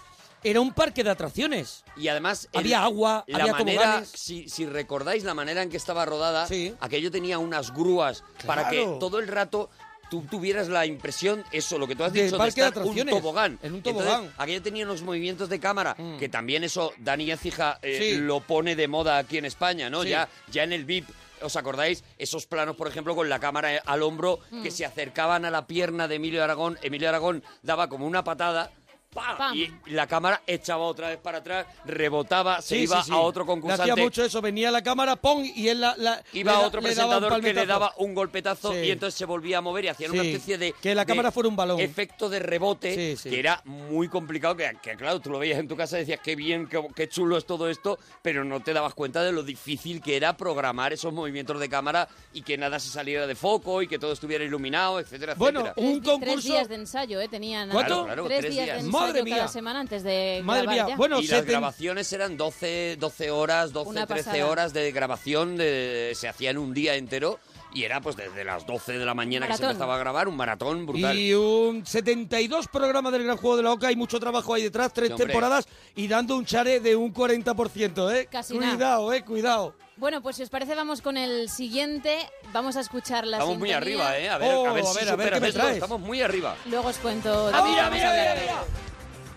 S5: era un parque de atracciones.
S2: Y además el-
S5: había agua,
S2: la
S5: había
S2: manera,
S5: toboganes.
S2: si, si recordáis la manera en que estaba rodada,
S5: Sí.
S2: aquello tenía unas grúas para que
S5: Claro.
S2: todo el rato tú tuvieras la impresión, eso, lo que tú has
S5: Del
S2: dicho, de
S5: parque de
S2: estar un
S5: atracciones,
S2: tobogán.
S5: en un
S2: Entonces,
S5: tobogán. Mm.
S2: aquello tenía unos movimientos de cámara, que también eso Dani Ecija
S5: Sí.
S2: lo pone de moda aquí en España, ¿no?
S5: Sí.
S2: Ya, ya en el VIP. ¿Os acordáis? Esos planos, por ejemplo, con la cámara eh, al hombro
S5: Mm.
S2: que se acercaban a la pierna de Emilio Aragón. Emilio Aragón daba como una patada ¡pa!
S5: Pam.
S2: y la cámara echaba otra vez para atrás, rebotaba, se
S5: Sí,
S2: iba
S5: sí, sí.
S2: a otro
S5: Le hacía
S2: concursante,
S5: mucho eso, venía la cámara, pong, y él la, la-
S2: iba
S5: le
S2: a
S5: da-
S2: otro
S5: le daba un
S2: presentador que le
S5: palmetazo.
S2: daba un golpetazo
S5: Sí.
S2: y entonces se volvía a mover y hacían
S5: Sí,
S2: una especie de...
S5: que la
S2: de
S5: cámara fuera un balón.
S2: Efecto de rebote,
S5: Sí, sí.
S2: que era muy complicado, que, que, claro, tú lo veías en tu casa y decías qué bien, qué, qué chulo es todo esto, pero no te dabas cuenta de lo difícil que era programar esos movimientos de cámara y que nada se saliera de foco y que todo estuviera iluminado, etcétera, etcéetera.
S3: Tres días de ensayo, ¿eh? Tenían
S2: ¿Cuánto? Claro,
S3: tres,
S2: tres
S3: días, de
S2: días.
S3: ensayo
S2: Madre mía.
S3: cada semana antes de
S2: Madre
S3: grabar
S2: mía,
S3: ya.
S2: y las grabaciones eran 12, 12 horas, 12,
S3: Una
S2: 13
S3: pasada.
S2: horas de grabación, de- se hacía en un día entero y era pues desde las 12 de la mañana que se
S5: Maratón.
S2: empezaba a grabar, un maratón brutal.
S5: Y un 72 programas del Gran Juego de la Oca y mucho trabajo ahí detrás, tres
S2: Sí, hombre.
S5: temporadas y dando un chare de un 40%, ¿eh?
S3: Casi nada.
S5: cuidado, eh, cuidado.
S3: Bueno, pues si os parece vamos con el siguiente. Vamos a escuchar la
S2: Estamos muy
S3: sintonía.
S2: arriba, ¿eh? A ver,
S5: Oh,
S2: a ver
S5: a
S2: si
S5: ver, a ver
S2: superas
S5: qué me
S2: esto,
S5: traes.
S2: estamos muy arriba.
S3: Luego os cuento.
S5: Ah, mira,
S3: Vamos
S5: mira,
S3: a ver,
S5: mira,
S3: a ver.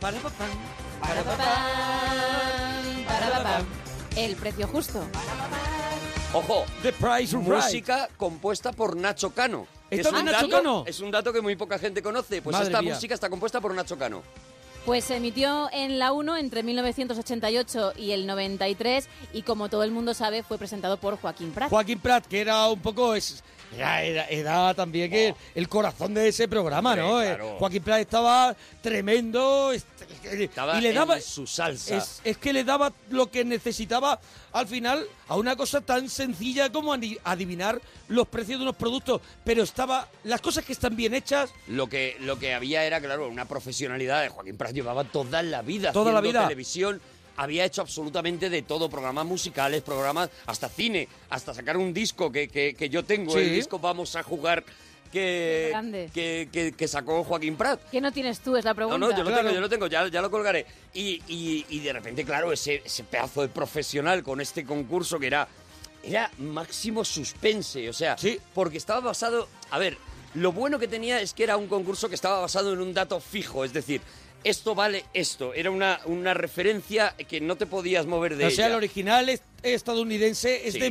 S5: Para pa, pam, para pa,
S3: Parapapam, parapapam. El precio justo.
S2: Ojo,
S5: The Price is Right.
S2: música compuesta por Nacho Cano. que
S5: ¿Esto
S2: es
S5: de
S2: un
S5: Nacho
S2: dato-
S5: Cano?
S2: Es un dato que muy poca gente conoce. Pues
S5: Madre
S2: esta
S5: mía.
S2: música está compuesta por Nacho Cano.
S3: Pues se emitió en la 1 entre 1988 y el 93 y como todo el mundo sabe fue presentado por Joaquín Prat.
S5: Joaquín Prat, que era un poco... Es, era, era- era también que el corazón de ese programa,
S2: Oh. Hombre,
S5: ¿no? Eh,
S2: claro.
S5: Joaquín Prat estaba tremendo. est-
S2: Estaba
S5: y le daba
S2: en su salsa.
S5: Es, es que le daba lo que necesitaba al final a una cosa tan sencilla como ani- adivinar los precios de unos productos. Pero estaba. Las cosas que están bien hechas.
S2: Lo que, lo que había era, claro, una profesionalidad de Joaquín Prat. Llevaba toda la vida
S5: Toda la
S2: haciendo
S5: vida.
S2: televisión. Había hecho absolutamente de todo, programas musicales, programas, hasta cine, hasta sacar un disco que, que- que yo tengo,
S5: Sí.
S2: el disco Vamos a jugar que,
S3: Grande.
S2: que, que- que sacó Joaquín Prat.
S3: ¿Qué no tienes tú? Es la pregunta.
S2: No, no, yo lo tengo, yo lo tengo, ya, ya lo colgaré. Y, y- y de repente, claro, ese, ese pedazo de profesional con este concurso que era, era máximo suspense, o sea, porque estaba basado, a ver, lo bueno que tenía es que era un concurso que estaba basado en un dato fijo, es decir, esto vale esto, era una, una referencia que no te podías mover de
S5: o sea,
S2: ella.
S5: el original es- estadounidense es
S2: Sí.
S5: de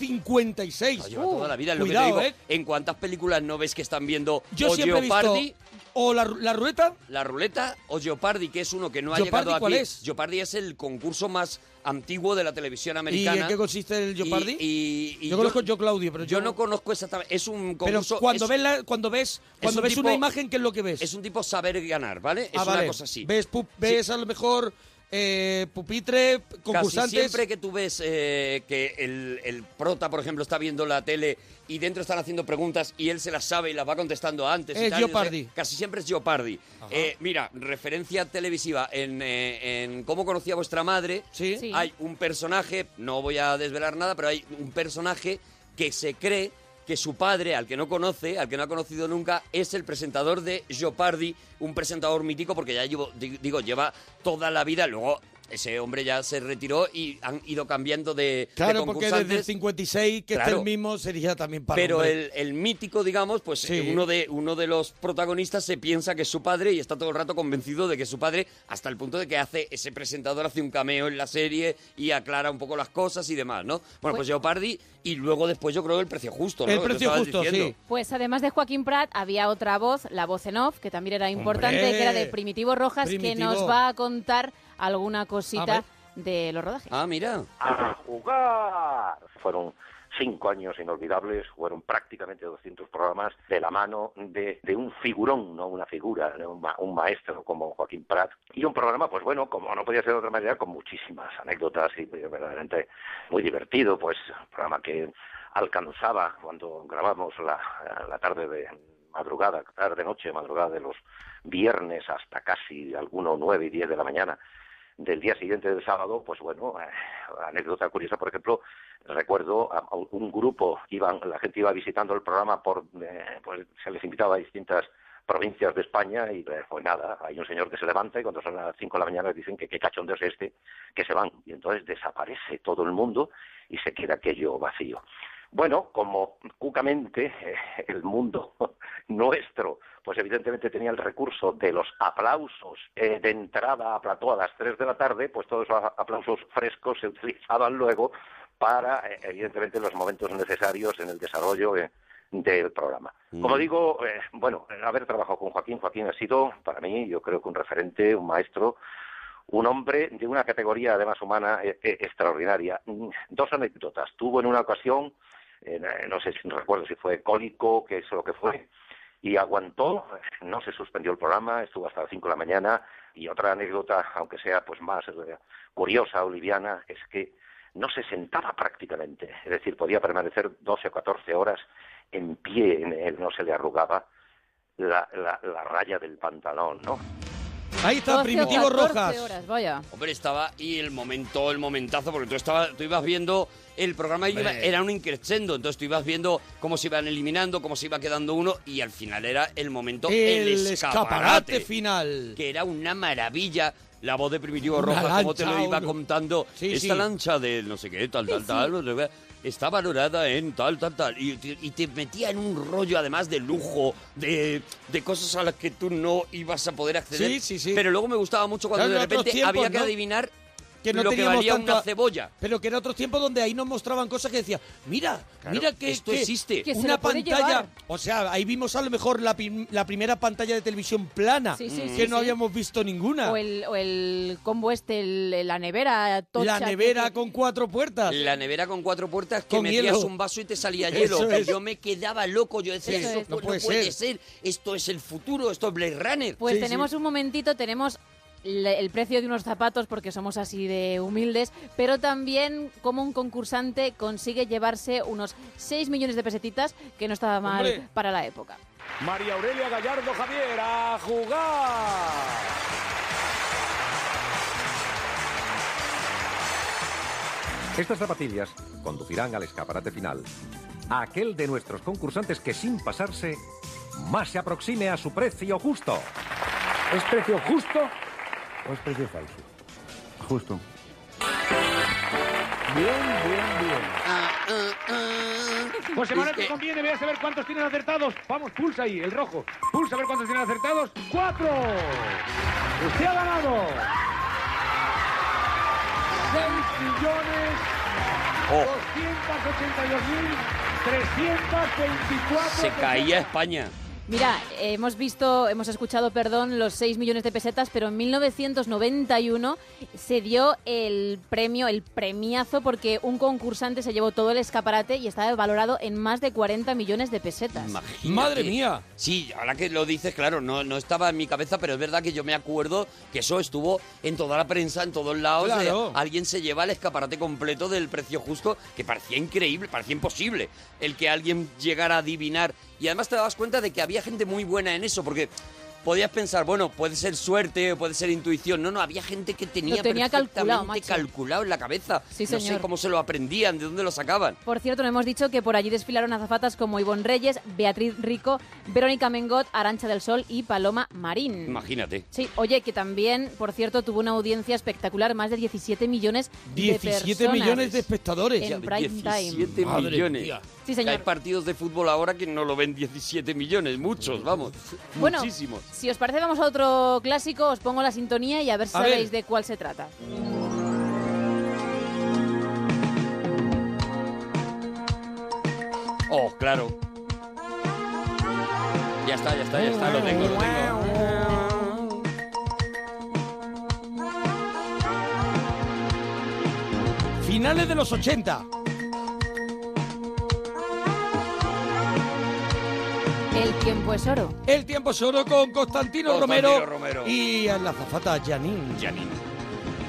S5: 1956.
S2: Lleva toda la vida, es lo
S5: cuidado,
S2: que te digo,
S5: ¿eh?
S2: ¿en cuántas películas no ves que están viendo
S5: Yo
S2: o
S5: siempre he visto-
S2: Jeopardy,
S5: O la, ru- la ruleta.
S2: La ruleta o Jeopardy, que es uno que no ha
S5: ¿Jeopardy
S2: llegado aquí.
S5: cuál es?
S2: Jeopardy es el concurso más antiguo de la televisión americana.
S5: ¿Y en qué consiste el Jeopardy?
S2: Y- y- y
S5: yo, conozco yo Claudio, pero
S2: yo no conozco exactamente. Es un
S5: Pero
S2: concurso.
S5: cuando
S2: es-
S5: ves la- cuando ves
S2: es
S5: cuando
S2: un
S5: ves
S2: tipo-
S5: una imagen, ¿qué es lo que ves?
S2: Es un tipo saber ganar, ¿vale? Es
S5: Ah,
S2: una
S5: vale.
S2: cosa así.
S5: Ves, pu- ves a lo mejor eh, pupitre, concursantes.
S2: Casi siempre que tú ves eh, que el, el prota, por ejemplo, está viendo la tele y dentro están haciendo preguntas y él se las sabe y las va contestando antes. y
S5: Es
S2: tal, y no sé,
S5: Jeopardy.
S2: casi siempre es Jeopardy. Eh, mira, referencia televisiva en, eh, en Cómo conocía vuestra madre.
S5: Sí.
S2: Hay un personaje, no voy a desvelar nada, pero hay un personaje que se cree que su padre, al que no conoce, al que no ha conocido nunca, es el presentador de Jeopardy, un presentador mítico porque ya llevo, di- digo, lleva toda la vida, luego ese hombre ya se retiró y han ido cambiando de, de
S5: Claro, porque
S2: concursantes.
S5: desde el 56 que
S2: Claro.
S5: esté el mismo sería también para
S2: Pero
S5: hombre.
S2: el, el mítico, digamos, pues
S5: Sí.
S2: eh, uno, de, uno de los protagonistas se piensa que es su padre y está todo el rato convencido de que es su padre, hasta el punto de que hace ese presentador hace un cameo en la serie y aclara un poco las cosas y demás, ¿no? Bueno, pues Jeopardy y luego después yo creo el precio justo, ¿no?
S5: El
S2: Lo que tú
S5: Precio
S2: estabas
S5: Justo,
S2: diciendo.
S3: Pues además de Joaquín Prat, había otra voz, la voz en off, que también era importante,
S2: Hombre.
S3: que era de Primitivo Rojas, que
S2: Primitivo.
S3: nos va a contar alguna
S2: A
S3: cosita de los rodajes.
S2: Ah, mira.
S23: a jugar. Fueron cinco años inolvidables, fueron prácticamente 200 programas de la mano de, de un figurón, no una figura, de un, ma- un maestro como Joaquín Prat. Y un programa, pues bueno, como no podía ser de otra manera, con muchísimas anécdotas y eh, verdaderamente muy divertido, pues un programa que alcanzaba cuando grabamos la, la tarde de madrugada, tarde noche, madrugada de los viernes hasta casi algunos nueve y diez de la mañana del día siguiente del sábado, pues bueno, eh, anécdota curiosa, por ejemplo, recuerdo a- a un grupo, iban, la gente iba visitando el programa, por, eh, pues se les invitaba a distintas provincias de España y eh, pues nada, hay un señor que se levanta y cuando son las 5 de la mañana dicen que qué cachondeo es este, que se van. Y entonces desaparece todo el mundo y se queda aquello vacío. Bueno, como cucamente eh, el mundo nuestro, pues evidentemente tenía el recurso de los aplausos eh, de entrada a plató a las 3 de la tarde, pues todos los aplausos frescos se utilizaban luego para, eh, evidentemente, los momentos necesarios en el desarrollo eh, del programa. Como digo, eh, bueno, haber trabajado con Joaquín, Joaquín ha sido, para mí, yo creo que un referente, un maestro, un hombre de una categoría además humana eh, eh, extraordinaria. Mm, Dos anécdotas. Tuvo en una ocasión, eh, no sé si no recuerdo si fue cólico, que es lo que fue, y aguantó, no se suspendió el programa, estuvo hasta las 5 de la mañana. Y otra anécdota, aunque sea pues más eh, curiosa o liviana, es que no se sentaba prácticamente. Es decir, podía permanecer 12 o 14 horas en pie, en él no se le arrugaba la, la- la raya del pantalón, ¿no?
S5: Ahí está Primitivo
S3: 14
S5: Rojas.
S3: horas, vaya.
S2: Hombre, estaba y el momento, el momentazo, porque tú, estaba, tú ibas viendo el programa y iba-
S5: Hombre.
S2: era un increscendo, entonces tú ibas viendo cómo se iban eliminando, cómo se iba quedando uno y al final era el momento, el,
S5: El
S2: escaparate,
S5: escaparate final.
S2: que era una maravilla. La voz de Primitivo
S5: Una
S2: Rojas, como te lo
S5: lancha,
S2: iba
S5: un-
S2: contando,
S5: Sí,
S2: esta
S5: sí.
S2: lancha de no sé qué, tal, tal,
S5: Sí, sí.
S2: tal, no sé qué, está valorada en tal, tal, tal, y, te- y te metía en un rollo además de lujo, de, de cosas a las que tú no ibas a poder acceder.
S5: Sí, sí, sí.
S2: Pero luego me gustaba mucho cuando
S5: Claro, en
S2: de
S5: otros
S2: repente
S5: tiempos,
S2: había que
S5: ¿no?
S2: adivinar
S5: que no
S2: lo que
S5: teníamos
S2: valía
S5: tanta-
S2: una cebolla.
S5: Pero que en otros tiempos donde ahí nos mostraban cosas que decía, mira,
S2: Claro,
S5: mira que
S2: esto
S5: que
S2: existe. Que se
S5: Una
S2: lo puede
S5: pantalla,
S2: llevar.
S5: o sea, ahí vimos a lo mejor la, prim- la primera pantalla de televisión plana,
S3: Sí, sí,
S5: que
S3: sí,
S5: no
S3: sí.
S5: habíamos visto ninguna.
S3: O el, o el combo este, el- la nevera
S5: la
S3: tocha que-
S5: nevera con cuatro puertas.
S2: La nevera con cuatro puertas que
S5: Con
S2: metías
S5: hielo.
S2: un vaso y te salía
S5: Eso
S2: hielo. que
S5: es.
S2: Yo me quedaba loco, yo decía,
S5: Eso
S2: esto
S5: es.
S2: no,
S5: No
S2: puede,
S5: puede
S2: ser.
S5: ser.
S2: esto es el futuro, esto es Blade Runner.
S3: Pues tenemos un momentito, tenemos le- el precio de unos zapatos porque somos así de humildes, pero también cómo un concursante consigue llevarse unos 6 millones de pesetitas, que no estaba mal
S14: Hombre.
S3: para la época.
S14: María Aurelia Gallardo Javier, a jugar.
S24: Estas zapatillas conducirán al escaparate final. A aquel de nuestros concursantes que sin pasarse más se aproxime a su precio justo. ¿Es precio justo o es precio falso? Justo.
S14: Bien, bien, bien. José Manuel,
S2: Ah,
S14: te
S2: Es que-
S14: conviene, ve a saber cuántos tienes acertados. Vamos, pulsa ahí, el rojo. Pulsa a ver cuántos tienes acertados. ¡Cuatro! ¡Usted ha ganado! ¡Seis millones
S2: Oh.
S14: 282.324
S2: Se caía España.
S3: Mira, hemos visto, hemos escuchado, perdón, los 6 millones de pesetas, pero en 1991 se dio el premio, el premiazo, porque un concursante se llevó todo el escaparate y estaba valorado en más de 40 millones de pesetas.
S2: Imagínate. Sí, ahora que lo dices, claro, no, no estaba en mi cabeza, pero es verdad que yo me acuerdo que eso estuvo en toda la prensa, en todos lados.
S5: Claro.
S2: eh, alguien se lleva el escaparate completo del precio justo, que parecía increíble, parecía imposible el que alguien llegara a adivinar. Y además te dabas cuenta de que había gente muy buena en eso, porque podías pensar, bueno, puede ser suerte, puede ser intuición. No, no, había gente que tenía,
S3: tenía calculado,
S2: perfectamente
S3: macho.
S2: calculado en la cabeza.
S3: Sí,
S2: no sé
S3: señor.
S2: cómo se lo aprendían, de dónde lo sacaban.
S3: Por cierto, no hemos dicho que por allí desfilaron azafatas como Ivonne Reyes, Beatriz Rico, Verónica Mengot, Arancha del Sol y Paloma Marín.
S2: Imagínate.
S3: Sí, oye, que también, por cierto, tuvo una audiencia espectacular, más de 17 millones de
S5: 17
S3: personas.
S5: millones de espectadores.
S3: En prime time.
S2: 17
S5: Madre
S2: millones.
S5: mía.
S3: Sí, señor.
S2: Hay partidos de fútbol ahora que no lo ven 17 millones, muchos, vamos.
S3: Bueno,
S2: Muchísimos.
S3: si os parece, vamos a otro clásico, os pongo la sintonía y a ver si
S2: A
S3: sabéis
S2: ver.
S3: de cuál se trata.
S2: Oh, claro. Ya está, ya está, ya está, lo tengo, lo tengo.
S5: Finales de los 80.
S3: El tiempo es oro.
S5: El tiempo es oro con Constantino,
S2: Constantino
S5: Romero,
S2: Romero.
S5: y a la zafata Janine.
S2: Janine.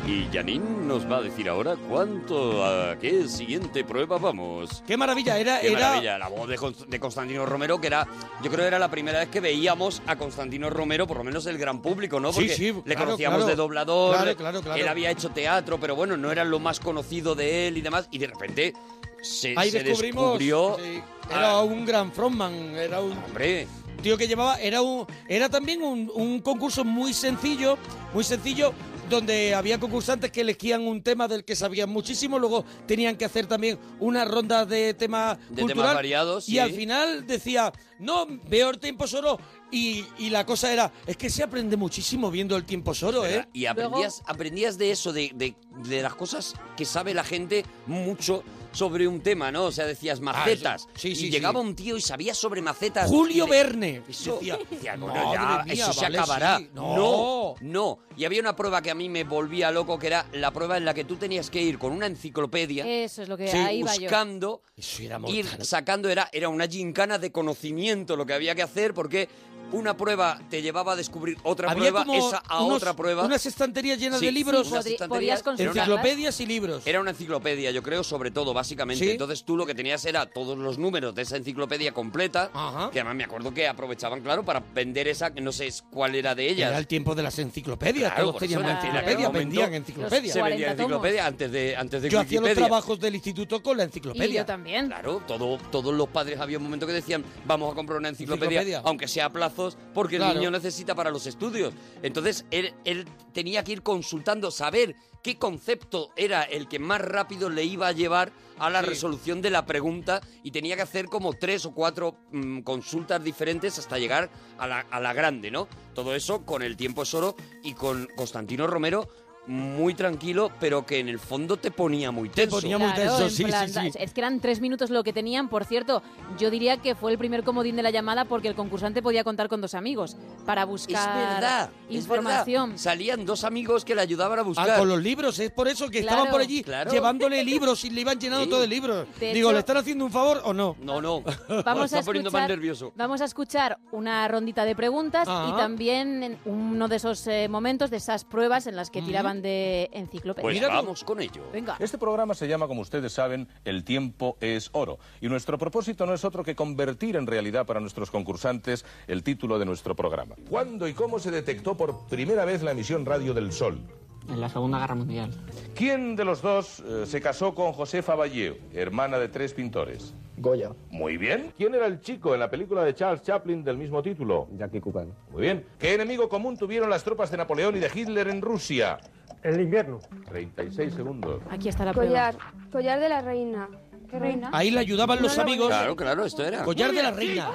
S2: Y Janine nos va a decir ahora cuánto, a qué siguiente prueba vamos.
S5: Qué maravilla, era-
S2: Qué
S5: era-
S2: maravilla, la voz de, Const- de Constantino Romero, que era, yo creo que era la primera vez que veíamos a Constantino Romero, por lo menos el gran público, ¿no?
S5: Sí,
S2: Porque
S5: sí,
S2: le
S5: claro,
S2: conocíamos
S5: claro.
S2: de doblador,
S5: Claro, claro, claro.
S2: él había hecho teatro, pero bueno, no era lo más conocido de él y demás, y de repente se,
S5: Ahí
S2: Eh, se
S5: descubrimos.
S2: descubrió...
S5: sí, era
S2: Ah.
S5: un gran frontman, era un
S2: Hombre,
S5: tío que llevaba, era un, era también un, un concurso muy sencillo, muy sencillo, donde había concursantes que elegían un tema del que sabían muchísimo, luego tenían que hacer también una ronda de temas
S2: De
S5: cultural,
S2: temas variados,
S5: y
S2: sí.
S5: al final decía, no, veo el tiempo solo y, y la cosa era, es que se aprende muchísimo viendo el tiempo solo, ¿eh?
S2: Y aprendías, aprendías de eso, de, de- de las cosas que sabe la gente mucho sobre un tema, ¿no? O sea, decías macetas.
S5: Ah, sí, sí,
S2: y llegaba
S5: sí.
S2: un tío y sabía sobre macetas.
S5: Julio
S2: Y de-
S5: Verne.
S2: Eso,
S5: Decía,
S2: decía, bueno,
S5: "Madre
S2: ya,
S5: mía,
S2: eso se
S5: vale,
S2: acabará.
S5: sí. No.
S2: No. no, Y había una prueba que a mí me volvía loco, que era la prueba en la que tú tenías que ir con una enciclopedia.
S3: Eso es lo que
S2: Sí,
S3: ahí va yo.
S2: buscando
S5: Eso era
S2: ir sacando era, era una gincana de conocimiento lo que había que hacer porque una prueba te llevaba a descubrir otra
S5: Había
S2: prueba,
S5: como
S2: esa a
S5: unos-
S2: otra prueba.
S5: unas estanterías llenas
S2: Sí,
S5: de libros.
S2: unas
S5: Podri-
S2: estanterías.
S5: podrías
S2: Era una-
S5: Enciclopedias y libros.
S2: Era una enciclopedia, yo creo, sobre todo, básicamente.
S5: Sí.
S2: Entonces tú lo que tenías era todos los números de esa enciclopedia completa, que además me acuerdo que aprovechaban, claro, para vender esa, que no sé cuál era de ellas.
S5: Era el tiempo de las enciclopedias,
S2: Claro,
S5: todos
S2: por
S5: tenían
S2: eso
S5: una
S2: en aquel
S5: enciclopedia,
S2: momento
S5: vendían enciclopedias.
S2: Se vendía enciclopedia antes de, antes de
S5: Yo hacía los
S2: Wikipedia.
S5: trabajos del instituto con la enciclopedia.
S3: también.
S2: Claro, todo- todos los padres había un momento que decían, vamos a comprar una enciclopedia,
S5: Enciclopedia.
S2: aunque sea a plazos, porque el
S5: Claro.
S2: niño necesita para los estudios. Entonces, él, él tenía que ir consultando, saber qué concepto era el que más rápido le iba a llevar a la resolución de la pregunta y tenía que hacer como tres o cuatro mm, consultas diferentes hasta llegar a la, a la grande, ¿no? Todo eso con el tiempo es oro y con Constantino Romero muy tranquilo, pero que en el fondo te ponía muy tenso.
S3: Claro, en plan, Es que eran tres minutos lo que tenían. Por cierto, yo diría que fue el primer comodín de la llamada porque el concursante podía contar con dos amigos para buscar
S2: Es verdad, es
S3: información.
S2: verdad. Salían dos amigos que le ayudaban a buscar.
S5: Ah, con los libros, es por eso que
S2: Claro.
S5: estaban por allí
S2: Claro.
S5: llevándole libros y le iban llenando
S2: Sí.
S5: todo de libros.
S3: De
S5: Digo,
S3: hecho-
S5: ¿le están haciendo un favor o no?
S2: No, no.
S3: Vamos a escuchar- Vamos a escuchar una rondita de preguntas
S5: Ah.
S3: y también en uno de esos eh, momentos, de esas pruebas en las que tiraban de enciclopedia.
S25: Pues vamos
S2: con ello. Venga.
S25: Este programa se llama, como ustedes saben, El tiempo es oro. Y nuestro propósito no es otro que convertir en realidad para nuestros concursantes el título de nuestro programa. ¿Cuándo y cómo se detectó por primera vez la emisión radio del sol?
S8: En la Segunda Guerra Mundial.
S25: ¿Quién de los dos eh, se casó con Josefa Balleo, hermana de tres pintores?
S8: Goya.
S25: Muy bien. ¿Quién era el chico en la película de Charles Chaplin del mismo título? Jackie Cooper. Muy bien. ¿Qué enemigo común tuvieron las tropas de Napoleón y de Hitler en Rusia? El invierno. 36 segundos.
S3: Aquí está la
S22: Collar, collar de la reina. ¿Qué reina?
S5: Ahí le ayudaban los amigos.
S25: Claro, claro, esto era.
S5: Collar de la reina.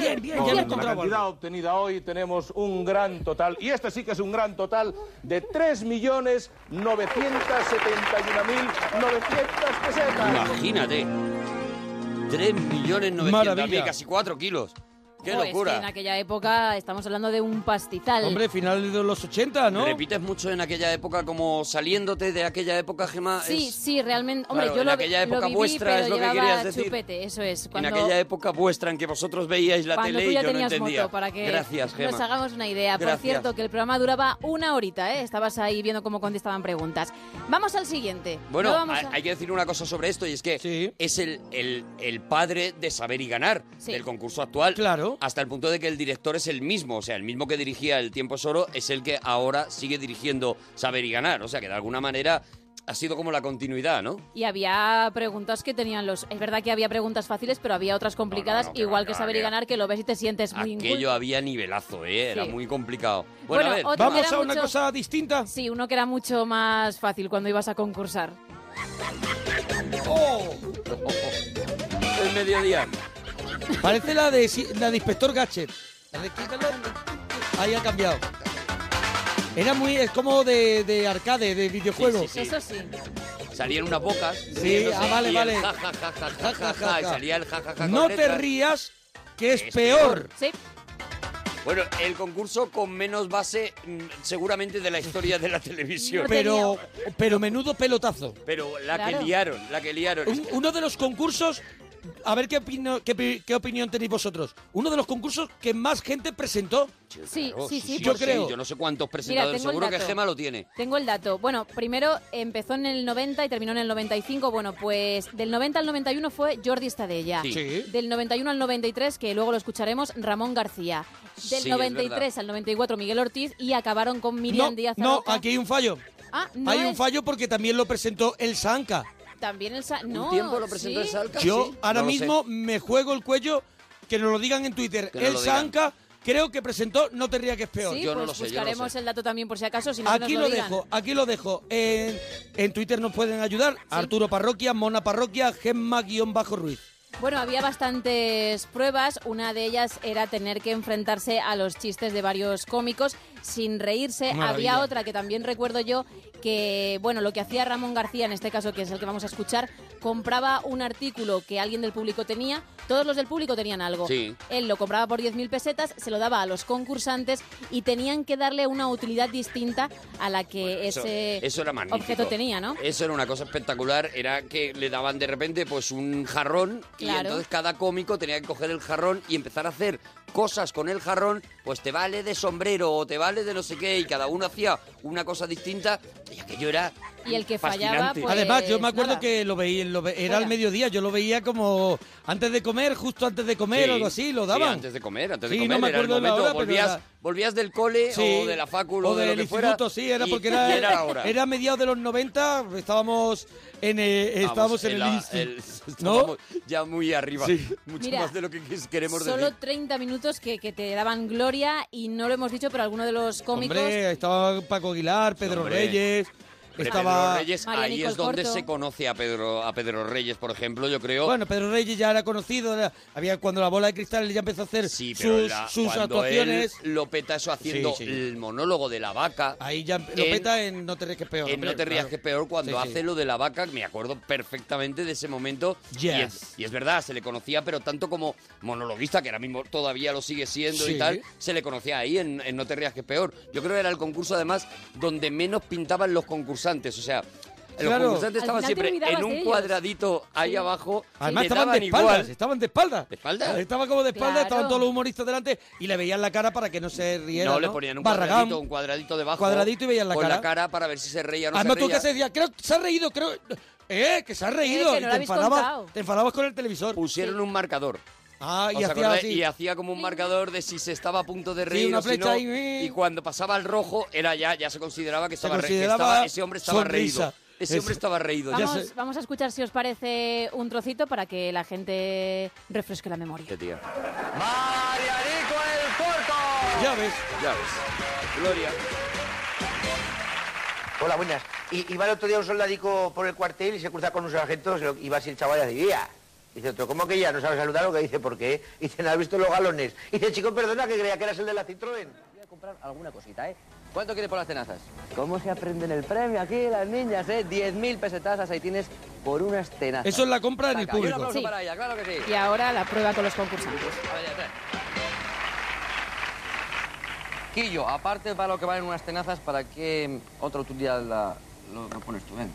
S5: Bien, bien, ya lo he
S25: Con la
S5: encontrado.
S25: cantidad obtenida hoy tenemos un gran total, y este sí que es un gran total, de 3.971.900 pesetas.
S2: Imagínate. 3.900.000,
S25: Maravilla.
S2: casi 4 kilos. ¡Qué
S3: Jo, es que
S2: locura!
S3: Pues, en aquella época estamos hablando de un pastizal.
S2: final de los 80, ¿no? Repites mucho en aquella época, como saliéndote de aquella época, Gemma.
S3: Sí,
S2: es-
S3: sí, realmente. Hombre,
S2: Claro,
S3: yo
S2: en
S3: lo,
S2: aquella
S3: lo
S2: época
S3: viví,
S2: vuestra
S3: pero
S2: es lo que
S3: llevaba
S2: querías decir.
S3: chupete, eso es. Cuando,
S2: En aquella época vuestra en que vosotros veíais la
S3: cuando
S2: tele
S3: tú
S2: y
S3: ya
S2: yo no
S3: tenías
S2: entendía.
S3: moto, para que
S2: Gracias, Gemma.
S3: nos hagamos una idea.
S2: Gracias.
S3: Por cierto, que el programa duraba una horita, ¿eh? Estabas ahí viendo cómo contestaban preguntas. Vamos al siguiente.
S2: Bueno, ah,
S3: No vamos
S2: hay,
S3: a-
S2: hay que decir una cosa sobre esto y es que es el, el- el padre de saber y ganar del concurso actual. Claro. Hasta el punto de que el director es el mismo, o sea, el mismo que dirigía El tiempo es oro es el que ahora sigue dirigiendo saber y ganar. O sea, que de alguna manera ha sido como la continuidad, ¿no?
S3: Y había preguntas que tenían los... Es verdad que había preguntas fáciles, pero había otras complicadas, igual que saber y ganar, que lo ves y te sientes muy inculto.
S2: Aquello había nivelazo, ¿eh? Era
S3: Sí.
S2: muy complicado.
S3: Bueno,
S2: Bueno, a ver.
S3: otro que era mucho-
S5: distinta?
S3: Sí, uno que era mucho más fácil cuando ibas a concursar.
S2: El mediodía.
S5: Parece la de, si- la de Inspector Gadget. La de quítalo. Ahí ha cambiado. Era muy... Es como de, de arcade, de videojuego.
S2: sí. Eso sí. Salían unas bocas.
S5: Sí, ah, vale,
S2: y el
S5: vale.
S2: Ja, ja, ja, ja, ja, ja, ja, y salía el ja, ja, ja,
S5: No
S2: con
S5: te
S2: letras.
S5: rías, que es,
S2: Es
S5: peor.
S3: Sí.
S2: Bueno, el concurso con menos base mm, seguramente de la historia de la televisión.
S5: Pero, pero menudo pelotazo.
S2: Pero la
S5: Claro.
S2: que liaron, la que liaron.
S3: Uh.
S2: este
S5: Un- uno de los concursos, a ver qué, opino- qué, pi- qué opinión tenéis vosotros. Uno de los concursos que más gente presentó.
S3: Sí,
S2: Claro,
S3: sí, sí.
S2: yo
S5: yo
S2: sé,
S5: creo.
S2: Yo no sé cuántos presentadores,
S3: tengo el
S2: seguro que
S3: dato.
S2: Gema lo tiene.
S3: Tengo el dato. Bueno, primero empezó en el 90 y terminó en el 95. Bueno, pues del 90 al 91 fue Jordi Estadella.
S2: Sí. Sí.
S3: Del 91 al 93, que luego lo escucharemos, Ramón García. Del
S5: Sí, es
S3: 93
S5: verdad.
S3: al 94, Miguel Ortiz. Y acabaron con Miriam
S5: no,
S3: Díaz
S5: no,
S3: Aroca.
S5: aquí hay un fallo.
S3: Ah, no
S5: hay un
S3: es-
S5: fallo porque también lo presentó el Sanca.
S3: También el... Sa- No,
S2: tiempo lo presentó
S3: Ah, sí.
S2: el Salca,
S5: Yo ahora
S2: No lo sé.
S5: mismo me juego el cuello que nos lo digan en Twitter.
S2: Que nos
S5: el
S2: lo digan.
S5: Sanca creo que presentó No te rías que es peor.
S3: Sí, pues buscaremos el dato también por si acaso. Si no, que
S5: Aquí
S3: nos
S5: lo,
S3: digan.
S5: dejo, aquí lo dejo. En, en Twitter nos pueden ayudar. Arturo Parroquia, Mona Parroquia, Gemma-Ruiz.
S3: Bueno, había bastantes pruebas. Una de ellas era tener que enfrentarse a los chistes de varios cómicos sin reírse.
S22: Maravilla.
S3: Había otra que también recuerdo yo que, bueno, lo que hacía Ramón García, en este caso que es el que vamos a escuchar, compraba un artículo que alguien del público tenía. Todos los del público tenían algo.
S2: Sí.
S3: Él lo compraba por 10.000 pesetas, se lo daba a los concursantes y tenían que darle una utilidad distinta a la que
S2: Eso,
S3: ese
S2: eso era magnífico.
S3: objeto tenía, ¿no?
S2: Eso era una cosa espectacular. Era que le daban de repente pues un jarrón y
S3: Claro.
S2: entonces cada cómico tenía que coger el jarrón y empezar a hacer cosas con el jarrón. Pues te vale de sombrero o te vale de no sé qué y cada uno hacía una cosa distinta y aquello era
S3: Y el que fallaba,
S2: fascinante.
S3: pues...
S5: Además, yo me acuerdo
S3: nada.
S5: que lo veía, lo ve- era
S3: Fuera.
S5: al mediodía, yo lo veía como antes de comer, justo antes de comer
S2: Sí,
S5: o algo así, lo
S2: sí,
S5: daban.
S2: antes de comer, antes de
S5: Sí,
S2: comer.
S5: no me
S2: era el
S5: acuerdo la
S2: momento,
S5: hora, pero
S2: volvías,
S5: era-
S2: volvías del cole
S5: Sí,
S2: o de la facu
S5: o
S2: de lo
S5: del
S2: que fuera.
S5: instituto, sí, era
S2: y-
S5: porque
S2: y
S5: era,
S2: era ahora.
S5: era mediados de los 90, estábamos en el, estábamos en, el,
S2: la-
S5: insti.
S2: el-
S5: ¿No?
S2: estábamos ya muy arriba.
S5: Sí.
S2: Mucho
S3: Mira,
S2: más de lo que quis- queremos
S3: Solo
S2: decir.
S3: 30 minutos que, que te daban gloria y no lo hemos dicho, pero alguno de los cómicos...
S5: Hombre, estaba Paco Aguilar, Pedro
S2: Hombre.
S5: Reyes,
S2: Hombre,
S5: estaba...
S2: Pedro Reyes,
S3: María
S2: ahí
S3: Nicole
S2: es donde
S3: Corto.
S2: se conoce a Pedro, a Pedro Reyes, por ejemplo, yo creo.
S5: Bueno, Pedro Reyes ya era conocido, era- había cuando la bola de cristal ya empezó a hacer
S2: pero
S5: sus,
S2: la-
S5: sus
S2: cuando
S5: actuaciones.
S2: él lo peta eso haciendo
S5: Sí, sí.
S2: el monólogo de la vaca.
S5: Ahí ya Lo peta en No te rías que es peor.
S2: En
S5: hombre,
S2: Eh, no te rías
S5: claro.
S2: que es peor cuando
S5: Sí, sí.
S2: hace lo de la vaca, me acuerdo perfectamente de ese momento. Y, es, y es verdad, se le conocía, pero tanto como monologuista, que ahora mismo todavía lo sigue siendo
S5: Sí.
S2: y tal, se le conocía ahí en, en No te rías que es peor. Yo creo que era el concurso, además, donde menos pintaban los concursantes, o sea... Los
S5: Claro.
S2: concursantes
S5: Al final
S2: estaban
S5: te
S2: siempre
S5: olvidabas
S2: en
S5: de
S2: un
S5: ellos.
S2: cuadradito ahí
S5: Sí.
S2: abajo.
S5: Además
S2: le
S5: estaban
S2: daban
S5: de espaldas,
S2: igual.
S5: estaban de espaldas. ¿De
S2: espaldas?
S5: Estaba como de espaldas, estaban
S2: Claro.
S5: todos los humoristas delante y le veían la cara para que no se riera.
S2: no, le ponían un
S5: Barragán.
S2: cuadradito, un cuadradito debajo.
S5: Cuadradito y veían la
S2: con
S5: cara.
S2: la cara para ver si se reía o no
S5: Además
S2: se
S5: tú
S2: reía.
S5: que se decía, creo que se ha reído, creo... Eh, que se ha reído.
S2: que
S5: y
S2: no lo
S5: te,
S2: habéis contado.
S5: enfadabas, te enfadabas con el televisor.
S2: Pusieron un marcador.
S5: Ah, y
S2: ¿Os
S5: hacía
S2: acordáis?
S5: así.
S2: Y hacía como un marcador de si se estaba a punto de reír
S5: una
S2: o si
S5: flecha
S2: no.
S5: ahí,
S2: Y cuando pasaba al rojo, era ya, ya se consideraba que
S5: Se
S2: estaba, re- que
S5: consideraba
S2: estaba- ese hombre estaba
S5: sonrisa.
S2: reído. Ese
S5: Eso.
S2: hombre estaba reído. ya.
S3: Vamos, vamos a escuchar si os parece un trocito para que la gente refresque la memoria.
S7: ¡Marianico el corto!
S5: Ya ves.
S2: Ya ves. Gloria.
S24: Hola, buenas. Y, iba el otro día un soldadico por el cuartel y se cruza con unos sargentos lo- y va así el chaval y hace, "Guía". Dice otro, ¿cómo que ya no sabe saludar? Lo que dice, ¿por qué? Dice, ¿no has visto los galones? Dice, chico, perdona, que creía que eras el de la Citroën.
S26: Voy a comprar alguna cosita, ¿eh? ¿Cuánto quiere por las tenazas?
S24: ¿Cómo se aprenden el premio aquí las niñas, eh? 10.000 pesetas aceitines por unas tenazas.
S5: Eso es la compra en el
S24: Saca, y un
S5: público.
S24: aplauso
S3: Sí.
S24: para ella, claro que sí.
S3: Y ahora la prueba con los concursantes.
S24: A ver, espera. Quillo, aparte para lo que valen unas tenazas, ¿para qué otra utilidad la- lo, lo pones tú? Ven.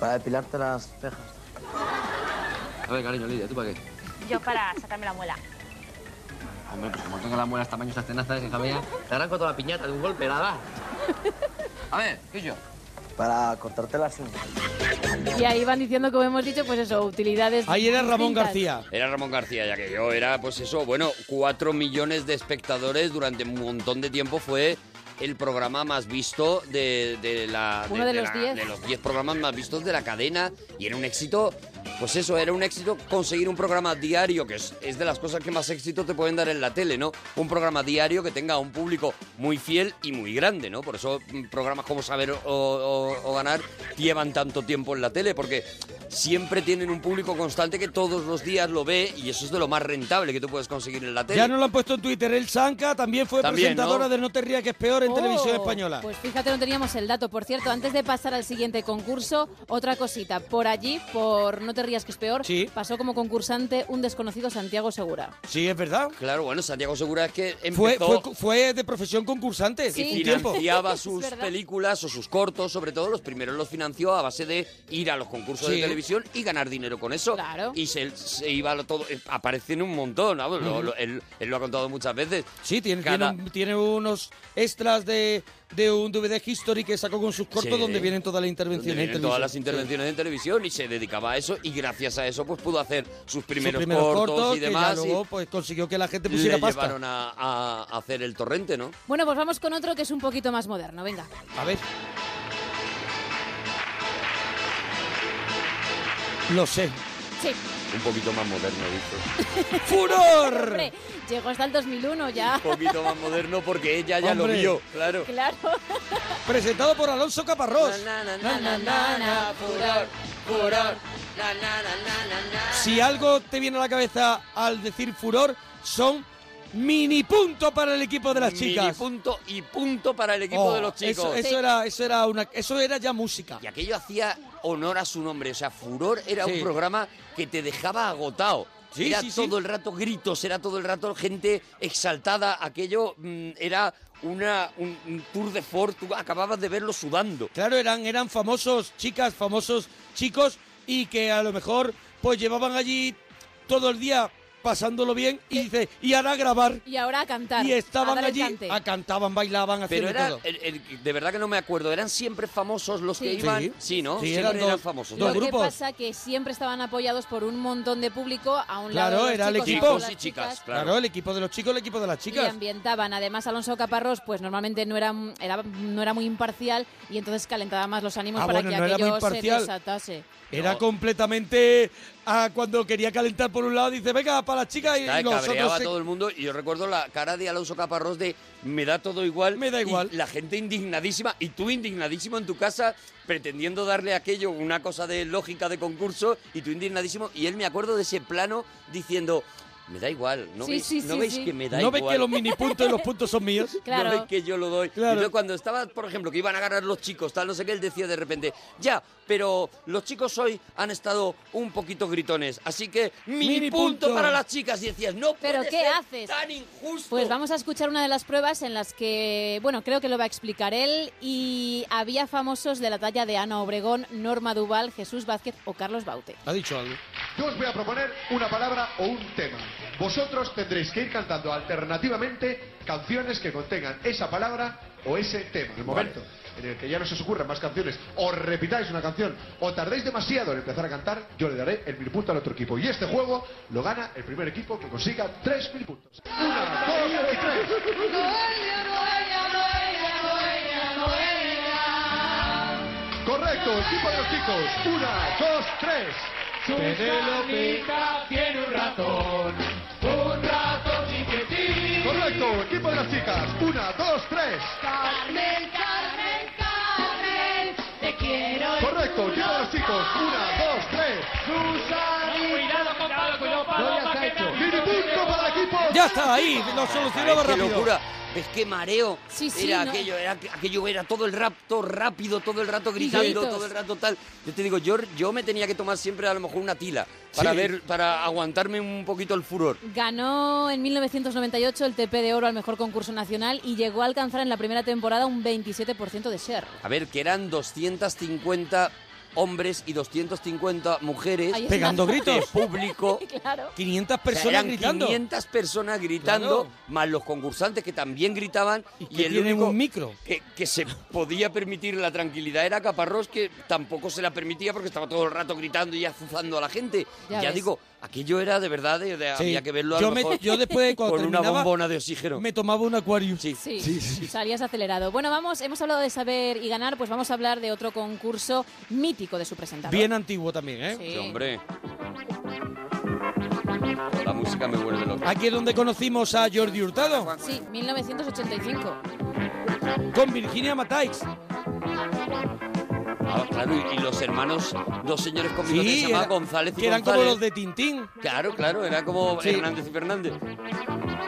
S8: Para depilarte las cejas.
S24: A ver, cariño, Lidia, ¿tú para qué?
S22: Yo para sacarme la muela.
S24: Hombre, pues como tengo las muelas tamaño estas tenazas, hija mía, te arranco toda la piñata de un golpe, nada. A ver, Quillo.
S8: Para cortarte las uñas.
S3: Y ahí van diciendo, como hemos dicho, pues eso, utilidades. distintas.
S2: Era Ramón García, ya que yo era, pues eso, bueno, cuatro millones de espectadores durante un montón de tiempo fue el programa más visto de, de la...
S3: Uno de los
S2: la-
S3: diez.
S2: de los 10 programas más vistos de la cadena y era un éxito, pues eso, era un éxito conseguir un programa diario, que es, es de las cosas que más éxito te pueden dar en la tele, ¿no? Un programa diario que tenga un público muy fiel y muy grande, ¿no? Por eso mm, programas como Saber o, o- o Ganar llevan tanto tiempo en la tele, porque siempre tienen un público constante que todos los días lo ve y eso es de lo más rentable que tú puedes conseguir en la tele.
S5: Ya nos lo han puesto en Twitter. El Sanca también fue
S2: También,
S5: presentadora
S2: ¿no?
S5: de No te rías que es peor en
S3: Oh,
S5: televisión española.
S3: Pues fíjate, no teníamos el dato. Por cierto, antes de pasar al siguiente concurso, otra cosita. Por allí, por No te rías que es peor,
S5: Sí.
S3: pasó como concursante un desconocido Santiago Segura.
S5: Sí, es verdad.
S2: Claro, bueno, Santiago Segura es que empezó...
S5: Fue, fue, fue de profesión concursante.
S2: y
S5: un tiempo.
S2: financiaba sus películas o sus cortos, sobre todo los primeros los financió a base de ir a los concursos
S5: Sí.
S2: de televisión y ganar dinero con eso. Y se, se iba a lo todo, eh, aparecen un montón, ¿no? Lo- lo- él, él lo ha contado muchas veces.
S5: Sí, tiene,
S2: Cada-
S5: tiene un- tiene unos extras de, de un DVD History que sacó con sus cortos
S2: Sí.
S5: donde vienen todas las
S2: donde
S5: intervenciones. en
S2: vienen todas las
S5: televisión.
S2: intervenciones en televisión y se dedicaba a eso y gracias a eso pues pudo hacer sus primeros,
S5: Sus primeros cortos,
S2: cortos y demás
S5: que ya
S2: y
S5: luego pues, consiguió que la gente pusiera
S2: le
S5: pasta.
S2: llevaron a, a- a hacer el torrente, ¿no?
S3: Bueno, pues vamos con otro que es un poquito más moderno. Venga.
S5: A ver. Lo sé.
S3: Sí.
S2: Un poquito más moderno, dice.
S5: ¡Furor!
S3: Hombre, llegó hasta el 2001 ya.
S2: Un poquito más moderno porque ella ya
S5: Hombre.
S2: lo vio, claro.
S3: Claro.
S5: Presentado por Alonso Caparrós. Si algo te viene a la cabeza al decir furor, son mini punto para el equipo de las chicas.
S2: punto y punto para el equipo
S5: Oh,
S2: de los
S5: Eso,
S2: chicos.
S5: eso era, eso era una, eso era ya música.
S2: Y aquello hacía honor a su nombre. O sea, Furor era
S5: Sí.
S2: un programa que te dejaba agotado.
S5: Sí,
S2: era
S5: sí, sí.
S2: todo el rato gritos, era todo el rato gente exaltada. Aquello mm, era una, un, un tour de Ford. Tú acababas de verlo sudando.
S5: Claro, eran, eran famosos chicas, famosos chicos y que a lo mejor pues llevaban allí todo el día pasándolo bien y dice, y ahora a grabar.
S3: Y ahora a cantar.
S5: Y estaban
S3: a dar el
S5: allí,
S3: cante.
S5: a cantaban, bailaban, haciendo
S2: Pero era,
S5: todo.
S2: el- el- de verdad que no me acuerdo, eran siempre famosos los que
S3: Sí.
S2: iban.
S5: Sí.
S2: Sí, ¿no?
S5: Sí,
S2: Siempre
S5: eran
S2: eran,
S5: dos-
S2: famosos.
S5: dos
S2: ¿no?
S3: Lo que pasa que siempre estaban apoyados por un montón de público a un
S5: Claro,
S3: lado de los
S5: era el
S3: chicos, a
S5: equipo.
S3: otro lado de las
S5: claro. el equipo de los chicos, el equipo de las
S3: y
S5: chicas.
S3: ambientaban. Además, Alonso Caparrós, pues normalmente no era, era- no era muy imparcial y entonces calentaba más los ánimos
S5: Ah,
S3: para
S5: bueno,
S3: que
S5: no era muy
S3: aquello se
S5: imparcial.
S3: desatase.
S5: Era completamente a cuando quería calentar por un lado, dice, venga, para las chicas y,
S2: Está,
S5: los
S2: cabreaba
S5: otros
S2: a
S5: se-
S2: todo el mundo y yo recuerdo la cara de Alonso Caparrós de me da todo igual. Me da igual. la gente indignadísima y tú indignadísimo en tu casa pretendiendo darle a aquello una cosa de lógica de concurso y tú indignadísimo y él me acuerdo de ese plano diciendo me da igual, no
S5: Sí,
S2: veis,
S5: sí,
S2: ¿no
S5: sí,
S2: veis
S5: sí.
S2: que me da
S5: ¿No
S2: igual.
S5: ves que los minipuntos y los puntos son míos?
S2: No
S5: Claro.
S2: veis que yo lo doy.
S5: Claro.
S2: Entonces, cuando estaba, por ejemplo, que iban a ganar los chicos, tal, no sé qué, él decía de repente, ya, pero los chicos hoy han estado un poquito gritones, así que mini,
S3: Mini
S2: punto,
S3: punto.
S2: para las chicas. Y decías, no
S3: ¿Pero
S2: puede
S3: qué
S2: ser
S3: haces?
S2: tan injusto.
S3: Pues vamos a escuchar una de las pruebas en las que, bueno, creo que lo va a explicar él. Y había famosos de la talla de Ana Obregón, Norma Duval, Jesús Vázquez o Carlos Baute.
S5: Ha dicho algo.
S14: Yo os voy a proponer una palabra o un tema. Vosotros tendréis que ir cantando alternativamente canciones que contengan esa palabra o ese tema. En el momento en el que ya no se os ocurran más canciones, o repitáis una canción, o tardéis demasiado en empezar a cantar, yo le daré el mil punto al otro equipo. Y este juego lo gana el primer equipo que consiga tres mil puntos. Una, dos y tres. Correcto, equipo de los chicos. Una, dos, tres.
S7: Susanita tiene un ratón, un ratón chiquitín.
S14: Correcto, equipo de las chicas. Una, dos, tres.
S7: Carmen, Carmen, Carmen, te quiero.
S14: Correcto, equipo de los chicos. Una, dos, tres.
S7: Cuidado con Pablo, cuidado Pablo,
S14: Mini punto para el equipo.
S5: Ya está, ahí, lo
S2: Ay,
S5: solucionaba
S2: qué
S5: rápido.
S2: locura. ¿Ves qué mareo?
S3: Sí, sí,
S2: Era
S3: no.
S2: aquello, era aquello, era todo el rato rápido, todo el rato gritando,
S3: Gritos.
S2: todo el rato tal. Yo te digo, yo, yo me tenía que tomar siempre a lo mejor una tila para
S5: Sí.
S2: ver, para aguantarme un poquito el furor.
S3: Ganó en 1998 el TP de Oro al mejor concurso nacional y llegó a alcanzar en la primera temporada un 27% de share.
S2: A ver, que eran 250 hombres y 250 mujeres
S3: Ahí está. Pegando gritos.
S2: de público.
S3: Claro.
S5: 500
S2: O sea,
S5: personas
S2: eran
S5: gritando.
S2: 500 personas gritando,
S5: Claro.
S2: más los concursantes que también gritaban. Y,
S5: que
S2: el
S5: tienen
S2: único
S5: un micro.
S2: Que, que se podía permitir la tranquilidad era Caparrós, que tampoco se la permitía porque estaba todo el rato gritando y azuzando a la gente.
S5: Ya
S2: Ya,
S5: ves.
S2: digo, aquello era de verdad, de- de-
S5: Sí.
S2: había que verlo a
S5: Yo
S2: lo
S5: me-
S2: mejor
S5: yo después de cuando
S2: con una
S5: terminaba,
S2: bombona de oxígeno.
S5: Me tomaba un acuario.
S3: Sí, salías acelerado. Bueno, vamos, hemos hablado de saber y ganar, pues vamos a hablar de otro concurso mítico de su presentador.
S5: Bien antiguo también, ¿eh?
S3: Sí. Sí,
S2: hombre. La música me vuelve loco.
S5: Aquí es donde conocimos a Jordi Hurtado.
S3: Sí, 1985.
S5: Con Virginia Matais.
S2: Ah, claro, y, y los hermanos, dos señores con bigote
S5: Sí,
S2: se llamaban
S5: era-
S2: González y
S5: que eran como
S2: González.
S5: los de Tintín.
S2: Claro, claro, era como
S5: Sí.
S2: Hernández y Fernández.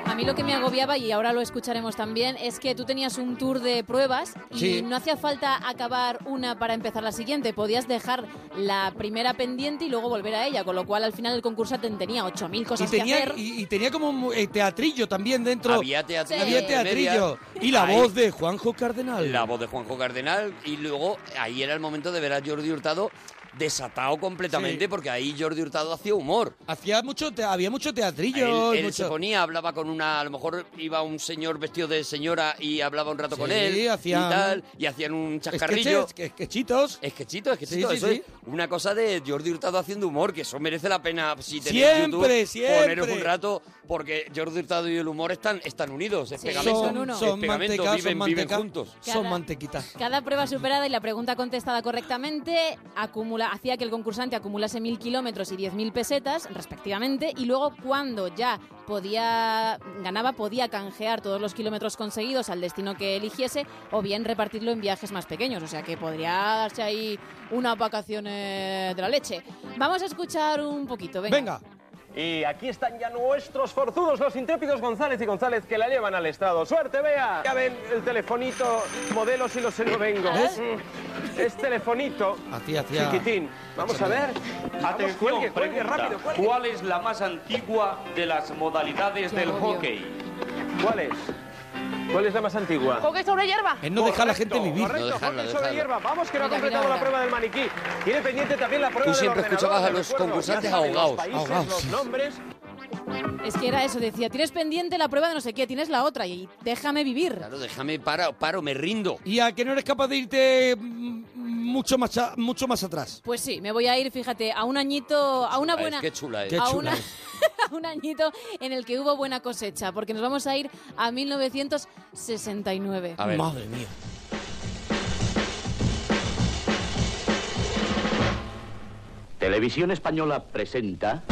S3: A mí lo que me agobiaba, y ahora lo escucharemos también, es que tú tenías un tour de pruebas y
S2: Sí.
S3: no hacía falta acabar una para empezar la siguiente. Podías dejar la primera pendiente y luego volver a ella, con lo cual al final el concursante tenía 8.000
S5: Y
S3: cosas que
S5: tenía,
S3: hacer.
S5: y, y tenía como un, eh, teatrillo también dentro.
S2: Había teatrillo
S5: Había
S2: de
S5: teatrillo.
S2: medias.
S5: Y la
S2: Ahí.
S5: voz de Juanjo Cardenal.
S2: La voz de Juanjo Cardenal y luego ahí era el momento de ver a Jordi Hurtado desatado completamente
S5: Sí.
S2: porque ahí Jordi Hurtado hacía humor.
S5: Hacía mucho, te- había mucho
S2: Él,
S5: teatrillo.
S2: él
S5: mucho-
S2: se ponía, hablaba con una, a lo mejor iba un señor vestido de señora y hablaba un rato con
S5: Sí,
S2: él
S5: hacían-
S2: y tal, y hacían un chascarrillo.
S5: Esqueches, Esquechitos.
S2: Esquechito, esquechito,
S5: Sí, sí,
S2: eso
S5: sí.
S2: es una cosa de Jordi Hurtado haciendo humor, que eso merece la pena si tenéis
S5: Siempre,
S2: YouTube,
S5: siempre.
S2: poneros un rato, porque Jordi Hurtado y el humor están, están unidos, es pegamento,
S5: son
S2: es
S5: son
S2: pegamento,
S5: manteca,
S2: viven,
S5: son
S2: viven
S5: manteca,
S2: juntos.
S5: Son mantequitas.
S3: Cada prueba superada y la pregunta contestada correctamente acumula, hacía que el concursante acumulase 1.000 kilómetros y 10.000 pesetas, respectivamente, y luego cuando ya podía ganaba, podía canjear todos los kilómetros conseguidos al destino que eligiese o bien repartirlo en viajes más pequeños. O sea que podría darse ahí unas vacaciones de la leche. Vamos a escuchar un poquito, venga.
S25: Y aquí están ya nuestros forzudos, los intrépidos González y González que la llevan al estrado. ¡Suerte, vea! Ya ven el telefonito, modelos y los serovengo.
S5: ¿Ves?
S25: Mm, Es telefonito.
S5: Hacía, hacía.
S25: Chiquitín. Vamos a ver. Vamos,
S27: Atención,
S25: cuelgue, cuelgue,
S27: pregunta.
S25: rápido, cuelgue.
S27: ¿Cuál es la más antigua de las modalidades
S25: Qué
S27: del
S25: agobio.
S27: hockey?
S25: ¿Cuál es? ¿Cuál es la más antigua?
S16: Hockey sobre hierba.
S25: Es no dejar a la gente vivir.
S2: No
S25: Correcto,
S2: dejarla,
S25: hockey sobre
S2: dejarla.
S25: hierba. Vamos, que no ha
S16: Mira,
S25: completado
S16: mira,
S25: la
S16: mira.
S25: prueba del maniquí. Tiene pendiente también la prueba
S2: Tú
S25: del
S2: siempre
S25: ordenador,
S2: escuchabas a
S25: te
S2: los
S25: recuerdo.
S2: concursantes
S25: Ya saben, los
S2: ahogados,
S25: países,
S2: ahogados.
S25: Los nombres.
S3: Es que era eso, decía, tienes pendiente la prueba de no sé qué, tienes la otra y déjame vivir.
S2: Claro, déjame, paro, paro, me rindo.
S5: Y a que no eres capaz de irte mm, mucho más, a- mucho más atrás.
S3: Pues sí, me voy a ir, fíjate, a un añito, a una
S5: es,
S3: buena...
S5: qué chula es. Qué
S3: A,
S5: chula
S3: una-
S5: es.
S3: a un añito en el que hubo buena cosecha, porque nos vamos a ir a 1969.
S5: Madre mía.
S4: Televisión Española presenta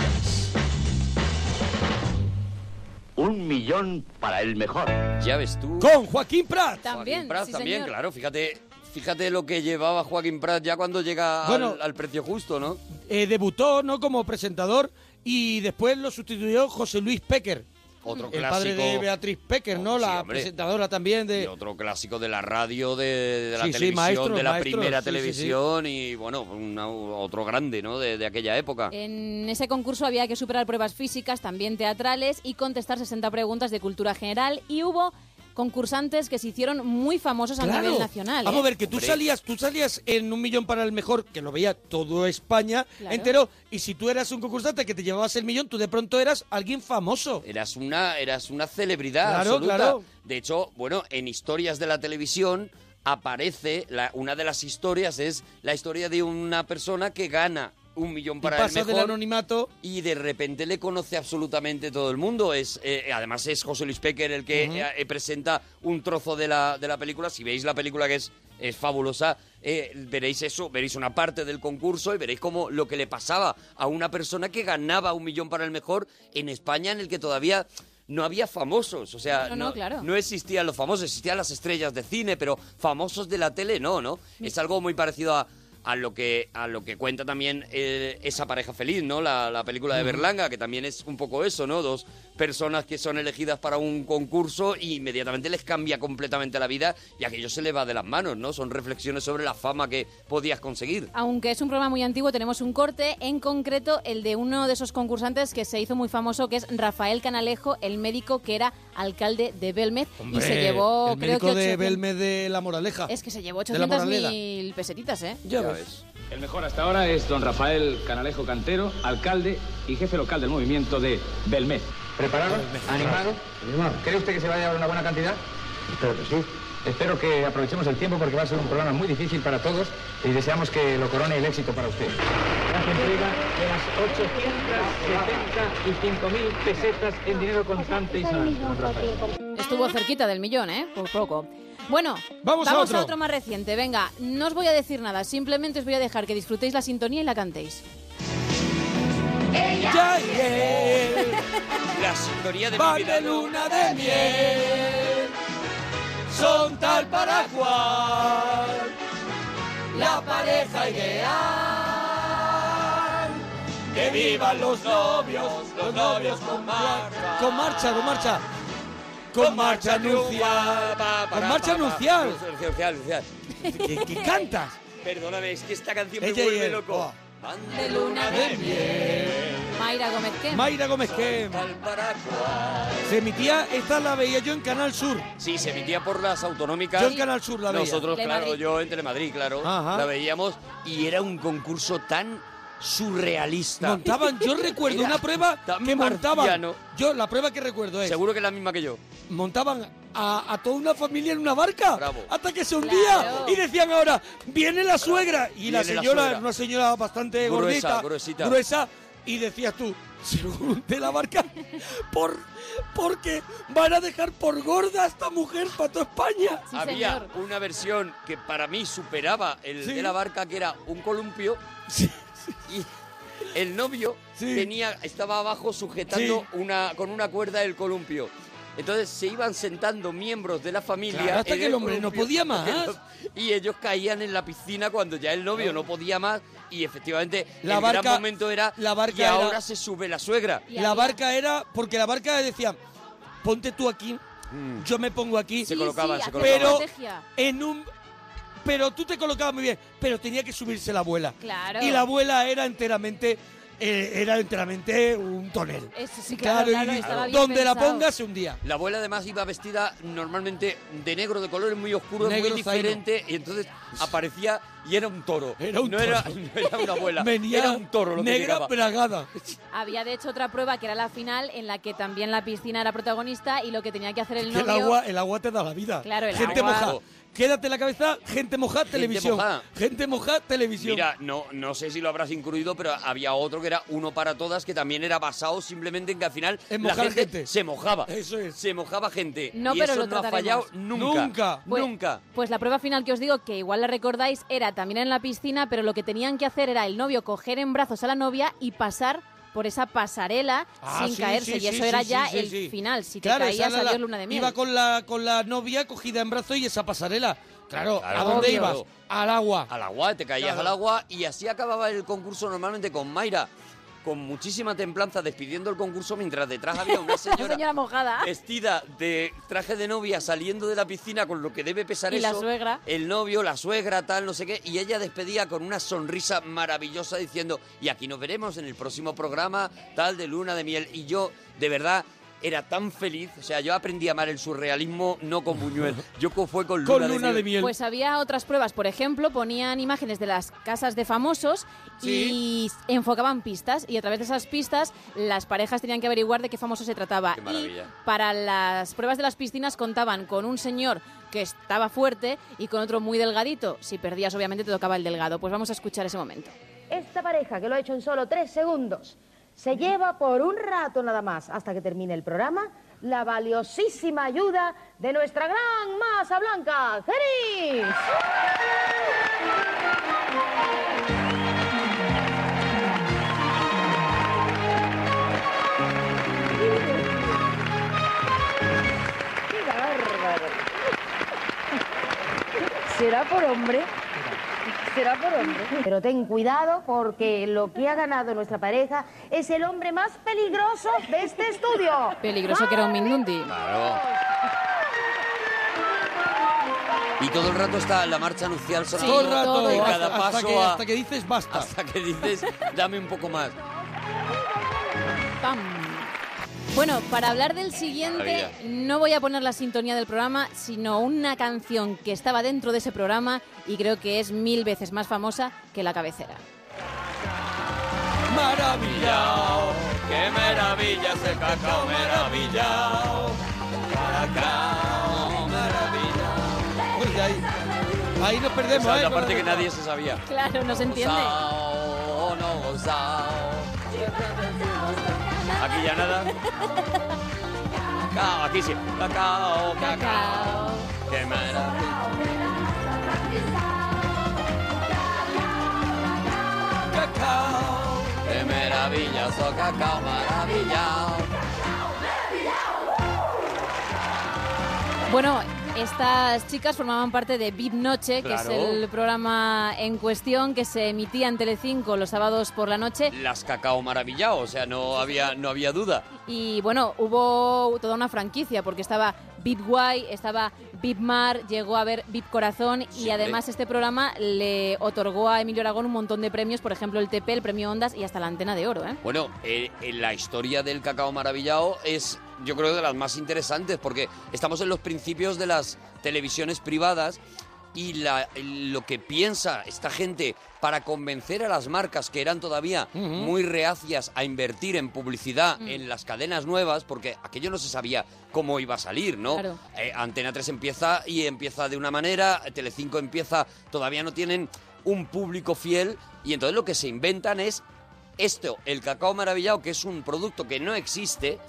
S4: Un millón para el mejor.
S2: Ya ves tú.
S5: Con Joaquín Prat.
S2: Joaquín Prat también, claro, fíjate, fíjate lo que llevaba Joaquín Prat ya cuando llega al-
S5: Bueno.
S2: al, precio justo, ¿no?
S5: Eh, debutó ¿no? como presentador y después lo sustituyó José Luis Pecker.
S2: Otro
S5: El padre de
S2: clásico. Oh,
S5: Beatriz Pecker, ¿no?
S2: Sí,
S5: la
S2: hombre.
S5: presentadora también de...
S2: Y otro clásico de la radio, de, de la
S5: eh, Sí, sí,
S2: televisión,
S5: maestros,
S2: de la
S5: maestros,
S2: primera
S5: sí, sí, sí.
S2: televisión y bueno, una- otro grande, ¿no? De, de aquella época.
S3: Eh, En ese concurso había que superar pruebas físicas, también teatrales, y contestar 60 preguntas de cultura general. Y hubo concursantes que se hicieron muy famosos a nivel nacional.
S5: Vamos
S3: ¿eh?
S5: a ver, que tú salías, tú salías en un millón para el mejor, que lo veía todo España
S3: Claro.
S5: entero, y si tú eras un concursante que te llevabas el millón, tú de pronto eras alguien famoso.
S2: Eras una, eras una celebridad
S5: Claro,
S2: absoluta.
S5: claro.
S2: De hecho, bueno, en historias de la televisión aparece, la- una de las historias es la historia de una persona que gana un millón para el
S5: pasa del
S2: mejor.
S5: anonimato.
S2: Y de repente le conoce absolutamente todo el mundo. Es, eh, además es José Luis Pecker el que
S5: Ujú.
S2: eh, eh, presenta un trozo de la, de la película. Si veis la película que es, es fabulosa, eh, veréis eso, veréis una parte del concurso y veréis cómo lo que le pasaba a una persona que ganaba un millón para el mejor en España en el que todavía... No había famosos, o sea,
S3: No, no, claro.
S2: no existían los famosos, existían las estrellas de cine, pero famosos de la tele no, ¿no? Es algo muy parecido a, a lo, que, a lo que cuenta también eh, esa pareja feliz, ¿no? La, la película de
S5: Ujú.
S2: Berlanga, que también es un poco eso, ¿no? Dos, personas que son elegidas para un concurso y inmediatamente les cambia completamente la vida y aquello se le va de las manos, ¿no? Son reflexiones sobre la fama que podías conseguir.
S3: Aunque es un programa muy antiguo, tenemos un corte, en concreto el de uno de esos concursantes que se hizo muy famoso, que es Rafael Canalejo, el médico que era alcalde de Belmez y se
S5: Hombre,
S3: llevó,
S5: el
S3: creo
S5: médico
S3: que...
S5: de
S3: 800
S5: Belmez de la Moraleja.
S3: Es que se llevó
S5: De la Moraleda.
S3: 800.000 pesetitas, ¿eh?
S13: El mejor hasta ahora es don Rafael Canalejo Cantero, alcalde y jefe local del movimiento de Belmez.
S8: ¿Preparado?
S13: ¿Animado?
S8: ¿Cree usted que se va a llevar una buena cantidad?
S13: Espero que sí. Espero que aprovechemos el tiempo porque va a ser un programa muy difícil para todos y deseamos que lo corone el éxito para usted.
S8: de las 875.000 pesetas en dinero
S28: constante
S8: y
S3: Estuvo cerquita del millón, ¿eh? Por poco. Bueno,
S5: Vamos a otro.
S3: más reciente. Venga, no os voy a decir nada, simplemente os voy a dejar que disfrutéis la sintonía y la cantéis.
S5: Ya llegué,
S2: La sintonía de
S5: van
S2: mi vida.
S5: de luna de miel, son tal para cual, la pareja ideal.
S7: Que vivan los novios, los novios con marcha.
S5: Con marcha, con marcha. Con marcha anuncial. Con marcha anuncial.
S2: Anuncial, anuncial.
S5: ¿Qué, qué cantas?
S2: Perdóname, es que esta canción me
S5: Ella y
S2: vuelve
S5: él,
S2: loco.
S3: De luna de miel. Mayra Gómez ¿qué?
S5: Mayra Gómez Kem. Se emitía, esta la veía yo en Canal Sur.
S2: Sí, se emitía por las autonómicas.
S5: Yo en Canal Sur la veía.
S2: Nosotros, claro,
S5: Telemadrid.
S2: yo en Telemadrid, claro.
S5: Ajá.
S2: La veíamos y era un concurso tan surrealista.
S5: Montaban, yo recuerdo
S2: Era
S5: una prueba
S2: tan
S5: que montaban.
S2: marciano.
S5: Yo, la prueba que recuerdo es.
S2: Seguro que es la misma que yo.
S5: Montaban a, a toda una familia en una barca hasta que se hundía
S2: Claro.
S5: y decían ahora viene la suegra y la
S2: Viene la
S5: señora
S2: suegra.
S5: una señora bastante
S2: Gruesa,
S5: gordita
S2: gruesita.
S5: gruesa y decías tú se hunde la barca por porque van a dejar por gorda a esta mujer para toda España
S2: Había una versión que para mí superaba el de la barca, que era un columpio. Y el novio tenía, estaba abajo sujetando una, con una cuerda el columpio. Entonces se iban sentando miembros de la familia.
S5: Claro, hasta
S2: en
S5: que el hombre no podía más.
S2: Y ellos caían en la piscina cuando ya el novio no podía más. Y efectivamente,
S5: La
S2: el
S5: barca-
S2: gran momento era.
S5: la barca
S2: y
S5: era-
S2: ahora se sube la suegra.
S5: la barca era porque la barca decía ponte tú aquí yo me pongo aquí
S2: Mm. Se colocaban, se colocaban.
S5: pero en un pero tú te colocabas muy bien pero tenía que subirse la abuela
S3: Claro.
S5: y la abuela era enteramente eh, era enteramente un tonel
S3: Eso sí, claro, claro,
S5: y
S3: estaba bien
S5: donde la
S3: pensado.
S5: pongas un día
S2: La abuela además iba vestida normalmente de negro, de colores muy oscuros,
S5: Negro
S2: muy
S5: zaino.
S2: diferente, y entonces aparecía y era un toro.
S5: un
S2: no, Era,
S5: toro.
S2: no era una abuela,
S5: Venía
S2: era un toro lo que
S5: negra
S2: llegaba.
S5: bragada.
S3: Había de hecho otra prueba que era la final en la que también la piscina era protagonista y lo que tenía que hacer el
S5: Que el
S3: novio.
S5: agua el agua te da la vida
S3: Claro, el
S5: gente
S2: agua-
S5: mojada quédate en la cabeza gente mojada televisión
S2: mojada.
S5: gente mojada televisión
S2: Mira, no, no sé si lo habrás incluido, pero había otro que era uno para todas, que también era basado simplemente en que al final
S5: En
S2: la
S5: mojar
S2: gente,
S5: gente.
S2: se mojaba.
S5: Eso es.
S2: Se mojaba gente.
S3: No,
S2: y
S3: pero
S2: eso
S3: lo
S2: no ha
S3: trataremos.
S2: fallado nunca.
S5: Nunca.
S3: Pues-
S2: nunca.
S3: Pues la prueba final que os digo, que igual la recordáis, era también en la piscina, pero lo que tenían que hacer era el novio coger en brazos a la novia y pasar por esa pasarela
S5: Ah,
S3: sin
S5: sí,
S3: caerse.
S5: sí,
S3: y
S5: sí,
S3: eso
S5: sí,
S3: era
S5: sí,
S3: ya
S5: sí,
S3: el
S5: sí.
S3: final. Si te
S5: Claro, esa
S3: caías,
S5: era la-
S3: adiós luna de miel.
S5: Iba con la, con la novia cogida en brazos y esa pasarela. Claro,
S2: Claro,
S5: ¿a dónde
S2: obvio.
S5: ibas? Al agua.
S2: al agua, te caías
S5: Claro.
S2: al agua y así acababa el concurso normalmente con Mayra, con muchísima templanza despidiendo el concurso mientras detrás había una
S3: Una
S2: señora
S3: señora mojada.
S2: vestida de traje de novia saliendo de la piscina con lo que debe pesar
S3: Y la
S2: eso.
S3: suegra.
S2: El novio, la suegra, tal, no sé qué, y ella despedía con una sonrisa maravillosa diciendo, y aquí nos veremos en el próximo programa, tal, de Luna de Miel. Y yo, de verdad... Era tan feliz, o sea, yo aprendí a amar el surrealismo no con Buñuel, yo co- fue con Luna,
S5: Con Luna
S2: de
S5: de
S2: Miel.
S3: Pues había otras pruebas, por ejemplo, ponían imágenes de las casas de famosos y enfocaban pistas y a través de esas pistas las parejas tenían que averiguar de qué famoso se trataba.
S2: Qué
S3: y
S2: maravilla.
S3: para las pruebas de las piscinas contaban con un señor que estaba fuerte y con otro muy delgadito. Si perdías, obviamente te tocaba el delgado. Pues vamos a escuchar ese momento.
S22: Esta pareja, que lo ha hecho en solo tres segundos, se lleva por un rato nada más, hasta que termine el programa, la valiosísima ayuda de nuestra gran masa blanca, Genis. ¡Qué bárbaro! ¿Será por hombre?
S12: Será por hombre. Pero ten cuidado porque lo que ha ganado nuestra pareja es el hombre más peligroso de este estudio.
S3: Peligroso que era un Mindundi.
S2: Claro. Y todo el rato está la marcha nupcial sonando.
S25: Todo el rato,
S2: en
S25: hasta-
S2: cada
S25: hasta
S2: paso
S25: que-
S2: a-
S25: hasta que dices basta.
S2: Hasta que dices, dame un poco más.
S3: Pam. Bueno, para hablar del siguiente,
S2: Maravilla.
S3: no voy a poner la sintonía del programa, sino una canción que estaba dentro de ese programa y creo que es mil veces más famosa que la cabecera.
S7: Maravillao, qué maravilla ese cacao, maravillao. Cacao, maravillao.
S5: Pues
S25: Uy, ahí, ahí nos perdemos,
S2: Esa es
S25: ¿eh?
S2: la
S25: Con
S2: parte
S25: lo
S2: que
S25: de-
S2: nadie se sabía.
S3: Claro, no se entiende.
S2: Gozao, no gozao. Aquí ya nada. Cacao, aquí sí. Cacao, cacao. Qué maravilla. Cacao, qué maravilla, so cacao, maravillao.
S3: Bueno, estas chicas formaban parte de VIP Noche,
S2: Claro.
S3: que es el programa en cuestión que se emitía en Telecinco los sábados por la noche.
S2: Las cacao maravillao, o sea, no había, no había duda.
S3: Y bueno, hubo toda una franquicia porque estaba Big Guay, estaba Big Mar, llegó a haber Big Corazón y además este programa le otorgó a Emilio Aragón un montón de premios, por ejemplo el TP, el premio Ondas y hasta la antena de oro. ¿eh?
S2: Bueno, eh, eh, la historia del cacao maravillao es, yo creo, de las más interesantes, porque estamos en los principios de las televisiones privadas y la- lo que piensa esta gente para convencer a las marcas que eran todavía
S6: Ujú.
S2: muy reacias a invertir en publicidad
S6: Mm.
S2: en las cadenas nuevas, porque aquello no se sabía cómo iba a salir, ¿no?
S6: Claro.
S2: Eh, Antena 3 empieza y empieza de una manera, Telecinco empieza, todavía no tienen un público fiel y entonces lo que se inventan es esto, el cacao maravillado, que es un producto que no existe,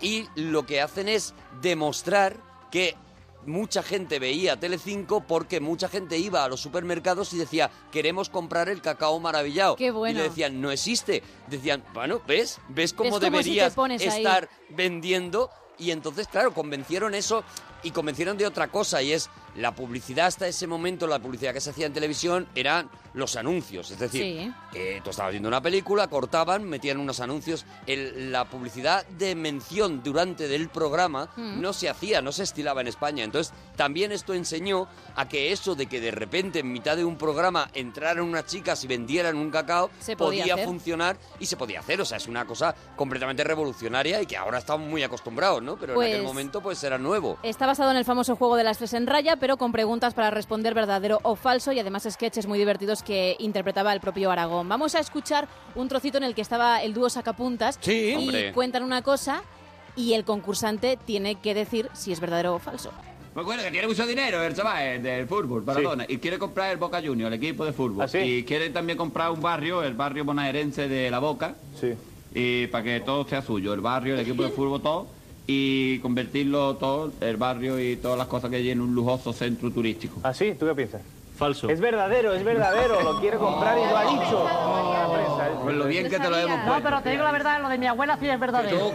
S2: y lo que hacen es demostrar que mucha gente veía Telecinco porque mucha gente iba a los supermercados y decía, queremos comprar el cacao maravillado.
S3: Qué bueno.
S2: Y le decían, no existe. Decían, bueno, ¿ves? ¿Ves cómo
S3: como si te
S2: deberías
S3: pones ahí.
S2: estar vendiendo? Y entonces, claro, convencieron eso y convencieron de otra cosa y es la publicidad hasta ese momento, la publicidad que se hacía en televisión eran los anuncios, es decir,
S3: Sí.
S2: eh, tú estabas viendo una película, cortaban, metían unos anuncios. El- la publicidad de mención durante del programa
S6: Mm.
S2: no se hacía, no se estilaba en España. Entonces, también esto enseñó a que eso de que de repente en mitad de un programa entraran unas chicas y vendieran un cacao
S3: Se podía hacer.
S2: funcionar y se podía hacer. O sea, es una cosa completamente revolucionaria y que ahora estamos muy acostumbrados, ¿no? Pero en aquel
S3: Pues-
S2: momento pues era nuevo.
S3: Está basado en el famoso juego de las tres en raya, pero con preguntas para responder verdadero o falso y además sketches muy divertidos que interpretaba el propio Aragón. Vamos a escuchar un trocito en el que estaba el dúo Sacapuntas
S2: Sí.
S3: y
S2: Hombre.
S3: cuentan una cosa y el concursante tiene que decir si es verdadero o falso.
S5: Me acuerdo que tiene mucho dinero el chaval eh, del fútbol, Maradona, y quiere comprar el Boca Juniors, el equipo de
S25: Ah,
S5: fútbol. Y quiere también comprar un barrio, el barrio bonaerense de La Boca,
S16: Sí.
S5: y para que todo sea suyo, el barrio, el equipo de fútbol, todo, y convertirlo todo, el barrio y todas las cosas que hay en un lujoso centro turístico.
S16: ¿Ah, sí? ¿Tú qué piensas?
S5: Falso.
S16: Es verdadero, es verdadero. Lo quiere comprar y lo ha dicho.
S5: Pues lo bien que te lo hemos puesto.
S12: No, pero te digo la verdad, lo de mi abuela sí es verdadero.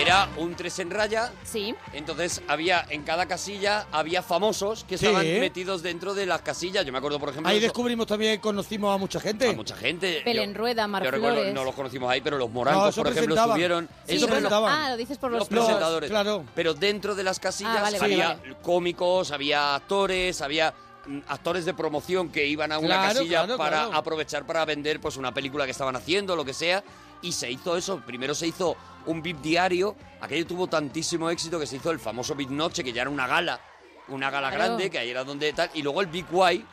S2: Era un tres en raya.
S3: Sí.
S2: Entonces había en cada casilla había famosos que estaban
S25: Sí.
S2: metidos dentro de las casillas. Yo me acuerdo, por ejemplo,
S25: Ahí
S2: de eso-
S25: descubrimos también, conocimos a mucha gente. A
S2: mucha gente.
S3: Pelen Rueda, Mar
S2: Eh, yo recuerdo,
S3: Flores.
S2: no los conocimos ahí, pero los morancos,
S25: eso
S2: por ejemplo,
S25: presentaban.
S2: estuvieron.
S25: Sí,
S2: Esos eran los-
S3: Ah, lo dices por los,
S2: los presentadores. Pero dentro de las casillas
S3: Ah, vale, vale,
S2: había
S3: vale.
S2: cómicos, había actores, había mm, actores de promoción que iban a una
S25: Claro,
S2: casilla
S25: claro,
S2: para
S25: claro.
S2: aprovechar para vender pues una película que estaban haciendo, lo que sea, y se hizo eso. Primero se hizo un VIP diario, aquello tuvo tantísimo éxito que se hizo el famoso VIP Noche, que ya era una gala, una gala
S3: Claro.
S2: grande, que ahí era donde tal, y luego el Big Guay,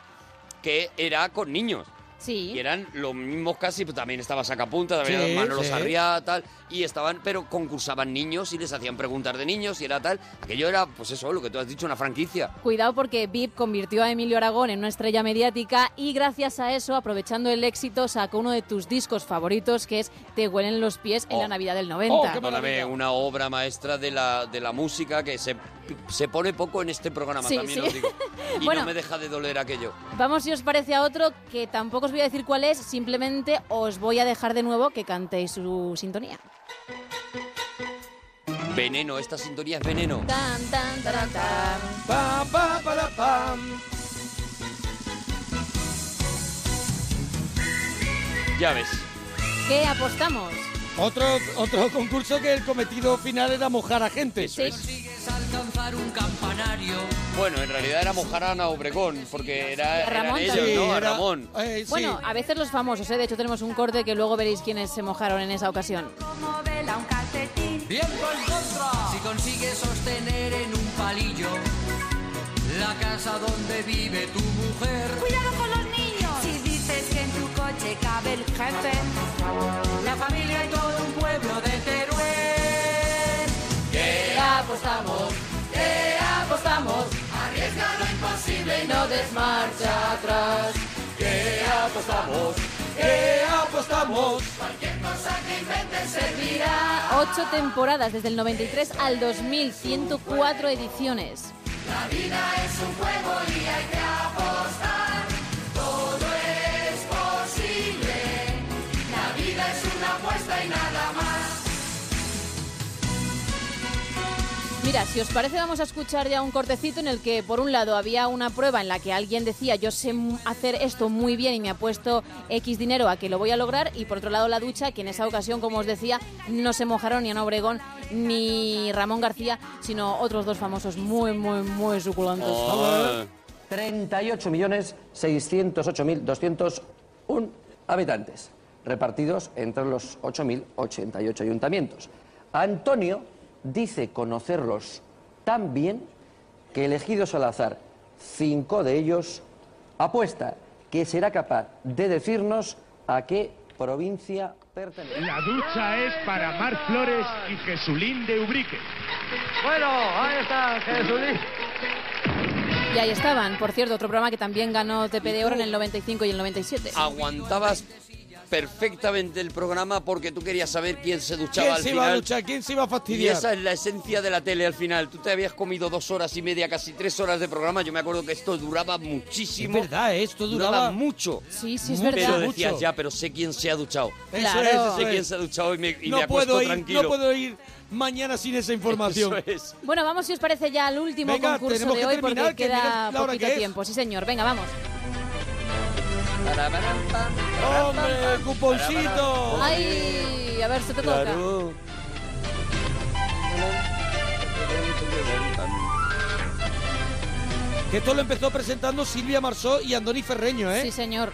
S2: que era con niños.
S3: Sí.
S2: Y eran los mismos casi, pues también estaba Sacapunta, también
S25: Sí,
S2: era Manolo
S25: sí.
S2: Sarriá, tal, y estaban, pero concursaban niños y les hacían preguntas de niños y era tal. Aquello era, pues eso, lo que tú has dicho, una franquicia.
S3: Cuidado porque VIP convirtió a Emilio Aragón en una estrella mediática y gracias a eso, aprovechando el éxito, sacó uno de tus discos favoritos que es Te huelen los pies
S2: Oh.
S3: en la Navidad del 90.
S2: Perdóname, una obra maestra de la, de la música que se, se pone poco en este programa,
S3: Sí,
S2: también
S3: sí.
S2: os digo. Y
S3: Bueno.
S2: no me deja de doler aquello.
S3: Vamos, si os parece, a otro que tampoco os voy a decir cuál es, simplemente os voy a dejar de nuevo que cantéis su sintonía.
S2: Veneno, esta sintonía es veneno.
S3: Tan, tan, taran, tan.
S25: Pa, pa, para, pam.
S2: Ya ves.
S3: ¿Qué apostamos?
S5: Otro, otro concurso que el cometido final era mojar a gente.
S2: Eso es. Bueno, en realidad era mojar a Ana Obregón, porque era,
S3: A Ramón
S2: eran ellos,
S3: también. eh,
S2: ¿no? A
S5: Era-
S2: Ramón.
S3: Bueno, a veces los famosos, ¿eh? De hecho, tenemos un corte que luego veréis quiénes se mojaron en esa ocasión.
S24: Viento en contra. Si consigues sostener en un palillo la casa donde vive tu mujer. Cuidado con los niños. Si dices que en tu coche cabe el jefe, la familia y todo un pueblo de Teruel.
S7: ¿Qué apostamos?
S24: ¿Qué apostamos?
S7: Arriesga lo imposible
S24: y no des marcha
S7: atrás. ¿Qué apostamos? ¿Qué apostamos? Cualquier cosa que inventes servirá.
S3: Ocho temporadas, desde el 93 al 2000, 104 ediciones.
S7: La vida es un juego y hay que apostar. Todo es posible. La vida es una apuesta y nada más.
S3: Mira, si os parece, vamos a escuchar ya un cortecito en el que, por un lado, había una prueba en la que alguien decía yo sé mu- hacer esto muy bien y me apuesto X dinero a que lo voy a lograr, y por otro lado, la ducha, que en esa ocasión, como os decía, no se mojaron ni Ana Obregón ni Ramón García, sino otros dos famosos muy, muy, muy suculentos.
S2: Oh.
S29: 38.608.201 habitantes, repartidos entre los 8.088 ayuntamientos. Antonio dice conocerlos tan bien que elegidos al azar, cinco de ellos apuesta que será capaz de decirnos a qué provincia pertenece.
S14: La ducha es para Mar Flores y Jesulín de Ubrique.
S29: Bueno, ahí está Jesulín.
S3: Y ahí estaban, por cierto, otro programa que también ganó TP de Oro en el 95 y el 97.
S2: Aguantabas perfectamente el programa porque tú querías saber quién se duchaba
S5: ¿Quién
S2: al
S5: se
S2: final.
S5: iba a luchar? ¿Quién se iba a
S2: Y
S5: fastidiar?
S2: esa es la esencia de la tele al final. Tú te habías comido dos horas y media, casi tres horas de programa. Yo me acuerdo que esto duraba muchísimo.
S5: Es verdad, Ah, esto duraba-
S2: duraba mucho.
S3: Sí, sí, es
S2: Mucho.
S3: verdad.
S2: Pero decías
S5: Mucho.
S2: ya, pero sé quién se ha duchado.
S5: Eso Claro. es, eso
S2: sé
S5: es.
S2: quién se ha duchado y me, y
S5: no,
S2: me acuesto
S5: puedo ir,
S2: tranquilo.
S5: no puedo ir mañana sin esa información.
S2: Eso es.
S3: Bueno, vamos si os parece ya al último
S5: Venga,
S3: concurso
S5: tenemos
S3: de
S5: que
S3: hoy
S5: terminar,
S3: porque
S5: que
S3: queda
S5: mira la hora
S3: poquito
S5: que es.
S3: tiempo. Sí, señor, venga, vamos.
S5: ¡Hombre, cuponcito!
S3: Ay, a ver, se te toca.
S5: Que esto lo empezó presentando Silvia Marsó y Andoni Ferreño, ¿eh?
S3: Sí, señor.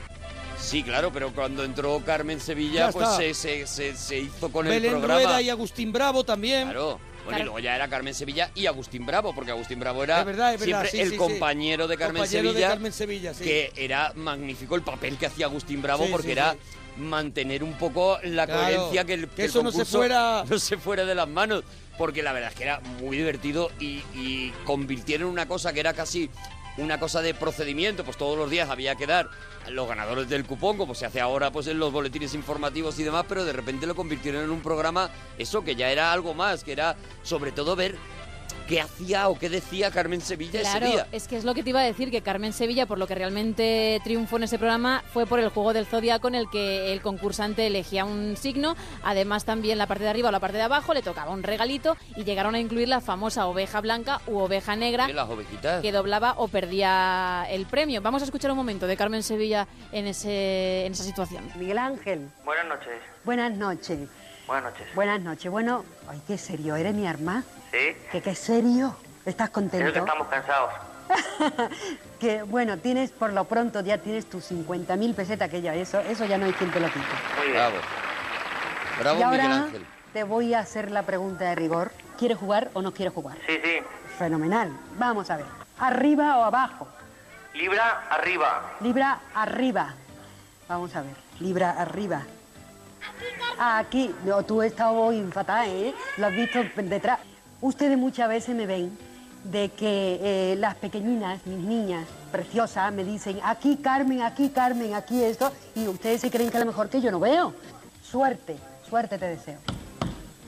S2: Sí, claro, pero cuando entró Carmen
S5: Ya
S2: Sevilla, pues
S5: está.
S2: se, se- se- se hizo con el
S5: Belén
S2: programa.
S5: Rueda y Agustín Bravo también.
S2: Claro. Bueno, y
S5: Claro.
S2: luego ya era Carmen Sevilla y Agustín Bravo, porque Agustín Bravo era
S5: Es verdad, es verdad,
S2: siempre
S5: sí,
S2: el
S5: sí, sí.
S2: compañero de Carmen
S5: Compañero de
S2: Sevilla.
S5: Carmen Sevilla, sí.
S2: Que era magnífico el papel que hacía Agustín Bravo,
S5: Sí,
S2: porque
S5: sí,
S2: era
S5: sí.
S2: mantener un poco la
S5: Claro,
S2: coherencia que el,
S5: que
S2: que el
S5: eso no se
S2: concurso
S5: fuera-
S2: no se fuera de las manos. Porque la verdad es que era muy divertido y, y convirtieron una cosa que era casi una cosa de procedimiento, pues todos los días había que dar a los ganadores del cupón, como se hace ahora pues en los boletines informativos y demás, pero de repente lo convirtieron en un programa, eso que ya era algo más, que era sobre todo ver qué hacía o qué decía Carmen Sevilla
S3: Claro,
S2: ese día.
S3: es que es lo que te iba a decir, que Carmen Sevilla, por lo que realmente triunfó en ese programa, fue por el juego del zodiaco en el que el concursante elegía un signo, además también la parte de arriba o la parte de abajo le tocaba un regalito y llegaron a incluir la famosa oveja blanca u oveja negra
S2: De las ovejitas.
S3: que doblaba o perdía el premio. Vamos a escuchar un momento de Carmen Sevilla en, ese, en esa situación.
S30: Miguel Ángel,
S31: Buenas noches.
S30: buenas noches.
S31: Buenas noches.
S30: Buenas noches. Bueno, ay, qué serio, eres mi arma.
S31: Sí.
S30: ¿Qué, qué serio? ¿Estás
S31: Creo que
S30: contento?
S31: estamos cansados.
S30: Que, bueno, tienes, por lo pronto ya tienes tus 50.000 pesetas que ya, eso, eso ya no hay quien te lo quite.
S2: Bravo. Bravo
S30: y
S2: Miguel
S30: ahora
S2: Ángel.
S30: te voy a hacer la pregunta de rigor. ¿Quieres jugar o no quieres jugar?
S31: Sí, sí.
S30: Fenomenal. Vamos a ver. ¿Arriba o abajo?
S31: Libra arriba.
S30: Libra arriba. Vamos a ver. Libra arriba. Aquí, no, tú has estado hoy fatal, ¿eh? Lo has visto detrás. Ustedes muchas veces me ven de que eh, las pequeñinas, mis niñas preciosas, me dicen aquí Carmen, aquí Carmen, aquí esto, y ustedes se creen que a lo mejor que yo no veo. Suerte, suerte te deseo.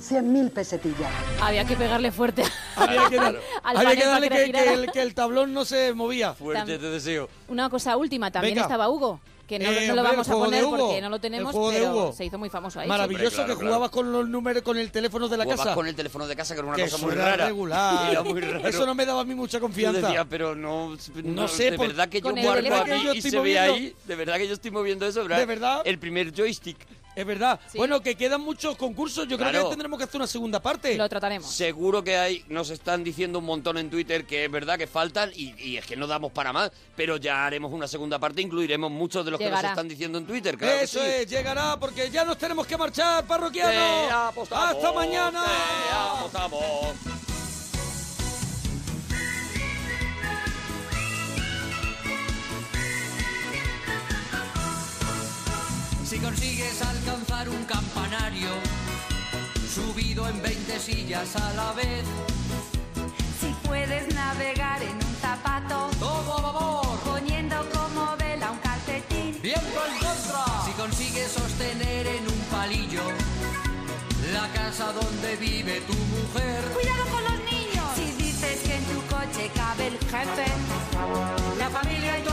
S30: Cien mil pesetillas.
S3: Había que pegarle fuerte.
S5: Había que, dar-
S3: Al
S5: había
S3: panel
S5: que
S3: para
S5: darle
S3: que
S5: que,
S3: girara.
S5: que el, que el tablón no se movía.
S3: Fuerte
S5: te deseo.
S3: Una cosa última, también
S5: Venga.
S3: estaba Hugo, que que no,
S5: Eh,
S3: no lo
S5: hombre,
S3: vamos
S5: el
S3: a
S5: juego
S3: poner
S5: de Hugo.
S3: porque no lo tenemos,
S5: El juego de
S3: pero
S5: Hugo.
S3: se hizo muy famoso ahí.
S5: Maravilloso
S2: claro,
S5: que
S2: claro.
S5: jugabas con los números, con el teléfono de la
S2: Jugabas
S5: casa.
S2: con el teléfono de casa, que era una
S5: Que
S2: cosa
S5: eso
S2: muy
S5: era
S2: rara.
S5: regular.
S2: Era muy raro.
S5: Eso no me daba a mí mucha
S2: Yo
S5: confianza.
S2: decía, pero no,
S5: No sé,
S2: de
S5: por-
S2: verdad que yo
S5: con el
S2: guardo
S5: teléfono
S2: aquí
S5: yo
S2: y
S5: estoy
S2: se ve
S5: moviendo-
S2: ahí, de verdad que yo estoy moviendo eso,
S5: ¿De verdad?
S2: El primer joystick.
S5: Es verdad. Bueno, que quedan muchos concursos. Yo creo
S2: Claro.
S5: que tendremos que hacer una segunda parte.
S3: Lo trataremos.
S2: Seguro que hay, nos están diciendo un montón en Twitter que es verdad que faltan y, y es que no damos para más, pero ya haremos una segunda parte, incluiremos muchos de los que
S5: Llegará.
S2: nos están diciendo en Twitter, claro que
S5: Eso
S2: sí.
S5: es, llegará porque ya nos tenemos que marchar,
S2: Te
S5: parroquianos.
S2: apostamos,
S5: Hasta mañana.
S2: te apostamos.
S24: Si consigues alcanzar un campanario, subido en 20 sillas a la vez.
S7: Si puedes navegar en un zapato,
S24: todo a favor,
S7: poniendo como vela un calcetín.
S24: Viento en contra. Si consigues sostener en un palillo la casa donde vive tu mujer.
S7: Cuidado con los niños. Si dices que en tu coche cabe el jefe,
S24: La familia y todo